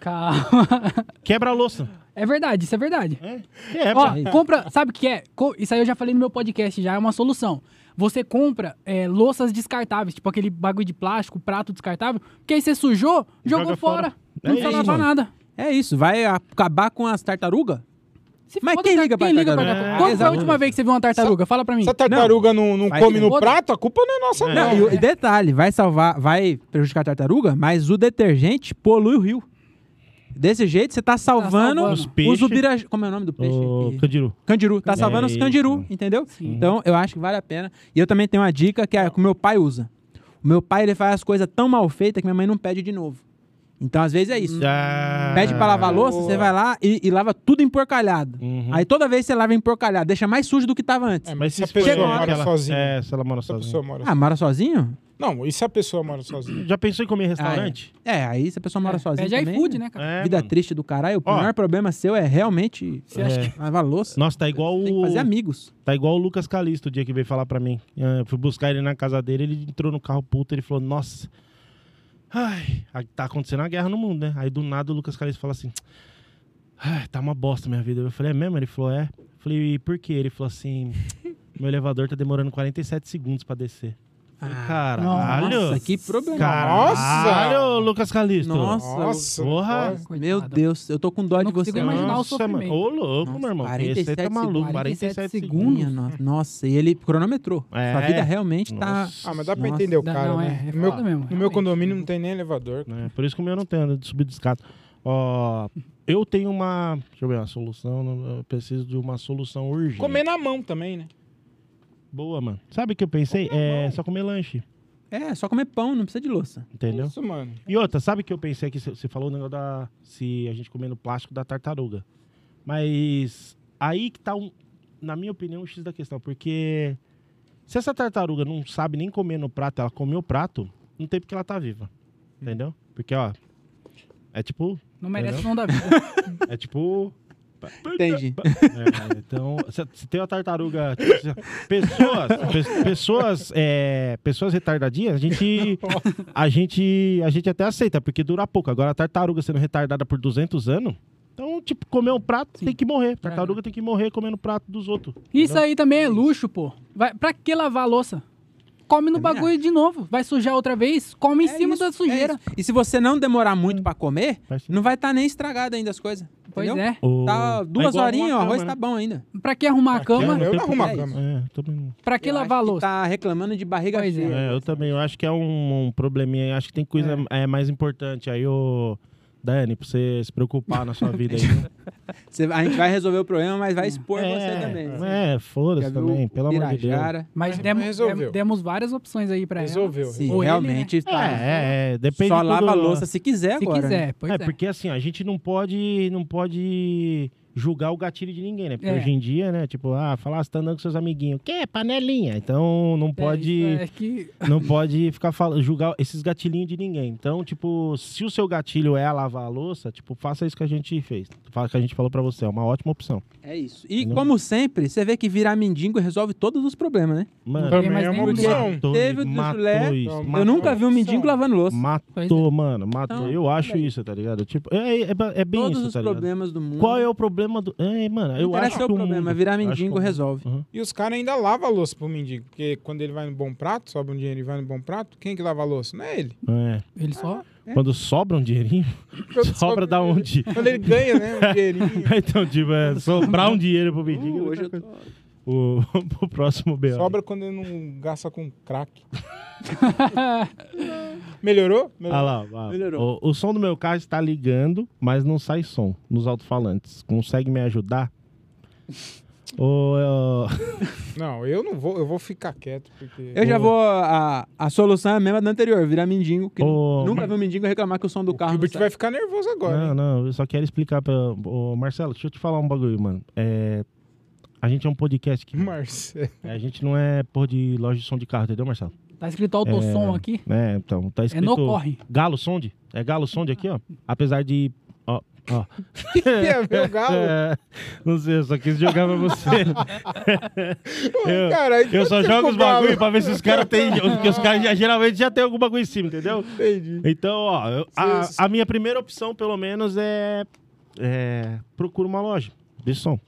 Speaker 2: Calma.
Speaker 1: Quebra a louça.
Speaker 2: É verdade, isso é verdade.
Speaker 1: É? Quebra.
Speaker 2: Ó, compra, sabe o que é? Co- Isso aí eu já falei no meu podcast, já é uma solução. Você compra é, louças descartáveis, tipo aquele bagulho de plástico, prato descartável, porque aí você sujou,
Speaker 1: Joga
Speaker 2: jogou fora.
Speaker 1: fora.
Speaker 2: Não
Speaker 1: É
Speaker 2: precisa
Speaker 1: isso,
Speaker 2: lavar
Speaker 1: mano.
Speaker 2: nada.
Speaker 3: É isso, vai acabar com as tartarugas?
Speaker 2: Se
Speaker 3: Mas
Speaker 2: foda,
Speaker 3: quem
Speaker 2: cara,
Speaker 3: liga pra tartaruga?
Speaker 1: É,
Speaker 2: Quando foi a
Speaker 1: exato.
Speaker 2: última vez que você viu uma tartaruga? Fala pra mim.
Speaker 4: Se a tartaruga não, não
Speaker 3: Vai
Speaker 4: come no
Speaker 2: foda.
Speaker 4: prato, a culpa não é nossa,
Speaker 1: É.
Speaker 4: não.
Speaker 3: Não, e, o- e detalhe, vai salvar, vai prejudicar a tartaruga, mas o detergente polui o rio. Desse jeito, você tá salvando
Speaker 2: salvando.
Speaker 1: Os
Speaker 3: os,
Speaker 1: peixes.
Speaker 3: ubiraj... Como é o nome do peixe?
Speaker 1: Ô,
Speaker 3: aqui?
Speaker 1: Candiru.
Speaker 3: Candiru. Tá
Speaker 1: É
Speaker 3: salvando os
Speaker 1: isso.
Speaker 3: candiru, entendeu? Então, eu acho que vale a pena. E eu também tenho uma dica que, é, que o meu pai usa. O meu pai, ele faz as coisas tão mal feitas que minha mãe não pede de novo. Então, às vezes é isso.
Speaker 1: Ah.
Speaker 3: Pede pra lavar a louça,
Speaker 4: boa.
Speaker 3: você vai lá e, e lava tudo emporcalhado.
Speaker 1: Uhum.
Speaker 3: Aí toda vez você lava emporcalhado, deixa mais sujo do que tava antes.
Speaker 4: É,
Speaker 1: Mas se
Speaker 4: se a pessoa
Speaker 1: for
Speaker 4: mora
Speaker 1: aquela-
Speaker 4: sozinha.
Speaker 1: É, se ela mora
Speaker 4: Se a
Speaker 1: sozinha.
Speaker 4: pessoa mora
Speaker 3: Ah, mora sozinho?
Speaker 4: Não, e se a pessoa mora sozinha?
Speaker 1: Já pensou em comer em restaurante?
Speaker 3: É, aí se a pessoa mora sozinha
Speaker 2: Pede
Speaker 3: também,
Speaker 2: iFood, né, cara?
Speaker 1: É,
Speaker 3: vida
Speaker 1: mano.
Speaker 3: triste do caralho, o
Speaker 1: Ó.
Speaker 3: maior problema seu é realmente
Speaker 2: Você acha
Speaker 1: É.
Speaker 3: lavar louça.
Speaker 1: Nossa, tá igual
Speaker 3: Tem que
Speaker 1: o.
Speaker 3: fazer amigos.
Speaker 1: Tá igual o Lucas Calixto o dia que veio falar pra mim. É, Eu fui buscar ele na casa dele, ele entrou no carro puto, ele falou, nossa. Ai, a- tá acontecendo a guerra no mundo, né? Aí do nada o Lucas Calixto fala assim. Ai, tá uma bosta minha vida. Eu falei, é mesmo? Ele falou, é. Eu falei, e por quê? Ele falou assim. Meu elevador tá demorando 47 segundos pra descer. Eu falei, Caralho!
Speaker 3: Ah, Nossa, que problema.
Speaker 1: Caralho,
Speaker 4: Nossa!
Speaker 1: Lucas Calixto!
Speaker 3: Nossa.
Speaker 4: Nossa,
Speaker 1: Porra.
Speaker 4: pode.
Speaker 2: Coitado.
Speaker 3: Meu Deus, eu tô com dó
Speaker 2: Eu
Speaker 3: de
Speaker 2: não
Speaker 3: você.
Speaker 2: consigo imaginar o
Speaker 1: Nossa,
Speaker 2: sofrimento.
Speaker 1: mano. Ô, louco,
Speaker 3: Nossa,
Speaker 1: meu irmão. Esse aí
Speaker 3: 47
Speaker 1: tá maluco. 47,
Speaker 2: segundos. 47
Speaker 1: segundos.
Speaker 3: Minha no- nossa, e ele cronometrou.
Speaker 1: É.
Speaker 3: Sua vida realmente
Speaker 1: Nossa.
Speaker 3: tá.
Speaker 4: Ah, mas dá pra
Speaker 3: Nossa.
Speaker 4: entender o
Speaker 2: Dá-
Speaker 4: cara,
Speaker 2: não, é,
Speaker 4: né?
Speaker 2: é
Speaker 4: no meu,
Speaker 2: foda mesmo,
Speaker 4: no meu
Speaker 2: realmente.
Speaker 4: condomínio não tem nem elevador.
Speaker 1: né? Por isso que o meu não tem, anda de subir de escada. Ó, eu tenho uma. Deixa eu ver, uma solução. não- Eu preciso de uma solução urgente.
Speaker 4: Comer na mão também, né?
Speaker 1: Boa, mano. Sabe o que eu pensei? É só comer lanche,
Speaker 3: É, só comer pão, não precisa de louça.
Speaker 1: entendeu?
Speaker 4: Isso, mano.
Speaker 1: E outra, sabe o que eu pensei que você falou o negócio da. Se a gente comer no plástico da tartaruga. Mas aí que tá, um, na minha opinião, o X da questão. Porque se essa tartaruga não sabe nem comer no prato, ela comeu o prato, não tem porque ela tá viva.
Speaker 4: Hum.
Speaker 1: Entendeu? Porque, ó. É tipo.
Speaker 2: Não merece
Speaker 1: Entendeu?
Speaker 2: não da vida.
Speaker 1: É tipo.
Speaker 3: Entendi.
Speaker 1: É, então, se, se tem uma tartaruga. tipo, se- pessoas. pe- pessoas. é, pessoas retardadinhas, a gente. A gente. A gente até aceita, porque dura pouco. Agora, a tartaruga sendo retardada por 200 anos. Então, tipo, comer um prato tem que
Speaker 3: É.
Speaker 1: morrer. Tartaruga tem que morrer comendo o prato dos outros.
Speaker 2: Isso aí também é luxo, pô. Vai, pra que lavar a louça? Come no
Speaker 3: Também
Speaker 2: bagulho de novo. Vai sujar outra vez? Come em
Speaker 3: É
Speaker 2: cima
Speaker 3: isso,
Speaker 2: da
Speaker 3: é
Speaker 2: sujeira.
Speaker 3: isso. e se você não demorar muito pra comer,
Speaker 1: Faz sentido.
Speaker 3: não vai estar nem estragado ainda as coisas.
Speaker 2: Hum. pois
Speaker 3: entendeu?
Speaker 2: é.
Speaker 1: O-
Speaker 3: Tá
Speaker 1: É
Speaker 3: duas
Speaker 1: igual
Speaker 3: horinhas,
Speaker 1: uma
Speaker 3: o
Speaker 1: cama,
Speaker 3: arroz
Speaker 1: né?
Speaker 3: tá bom ainda.
Speaker 2: Pra que arrumar a
Speaker 1: É,
Speaker 2: cama?
Speaker 1: não
Speaker 4: Eu
Speaker 1: tem
Speaker 4: não arrumo a
Speaker 1: por-
Speaker 4: cama.
Speaker 1: É, também.
Speaker 2: Pra que
Speaker 3: Eu acho
Speaker 2: lavar a louça?
Speaker 3: Tá reclamando de barriga
Speaker 2: Pois é.
Speaker 3: cheia.
Speaker 1: É, eu também. Eu acho que é um, um probleminha. aí. Acho que tem coisa é. mais importante. Aí, ô. Dani, pra você se preocupar na sua vida aí. né?
Speaker 3: Você- a gente vai resolver o problema, mas
Speaker 2: Hum.
Speaker 3: vai expor
Speaker 1: é,
Speaker 3: você também.
Speaker 1: É, foda-se
Speaker 3: Já viu
Speaker 1: também, pelo amor de Deus.
Speaker 3: Pirajara.
Speaker 2: Mas
Speaker 4: Mas
Speaker 2: demos,
Speaker 4: resolveu.
Speaker 2: demos várias opções aí pra
Speaker 4: Resolveu.
Speaker 3: Sim,
Speaker 2: Ou ele,
Speaker 3: realmente tá.
Speaker 1: É, é, é, depende
Speaker 3: Só
Speaker 1: de
Speaker 3: lava
Speaker 1: tudo.
Speaker 3: a louça se quiser
Speaker 2: ela. Se
Speaker 3: agora.
Speaker 2: quiser,
Speaker 3: né?
Speaker 2: pois
Speaker 1: é,
Speaker 2: é.
Speaker 1: porque assim, a gente não pode, não pode julgar o gatilho de ninguém, né? Porque
Speaker 2: É.
Speaker 1: hoje em dia, né, tipo, ah, falar, "Ah, você tá andando com seus amiguinhos, que panelinha. Então não
Speaker 2: É,
Speaker 1: pode,
Speaker 2: isso É, que...
Speaker 1: não pode ficar falando, julgar esses gatilhinhos de ninguém. Então, tipo, se o seu gatilho é lavar a louça, tipo, faça isso que a gente fez. Fala que a gente falou pra você, é uma ótima opção.
Speaker 3: É isso. E
Speaker 1: Não.
Speaker 3: como sempre, você vê que virar mendigo resolve todos os problemas, né?
Speaker 1: Mano,
Speaker 2: tem
Speaker 4: Também
Speaker 2: mais
Speaker 4: é uma
Speaker 2: nem
Speaker 4: opção.
Speaker 1: matou,
Speaker 3: Teve o
Speaker 1: matou
Speaker 3: Dulé,
Speaker 1: isso.
Speaker 4: eu
Speaker 1: matou.
Speaker 3: Eu nunca vi um mendigo
Speaker 4: Só.
Speaker 3: lavando louça.
Speaker 1: Matou, mano, matou.
Speaker 3: Então,
Speaker 1: eu acho
Speaker 3: olha aí.
Speaker 1: isso, tá ligado? Tipo, é, é, é bem
Speaker 3: todos
Speaker 1: isso,
Speaker 3: os
Speaker 1: tá ligado?
Speaker 3: problemas do mundo.
Speaker 1: Qual é o problema problema do. É, mano, eu
Speaker 3: Não
Speaker 1: acho
Speaker 3: interessa
Speaker 1: que.
Speaker 3: o problema, é virar
Speaker 1: acho que
Speaker 3: mendigo
Speaker 1: o-
Speaker 3: resolve.
Speaker 1: Uhum.
Speaker 4: E os caras ainda lavam a louça pro mendigo. Porque quando ele vai no bom prato, sobra um dinheiro e vai no bom prato, quem que lava a louça? Não é ele.
Speaker 1: É.
Speaker 2: Ele só.
Speaker 1: Quando sobra um dinheirinho,
Speaker 4: Quando
Speaker 1: sobra da
Speaker 4: dinheiro-
Speaker 1: onde?
Speaker 4: Quando ele ganha, né? Um dinheirinho.
Speaker 1: então, tipo, é, sobrar um dinheiro pro mendigo.
Speaker 3: Uh,
Speaker 1: é outra coisa. O, pro próximo B.O.
Speaker 4: Sobra quando ele não gasta com crack. Melhorou?
Speaker 1: Ah
Speaker 4: Melhorou.
Speaker 1: lá, ah,
Speaker 3: Melhorou.
Speaker 1: O, o som do meu carro está ligando, mas não sai som nos alto-falantes. Consegue me ajudar? Ou eu... Ah.
Speaker 4: Não, eu não vou, eu vou ficar quieto, porque.
Speaker 3: Eu já vou. A, a solução é a mesma da anterior, virar mendigo. Que
Speaker 1: Ô,
Speaker 3: nunca vi um mendigo reclamar que o som do
Speaker 4: O
Speaker 3: carro.
Speaker 4: Gilbert
Speaker 3: não
Speaker 4: vai ficar nervoso agora.
Speaker 1: Não,
Speaker 4: hein?
Speaker 1: não, eu só quero explicar pra. Ô, Marcelo, deixa eu te falar um bagulho, mano. É. A gente é um podcast aqui.
Speaker 4: Marcelo.
Speaker 1: É, A gente não é porra de loja de som de carro, entendeu, Marcelo?
Speaker 2: Tá escrito autosom aqui.
Speaker 1: É, então, tá escrito.
Speaker 2: no corre.
Speaker 1: Galo Sonde. É Galo Sonde aqui, ó. Apesar de. Ó, ó.
Speaker 4: Que é, meu galo.
Speaker 1: É, não sei, eu só quis jogar pra você. eu-
Speaker 4: Cara, aí
Speaker 1: Eu só
Speaker 4: você
Speaker 1: jogo
Speaker 4: ficou
Speaker 1: os bagulho
Speaker 4: bravo.
Speaker 1: pra ver se os caras têm. Porque os caras já- geralmente já tem algum bagulho em cima, entendeu?
Speaker 4: Entendi.
Speaker 1: Então, ó, eu- a,
Speaker 4: Sim, sim.
Speaker 1: a minha primeira opção, pelo menos, é, é procura uma loja de som.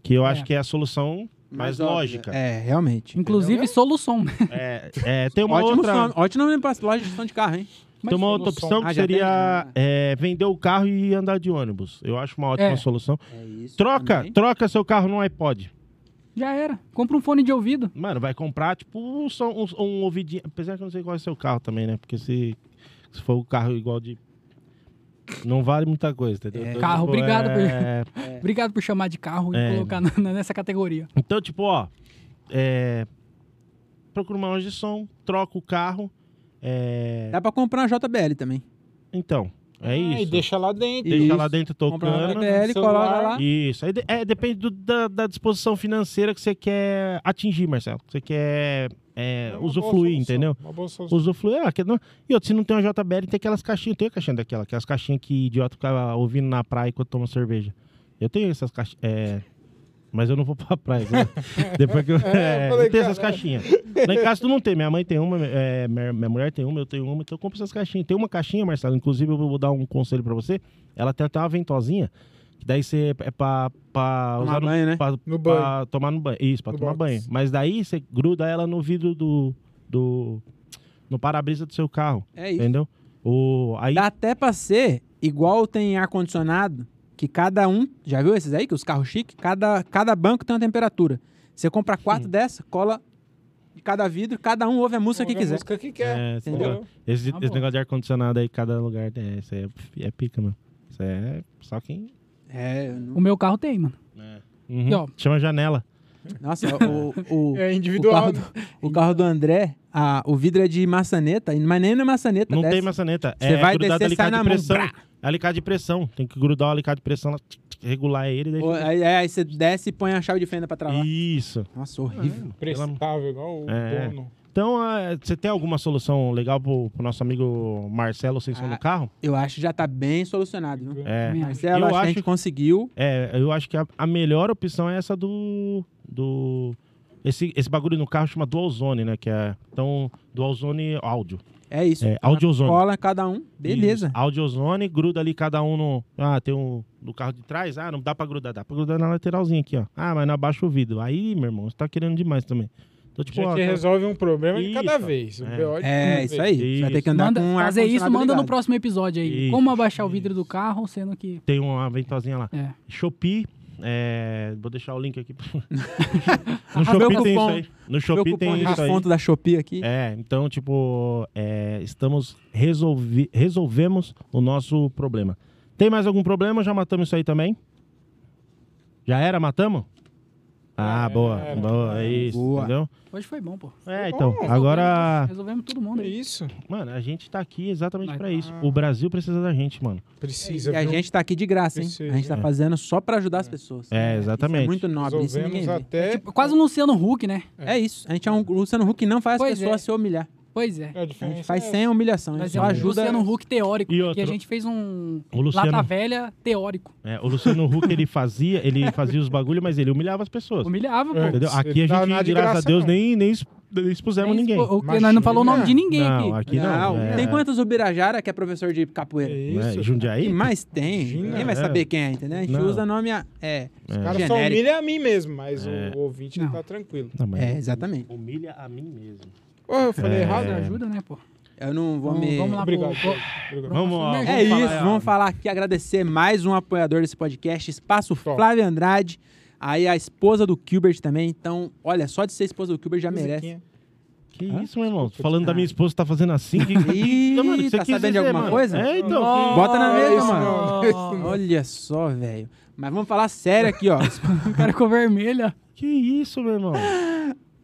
Speaker 1: Que eu acho
Speaker 2: É.
Speaker 1: que é a solução mais,
Speaker 3: óbvio,
Speaker 1: lógica.
Speaker 3: É, realmente.
Speaker 2: Inclusive, solução.
Speaker 1: É, é, tem uma
Speaker 3: Ótimo,
Speaker 1: outra,
Speaker 3: som, ótimo nome pra loja de som de carro, hein?
Speaker 1: tem uma outra
Speaker 4: solução.
Speaker 1: opção que
Speaker 3: Ah, já
Speaker 1: seria
Speaker 3: tem?
Speaker 1: é, vender o carro e andar de ônibus. Eu acho uma ótima
Speaker 2: É.
Speaker 1: solução.
Speaker 3: É isso.
Speaker 1: Troca,
Speaker 3: também.
Speaker 1: troca seu carro no iPod.
Speaker 2: Já era. Compra um fone de ouvido.
Speaker 1: Mano, vai comprar, tipo, um, som- um, um ouvidinho. Apesar que eu não sei qual é o seu carro também, né? Porque se, se for o carro igual de. Não vale muita coisa, entendeu? Então,
Speaker 2: Carro, obrigado por-
Speaker 1: é,
Speaker 2: Obrigado por chamar de carro
Speaker 1: É.
Speaker 2: e colocar na- nessa categoria.
Speaker 1: Então, tipo, ó, é, procura uma loja de som, troca o carro. é,
Speaker 3: Dá pra comprar uma JBL também.
Speaker 1: então, é
Speaker 4: Ah, E
Speaker 1: isso. Deixa,
Speaker 4: deixa lá dentro.
Speaker 3: isso.
Speaker 1: lá dentro
Speaker 3: Comprar uma
Speaker 1: tocando.
Speaker 3: JBL,
Speaker 4: celular.
Speaker 3: coloca lá.
Speaker 1: Isso. Aí de- é, depende do- da, da disposição financeira que você quer atingir, Marcelo. Que você quer é,
Speaker 4: É uma boa
Speaker 1: usufruir,
Speaker 4: solução,
Speaker 1: entendeu?
Speaker 4: Uma boa solução.
Speaker 1: Usufruir. Ah, que não... E outro, se não tem uma JBL, tem aquelas caixinhas. Tem a caixinha daquela, aquelas caixinhas que idiota fica ouvindo na praia enquanto toma cerveja. Eu tenho essas caixinhas. É... Mas eu não vou pra praia. né? Depois que eu. É,
Speaker 4: falei,
Speaker 1: eu tenho essas
Speaker 4: caralho.
Speaker 1: caixinhas. Lá em casa tu não tem. Minha mãe tem uma, é, minha minha mulher tem uma, eu tenho uma, então eu compro essas caixinhas. Tem uma caixinha, Marcelo, inclusive eu vou dar um conselho pra você. Ela tem até uma ventosinha, que daí você é pra, pra
Speaker 3: Tomar
Speaker 1: usar no,
Speaker 3: banho, né?
Speaker 1: pra, pra
Speaker 4: No banho.
Speaker 1: tomar no banho. Isso, pra
Speaker 4: No
Speaker 1: tomar
Speaker 4: box.
Speaker 1: banho. Mas daí você gruda ela no vidro do. do no para-brisa do seu carro.
Speaker 3: É isso.
Speaker 1: Entendeu? O, aí,
Speaker 3: Dá até pra ser igual tem ar-condicionado, que cada um, já viu esses aí, que os carros chiques, cada, cada banco tem uma temperatura. Você compra quatro dessa, cola de cada vidro, cada um ouve a música
Speaker 4: Ouve
Speaker 3: que
Speaker 4: a
Speaker 3: quiser.
Speaker 4: Música que quer.
Speaker 1: É,
Speaker 4: entendeu?
Speaker 1: entendeu? esse,
Speaker 2: Tá
Speaker 1: esse
Speaker 2: bom.
Speaker 1: negócio de ar-condicionado aí, cada lugar, é, isso aí é, é pica, mano. Isso aí é só quem.
Speaker 3: É, eu não-
Speaker 2: O meu carro tem, mano.
Speaker 1: Uhum.
Speaker 2: E, ó.
Speaker 1: Chama janela.
Speaker 3: nossa, o, o,
Speaker 4: É
Speaker 3: o,
Speaker 4: individual.
Speaker 3: carro, do, o carro do André, a, o vidro é de maçaneta, mas nem na maçaneta.
Speaker 1: Não
Speaker 3: desce.
Speaker 1: tem maçaneta.
Speaker 3: Você
Speaker 1: é
Speaker 3: vai
Speaker 1: grudado
Speaker 3: descer, sai
Speaker 1: alicate
Speaker 3: na
Speaker 1: de
Speaker 3: mão,
Speaker 1: pressão.
Speaker 3: brá.
Speaker 1: Alicate de pressão. Tem que grudar o alicate de pressão, lá, tch, tch, regular ele. Daí
Speaker 3: Ou- Aí, aí você desce e põe a chave de fenda pra travar.
Speaker 1: fica... Isso.
Speaker 3: Nossa, horrível.
Speaker 1: Pelo amor-
Speaker 4: Prestável, igual o
Speaker 1: É.
Speaker 4: dono.
Speaker 1: Então, ah, você tem alguma solução legal pro, pro nosso amigo Marcelo sem som
Speaker 3: Ah.
Speaker 1: do carro?
Speaker 3: Eu acho que já tá bem solucionado, viu?
Speaker 1: É.
Speaker 2: Minha-
Speaker 3: Marcelo,
Speaker 1: Eu
Speaker 3: acho que a
Speaker 1: acho
Speaker 3: gente
Speaker 1: que-
Speaker 3: conseguiu.
Speaker 1: É, eu acho que a, a melhor opção é essa do. do esse, esse bagulho no carro chama Dual Zone, né? Que é. Então, Dual Zone áudio.
Speaker 3: É isso.
Speaker 1: É, audiozone.
Speaker 3: Cola cada um. Beleza.
Speaker 1: Isso. Audiozone, gruda ali cada um no. Ah, tem um do carro de trás. Ah, não dá pra grudar. Dá pra grudar na lateralzinha aqui, ó. Ah, mas não abaixa o vidro. Aí, meu irmão, você tá querendo demais também. Então,
Speaker 4: A
Speaker 1: tipo, ó,
Speaker 4: gente
Speaker 1: tá-
Speaker 4: resolve um problema de cada
Speaker 1: Isso.
Speaker 4: vez. O
Speaker 1: É.
Speaker 4: BO de cada
Speaker 3: É, isso aí. Você vai ter
Speaker 1: Isso.
Speaker 3: que andar
Speaker 2: Manda-
Speaker 3: com um
Speaker 2: fazer isso,
Speaker 3: ar-condicionado
Speaker 2: manda no
Speaker 3: ligado.
Speaker 2: próximo episódio aí.
Speaker 1: Isso,
Speaker 2: Como abaixar o vidro do carro, sendo que.
Speaker 1: tem uma ventosinha lá.
Speaker 2: É.
Speaker 1: Shopee. é, vou deixar o link aqui. no
Speaker 3: Ah, meu
Speaker 1: Shopee tem isso
Speaker 3: cupom.
Speaker 1: aí. No
Speaker 3: Meu
Speaker 1: Shopee
Speaker 3: cupom
Speaker 1: tem
Speaker 3: de
Speaker 1: isso aí.
Speaker 3: desconto da Shopee aqui.
Speaker 1: É, então, tipo, é, estamos resolvi, resolvemos o nosso problema. Tem mais algum problema? Já matamos isso aí também? Já era, matamos? Ah,
Speaker 4: Já
Speaker 1: boa.
Speaker 4: era.
Speaker 1: Boa, é isso.
Speaker 3: Boa.
Speaker 1: Entendeu?
Speaker 2: Hoje foi bom, pô.
Speaker 1: É,
Speaker 4: Bom,
Speaker 1: então,
Speaker 4: resolvemos.
Speaker 1: agora,
Speaker 2: Resolvemos todo mundo
Speaker 4: É
Speaker 2: aí.
Speaker 4: isso.
Speaker 1: mano, a gente tá aqui exatamente
Speaker 2: Vai.
Speaker 1: pra isso. O Brasil precisa da gente, mano.
Speaker 4: Precisa.
Speaker 3: E a
Speaker 4: viu?
Speaker 3: gente tá aqui de graça, hein?
Speaker 4: Precisa.
Speaker 3: A gente tá
Speaker 1: É.
Speaker 3: fazendo só pra ajudar as pessoas.
Speaker 1: É,
Speaker 3: Isso
Speaker 1: exatamente.
Speaker 3: É muito nobre, isso ninguém
Speaker 4: Resolvemos
Speaker 3: vê.
Speaker 4: até.
Speaker 2: Tipo, quase um Luciano Huck, né?
Speaker 3: É isso. A gente é um Luciano Huck que não faz
Speaker 2: Pois
Speaker 3: as pessoas
Speaker 2: é.
Speaker 3: se humilhar.
Speaker 2: Pois é.
Speaker 4: A
Speaker 3: A gente
Speaker 4: diferença
Speaker 3: faz
Speaker 4: é
Speaker 3: sem humilhação. A
Speaker 2: Mas é
Speaker 3: gente só
Speaker 2: um
Speaker 3: ajuda.
Speaker 2: Luciano Huck teórico.
Speaker 1: E
Speaker 2: E,
Speaker 1: outro-
Speaker 2: a gente fez um
Speaker 1: O Luciano-
Speaker 2: Lata Velha teórico.
Speaker 1: É, o Luciano Huck, ele fazia, ele fazia os bagulho, mas ele humilhava as pessoas.
Speaker 2: Humilhava, pô.
Speaker 4: É.
Speaker 1: Entendeu?
Speaker 4: Ele
Speaker 1: Aqui a
Speaker 4: tá
Speaker 1: gente,
Speaker 4: na de
Speaker 1: graças
Speaker 4: graça,
Speaker 1: a Deus,
Speaker 4: não.
Speaker 1: nem, nem expusemos ninguém.
Speaker 2: O- o- nós não falou o nome de ninguém
Speaker 1: Não, aqui
Speaker 2: aqui.
Speaker 1: não. é.
Speaker 3: né? Tem quantas Ubirajara que é professor de capoeira?
Speaker 4: É
Speaker 1: Não é,
Speaker 4: isso.
Speaker 1: Jundiaí?
Speaker 3: E mais tem.
Speaker 4: Imagina,
Speaker 3: Ninguém vai
Speaker 1: é.
Speaker 3: saber quem é, entendeu? A gente
Speaker 1: Não.
Speaker 3: usa nome. a- É.
Speaker 4: Os caras só
Speaker 3: Genérico.
Speaker 4: humilham a mim mesmo, mas
Speaker 1: É.
Speaker 4: o ouvinte
Speaker 2: Não.
Speaker 4: tá tranquilo.
Speaker 1: Não, mas-
Speaker 3: É, exatamente.
Speaker 1: Humilha a mim mesmo.
Speaker 4: Ô, eu falei
Speaker 1: É.
Speaker 4: errado?
Speaker 2: Pedro, ajuda, né, pô?
Speaker 3: Eu não vou
Speaker 2: Vamos-
Speaker 3: me.
Speaker 2: vamos lá.
Speaker 4: Obrigado.
Speaker 2: Pô,
Speaker 4: Obrigado.
Speaker 1: Vamos lá.
Speaker 2: É
Speaker 3: É
Speaker 1: falar,
Speaker 3: isso,
Speaker 1: ó.
Speaker 3: vamos falar aqui, agradecer mais um apoiador desse podcast, Espaço
Speaker 4: Top.
Speaker 3: Flávio Andrade. Aí a esposa do Gilbert também. Então, olha, só de ser esposa do Gilbert já merece.
Speaker 4: Musiquinha.
Speaker 1: Que isso, meu irmão? Falando da minha esposa, tá fazendo assim? Que...
Speaker 3: Ih,
Speaker 1: Então, mano, o que você
Speaker 3: tá
Speaker 1: quis
Speaker 3: sabendo de alguma
Speaker 1: mano?
Speaker 3: coisa?
Speaker 1: É, então. que-
Speaker 3: Bota na
Speaker 2: Nossa.
Speaker 3: mesa,
Speaker 4: mano. Isso não.
Speaker 3: Olha só, velho. Mas vamos falar sério aqui, ó.
Speaker 2: O cara ficou vermelho.
Speaker 1: Que isso, meu irmão?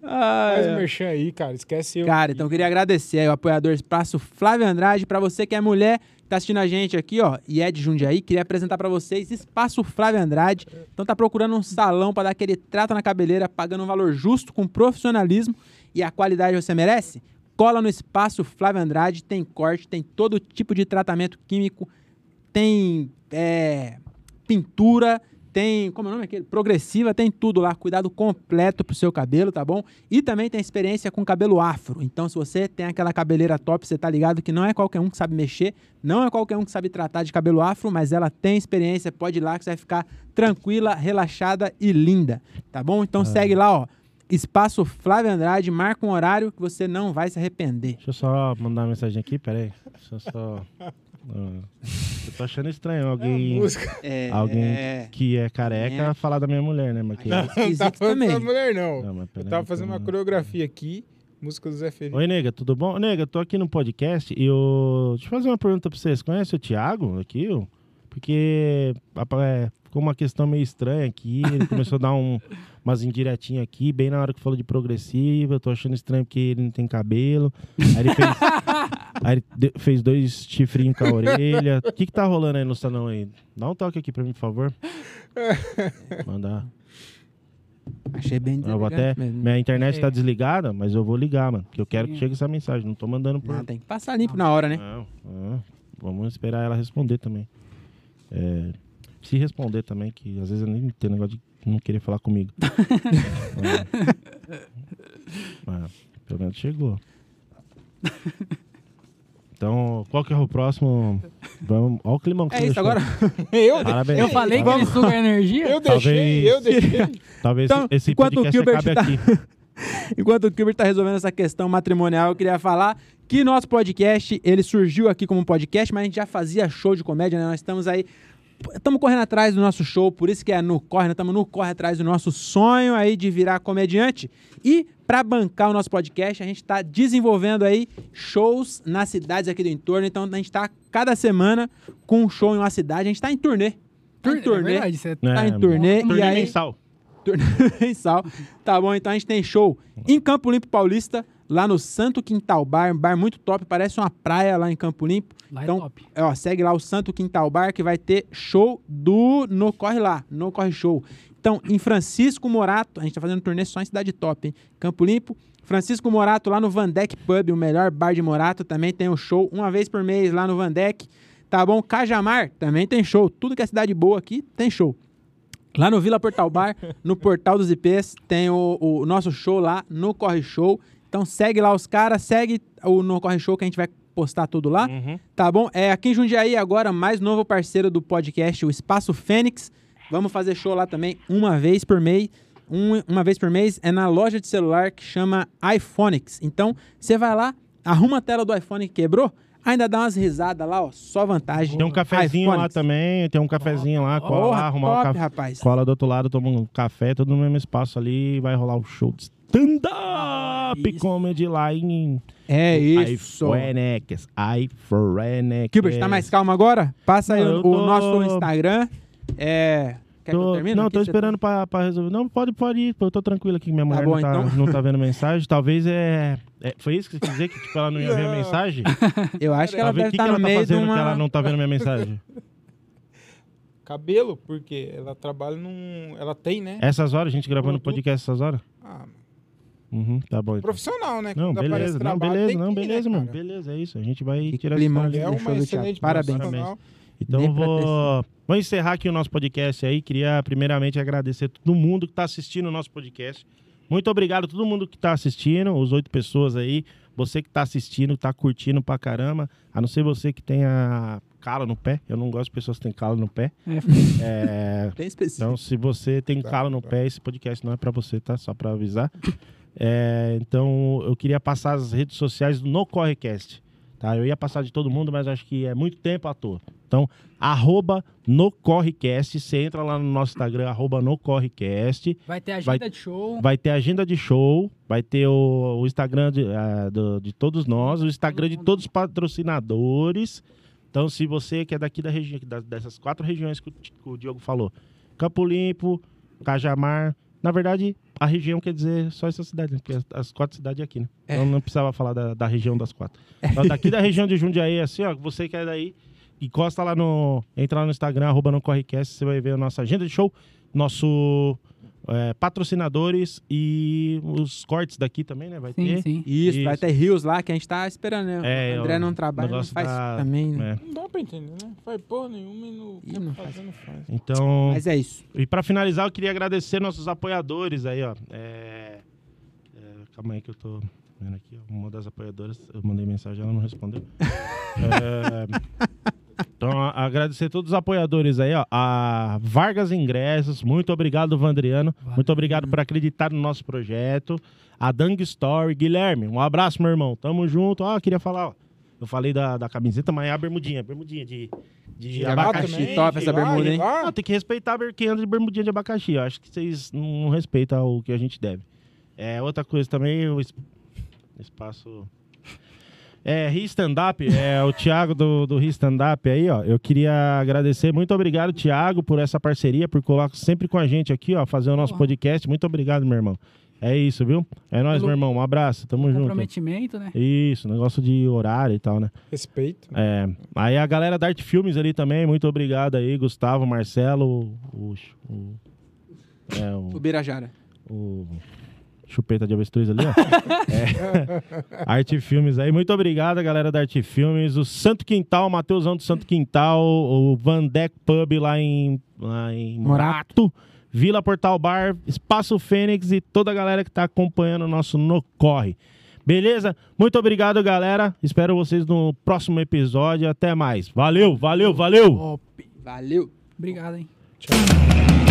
Speaker 4: Faz o merchan aí, cara. Esquece eu.
Speaker 3: Ah, é. Cara, então eu queria agradecer aí o apoiador Espaço Flávio Andrade. Pra você que é mulher, que tá assistindo a gente aqui, ó, e é de Jundiaí, queria apresentar pra vocês Espaço Flávio Andrade. Então tá procurando um salão pra dar aquele trato na cabeleira, pagando um valor justo, com profissionalismo e a qualidade que você merece? Cola no Espaço Flávio Andrade, tem corte, tem todo tipo de tratamento químico, tem é, pintura, tem, como é o nome aquele? Progressiva, tem tudo lá, cuidado completo pro seu cabelo, tá bom? E também tem experiência com cabelo afro. Então, se você tem aquela cabeleira top, você tá ligado que não é qualquer um que sabe mexer, não é qualquer um que sabe tratar de cabelo afro, mas ela tem experiência, pode ir lá que você vai ficar tranquila, relaxada e linda, tá bom? Então segue lá, ó. Espaço Flávio Andrade, marca um horário que você não vai se arrepender.
Speaker 1: Deixa eu só mandar uma mensagem aqui, peraí. Deixa eu só. Ah, Eu tô achando estranho alguém,
Speaker 4: Música.
Speaker 3: É,
Speaker 1: alguém
Speaker 3: é,
Speaker 1: que é careca falar da minha mulher, né? Mas que-
Speaker 4: Não tá
Speaker 3: esquisito
Speaker 4: falando
Speaker 3: também.
Speaker 4: pra mulher, não.
Speaker 1: Não, mas peraí,
Speaker 4: Eu tava fazendo uma
Speaker 1: peraí.
Speaker 4: coreografia aqui, música do Zé Felipe.
Speaker 1: Oi, nega, tudo bom? Nega, eu tô aqui no podcast e eu. Deixa eu fazer uma pergunta pra vocês. Conhece o Thiago aqui? ó? Porque apa- é, ficou uma questão meio estranha aqui. Ele começou a dar um- umas indiretinhas aqui, bem na hora que falou de progressiva. Eu tô achando estranho porque ele não tem cabelo. Aí ele fez, aí ele de- fez dois chifrinhos com a orelha. O que que tá rolando aí no salão aí? Dá um toque aqui pra mim, por favor. Mandar.
Speaker 3: Achei bem
Speaker 1: Eu vou
Speaker 3: deselegante
Speaker 1: até.
Speaker 3: mesmo. É.
Speaker 1: Minha internet tá desligada, mas eu vou ligar, mano. Porque eu quero que chegue essa mensagem. Não tô mandando por.
Speaker 3: Não, tem que passar limpo na hora, né?
Speaker 1: Não, não. Ah, Vamos esperar ela responder também. É, se responder também, que às vezes eu nem tenho negócio de não querer falar comigo. É. Mas, pelo menos chegou. Então, qual que é o próximo? Vamos, olha o climão que
Speaker 3: É
Speaker 1: você
Speaker 3: isso,
Speaker 1: deixou.
Speaker 3: agora
Speaker 4: Eu,
Speaker 1: Parabéns.
Speaker 2: Eu falei que ele
Speaker 1: Talvez-
Speaker 2: suga energia.
Speaker 4: eu
Speaker 1: Ah, Talvez-
Speaker 4: deixei, eu deixei.
Speaker 1: Talvez
Speaker 3: Então,
Speaker 1: esse
Speaker 3: enquanto o
Speaker 1: podcast
Speaker 3: Gilbert
Speaker 1: acabe
Speaker 3: tá-
Speaker 1: aqui.
Speaker 3: Enquanto o Gilbert está resolvendo essa questão matrimonial, eu queria falar que nosso podcast, ele surgiu aqui como um podcast, mas a gente já fazia show de comédia, né? Nós estamos aí, estamos correndo atrás do nosso show, por isso que é no corre, nós estamos no corre atrás do nosso sonho aí de virar comediante. E para bancar o nosso podcast, a gente está desenvolvendo aí shows nas cidades aqui do entorno, então a gente está cada semana com um show em uma cidade, a gente está em turnê. Tá em
Speaker 2: É
Speaker 3: turnê.
Speaker 2: verdade, isso é-
Speaker 3: Tá
Speaker 1: É,
Speaker 3: em turnê, e
Speaker 1: turnê
Speaker 3: aí...
Speaker 1: mensal.
Speaker 3: Turnê mensal. Tá bom, então a gente tem show em Campo Limpo Paulista, lá no Santo Quintal Bar, um bar muito top, parece uma praia lá em Campo Limpo.
Speaker 2: Lá é
Speaker 3: então,
Speaker 2: top.
Speaker 3: ó, segue lá o Santo Quintal Bar que vai ter show do No Corre Lá, No Corre Show. Então, em Francisco Morato, a gente tá fazendo turnê só em cidade top, hein? Campo Limpo, Francisco Morato lá no Vandeck Pub, o melhor bar de Morato, também tem um show uma vez por mês lá no Vandeck. Tá bom, Cajamar também tem show. Tudo que é cidade boa aqui tem show. Lá no Vila Portal Bar, no Portal dos IPs, tem o, o nosso show lá no Corre Show. Então segue lá os caras, segue o No Corre Show que a gente vai postar tudo lá.
Speaker 1: Uhum.
Speaker 3: Tá bom? É aqui em Jundiaí agora, mais novo parceiro do podcast, o Espaço Fênix. Vamos fazer show lá também uma vez por mês. Um- uma vez por mês é na loja de celular que chama iPhonics. Então, você vai lá, arruma a tela do iPhone que quebrou, ainda dá umas risadas lá, ó, só vantagem.
Speaker 1: Tem um cafezinho lá
Speaker 3: iPhonics.
Speaker 1: também, tem um cafezinho lá, cola
Speaker 3: Hum, Porra,
Speaker 1: lá, arrumar o
Speaker 3: top,
Speaker 1: café.
Speaker 3: rapaz.
Speaker 1: Cola do outro lado, toma um café, tudo no mesmo espaço ali, vai rolar o show de stand-up
Speaker 2: isso.
Speaker 1: comedy lá em
Speaker 3: É isso.
Speaker 1: Iforenex. Iforenex.
Speaker 3: Gilbert, tá mais calmo agora? Passa aí
Speaker 1: É. Não,
Speaker 3: o,
Speaker 1: eu tô-
Speaker 3: o nosso Instagram. É. Quer que eu
Speaker 1: Tô,
Speaker 3: termine?
Speaker 1: não,
Speaker 3: aqui?
Speaker 1: tô
Speaker 3: Você- tá-
Speaker 1: esperando pra, pra resolver. Não, pode, pode ir. pô, Eu tô tranquilo aqui, minha mulher
Speaker 3: bom,
Speaker 1: não, tá,
Speaker 3: então.
Speaker 1: não tá vendo mensagem. Talvez é, é- Foi isso que você quis dizer? Que tipo, ela não ia ver a
Speaker 4: Não.
Speaker 1: mensagem?
Speaker 3: Eu acho que ela
Speaker 1: Talvez
Speaker 3: deve
Speaker 1: o que,
Speaker 3: estar
Speaker 1: que
Speaker 3: no
Speaker 1: ela tá
Speaker 3: meio de
Speaker 1: fazendo que ela
Speaker 3: uma.
Speaker 1: não tá vendo minha mensagem?
Speaker 4: Cabelo, porque ela trabalha num. Ela tem, né?
Speaker 1: Essas horas, a gente gravando
Speaker 4: Produto.
Speaker 1: podcast essas horas?
Speaker 4: Ah,
Speaker 1: Uhum, tá bom. então.
Speaker 4: profissional, né?
Speaker 1: Não,
Speaker 4: Quando
Speaker 1: beleza,
Speaker 4: aparece
Speaker 1: não,
Speaker 4: trabalho,
Speaker 1: beleza,
Speaker 4: tem
Speaker 1: não,
Speaker 4: que ir, né,
Speaker 1: beleza, mano.
Speaker 4: cara?
Speaker 1: Beleza, é isso. A gente vai
Speaker 3: Que
Speaker 1: tirar
Speaker 3: climão
Speaker 1: essa
Speaker 3: de
Speaker 1: ali.
Speaker 4: É
Speaker 3: Deixa eu
Speaker 4: uma
Speaker 3: ver, Thiago.
Speaker 4: excelente
Speaker 3: Parabéns.
Speaker 4: profissional.
Speaker 1: Então
Speaker 3: Nem
Speaker 1: eu vou, vou encerrar aqui o tá nosso podcast aí. Queria primeiramente agradecer todo mundo que está assistindo o nosso podcast. Muito obrigado a todo mundo que tá assistindo, os oito pessoas aí. Você que tá assistindo, tá curtindo pra caramba. A não ser você que tenha calo no pé. Eu não gosto de pessoas que têm calo no pé. É,
Speaker 3: Bem específico.
Speaker 1: então, se você tem
Speaker 4: Tá,
Speaker 1: calo no
Speaker 4: tá.
Speaker 1: pé, esse podcast não é pra você, tá? Só pra avisar. É, então, eu queria passar as redes sociais no Correcast. Tá? Eu ia passar de todo mundo, mas acho que é muito tempo à toa. Então, arroba no Correcast. Você entra lá no nosso Instagram, arroba no Correcast.
Speaker 2: Vai ter agenda
Speaker 1: Vai-
Speaker 2: de show.
Speaker 1: Vai ter agenda de show, vai ter o, o Instagram de, ah, do- de todos nós, o Instagram de todos os patrocinadores. Então, se você que é daqui da região, da- dessas quatro regiões que o, Ti- que o Diogo falou, Campo Limpo, Cajamar, na verdade, a região quer dizer só essa cidade, né? porque as, as quatro cidades é aqui, né? Então não precisava falar da, da região das quatro. Então, daqui da região de Jundiaí, assim, ó, você que é daí, encosta lá no. Entra lá no Instagram, arroba no Correcast, você vai ver a nossa agenda de show, nosso é, patrocinadores e os cortes daqui também, né? Vai
Speaker 2: Sim,
Speaker 1: ter.
Speaker 2: sim.
Speaker 3: Isso, vai
Speaker 1: Isso.
Speaker 3: ter rios lá que a gente tá esperando, né?
Speaker 1: É,
Speaker 3: o André
Speaker 1: o
Speaker 3: não trabalha, não
Speaker 1: negócio
Speaker 3: faz
Speaker 1: da-
Speaker 3: também. né?
Speaker 1: É.
Speaker 4: Não dá pra entender, né? Faz porra nenhuma e não,
Speaker 3: Ih, não faz.
Speaker 4: faz, não faz.
Speaker 1: Então,
Speaker 3: Mas é isso.
Speaker 1: e pra finalizar, eu queria agradecer nossos apoiadores aí, ó. É, é, calma aí que eu tô vendo aqui. ó. Uma das apoiadoras, eu mandei mensagem, ela não respondeu. É, então, a- agradecer todos os apoiadores aí, ó. A Vargas Ingressos, muito obrigado, Vandriano. Muito obrigado por acreditar no nosso projeto. A Dang Story, Guilherme, um abraço, meu irmão. Tamo junto. Ah, queria falar, ó. Eu falei da, da camiseta, mas é a bermudinha, bermudinha de, de
Speaker 3: Gravata
Speaker 1: abacaxi.
Speaker 3: também, top essa bermuda, hein?
Speaker 1: Ah, tem que respeitar quem anda de bermudinha de abacaxi. Eu acho que vocês não respeitam o que a gente deve. É, outra coisa também, o es- espaço. É, Ri Stand Up, é o Thiago do, do Ri Stand Up aí, ó. Eu queria agradecer. Muito obrigado, Thiago, por essa parceria, por colocar sempre com a gente aqui, ó, fazer o nosso
Speaker 2: Boa.
Speaker 1: podcast. Muito obrigado, meu irmão. É isso, viu? É nóis,
Speaker 2: Pelo-
Speaker 1: meu irmão. Um abraço,
Speaker 2: Tá
Speaker 1: tamo junto.
Speaker 2: Comprometimento, né?
Speaker 1: Isso, negócio de horário e tal, né?
Speaker 4: Respeito.
Speaker 1: É, aí a galera da Arte Filmes ali também, muito obrigado aí, Gustavo, Marcelo, o, o, é,
Speaker 3: O
Speaker 1: o,
Speaker 3: Birajara.
Speaker 1: o chupeta de avestruz ali, ó. É. Arte Filmes aí, muito obrigado a galera da Arte Filmes, o Santo Quintal, o Matheusão do Santo Quintal, o Van Deck Pub lá em, lá em
Speaker 3: Morato.
Speaker 1: Morato, Vila Portal Bar, Espaço Fênix e toda a galera que tá acompanhando o nosso No Corre. Beleza? Muito obrigado, galera. Espero vocês no próximo episódio. Até mais. Valeu, valeu, valeu!
Speaker 2: Top.
Speaker 3: Valeu.
Speaker 2: Obrigado, hein?
Speaker 4: Tchau.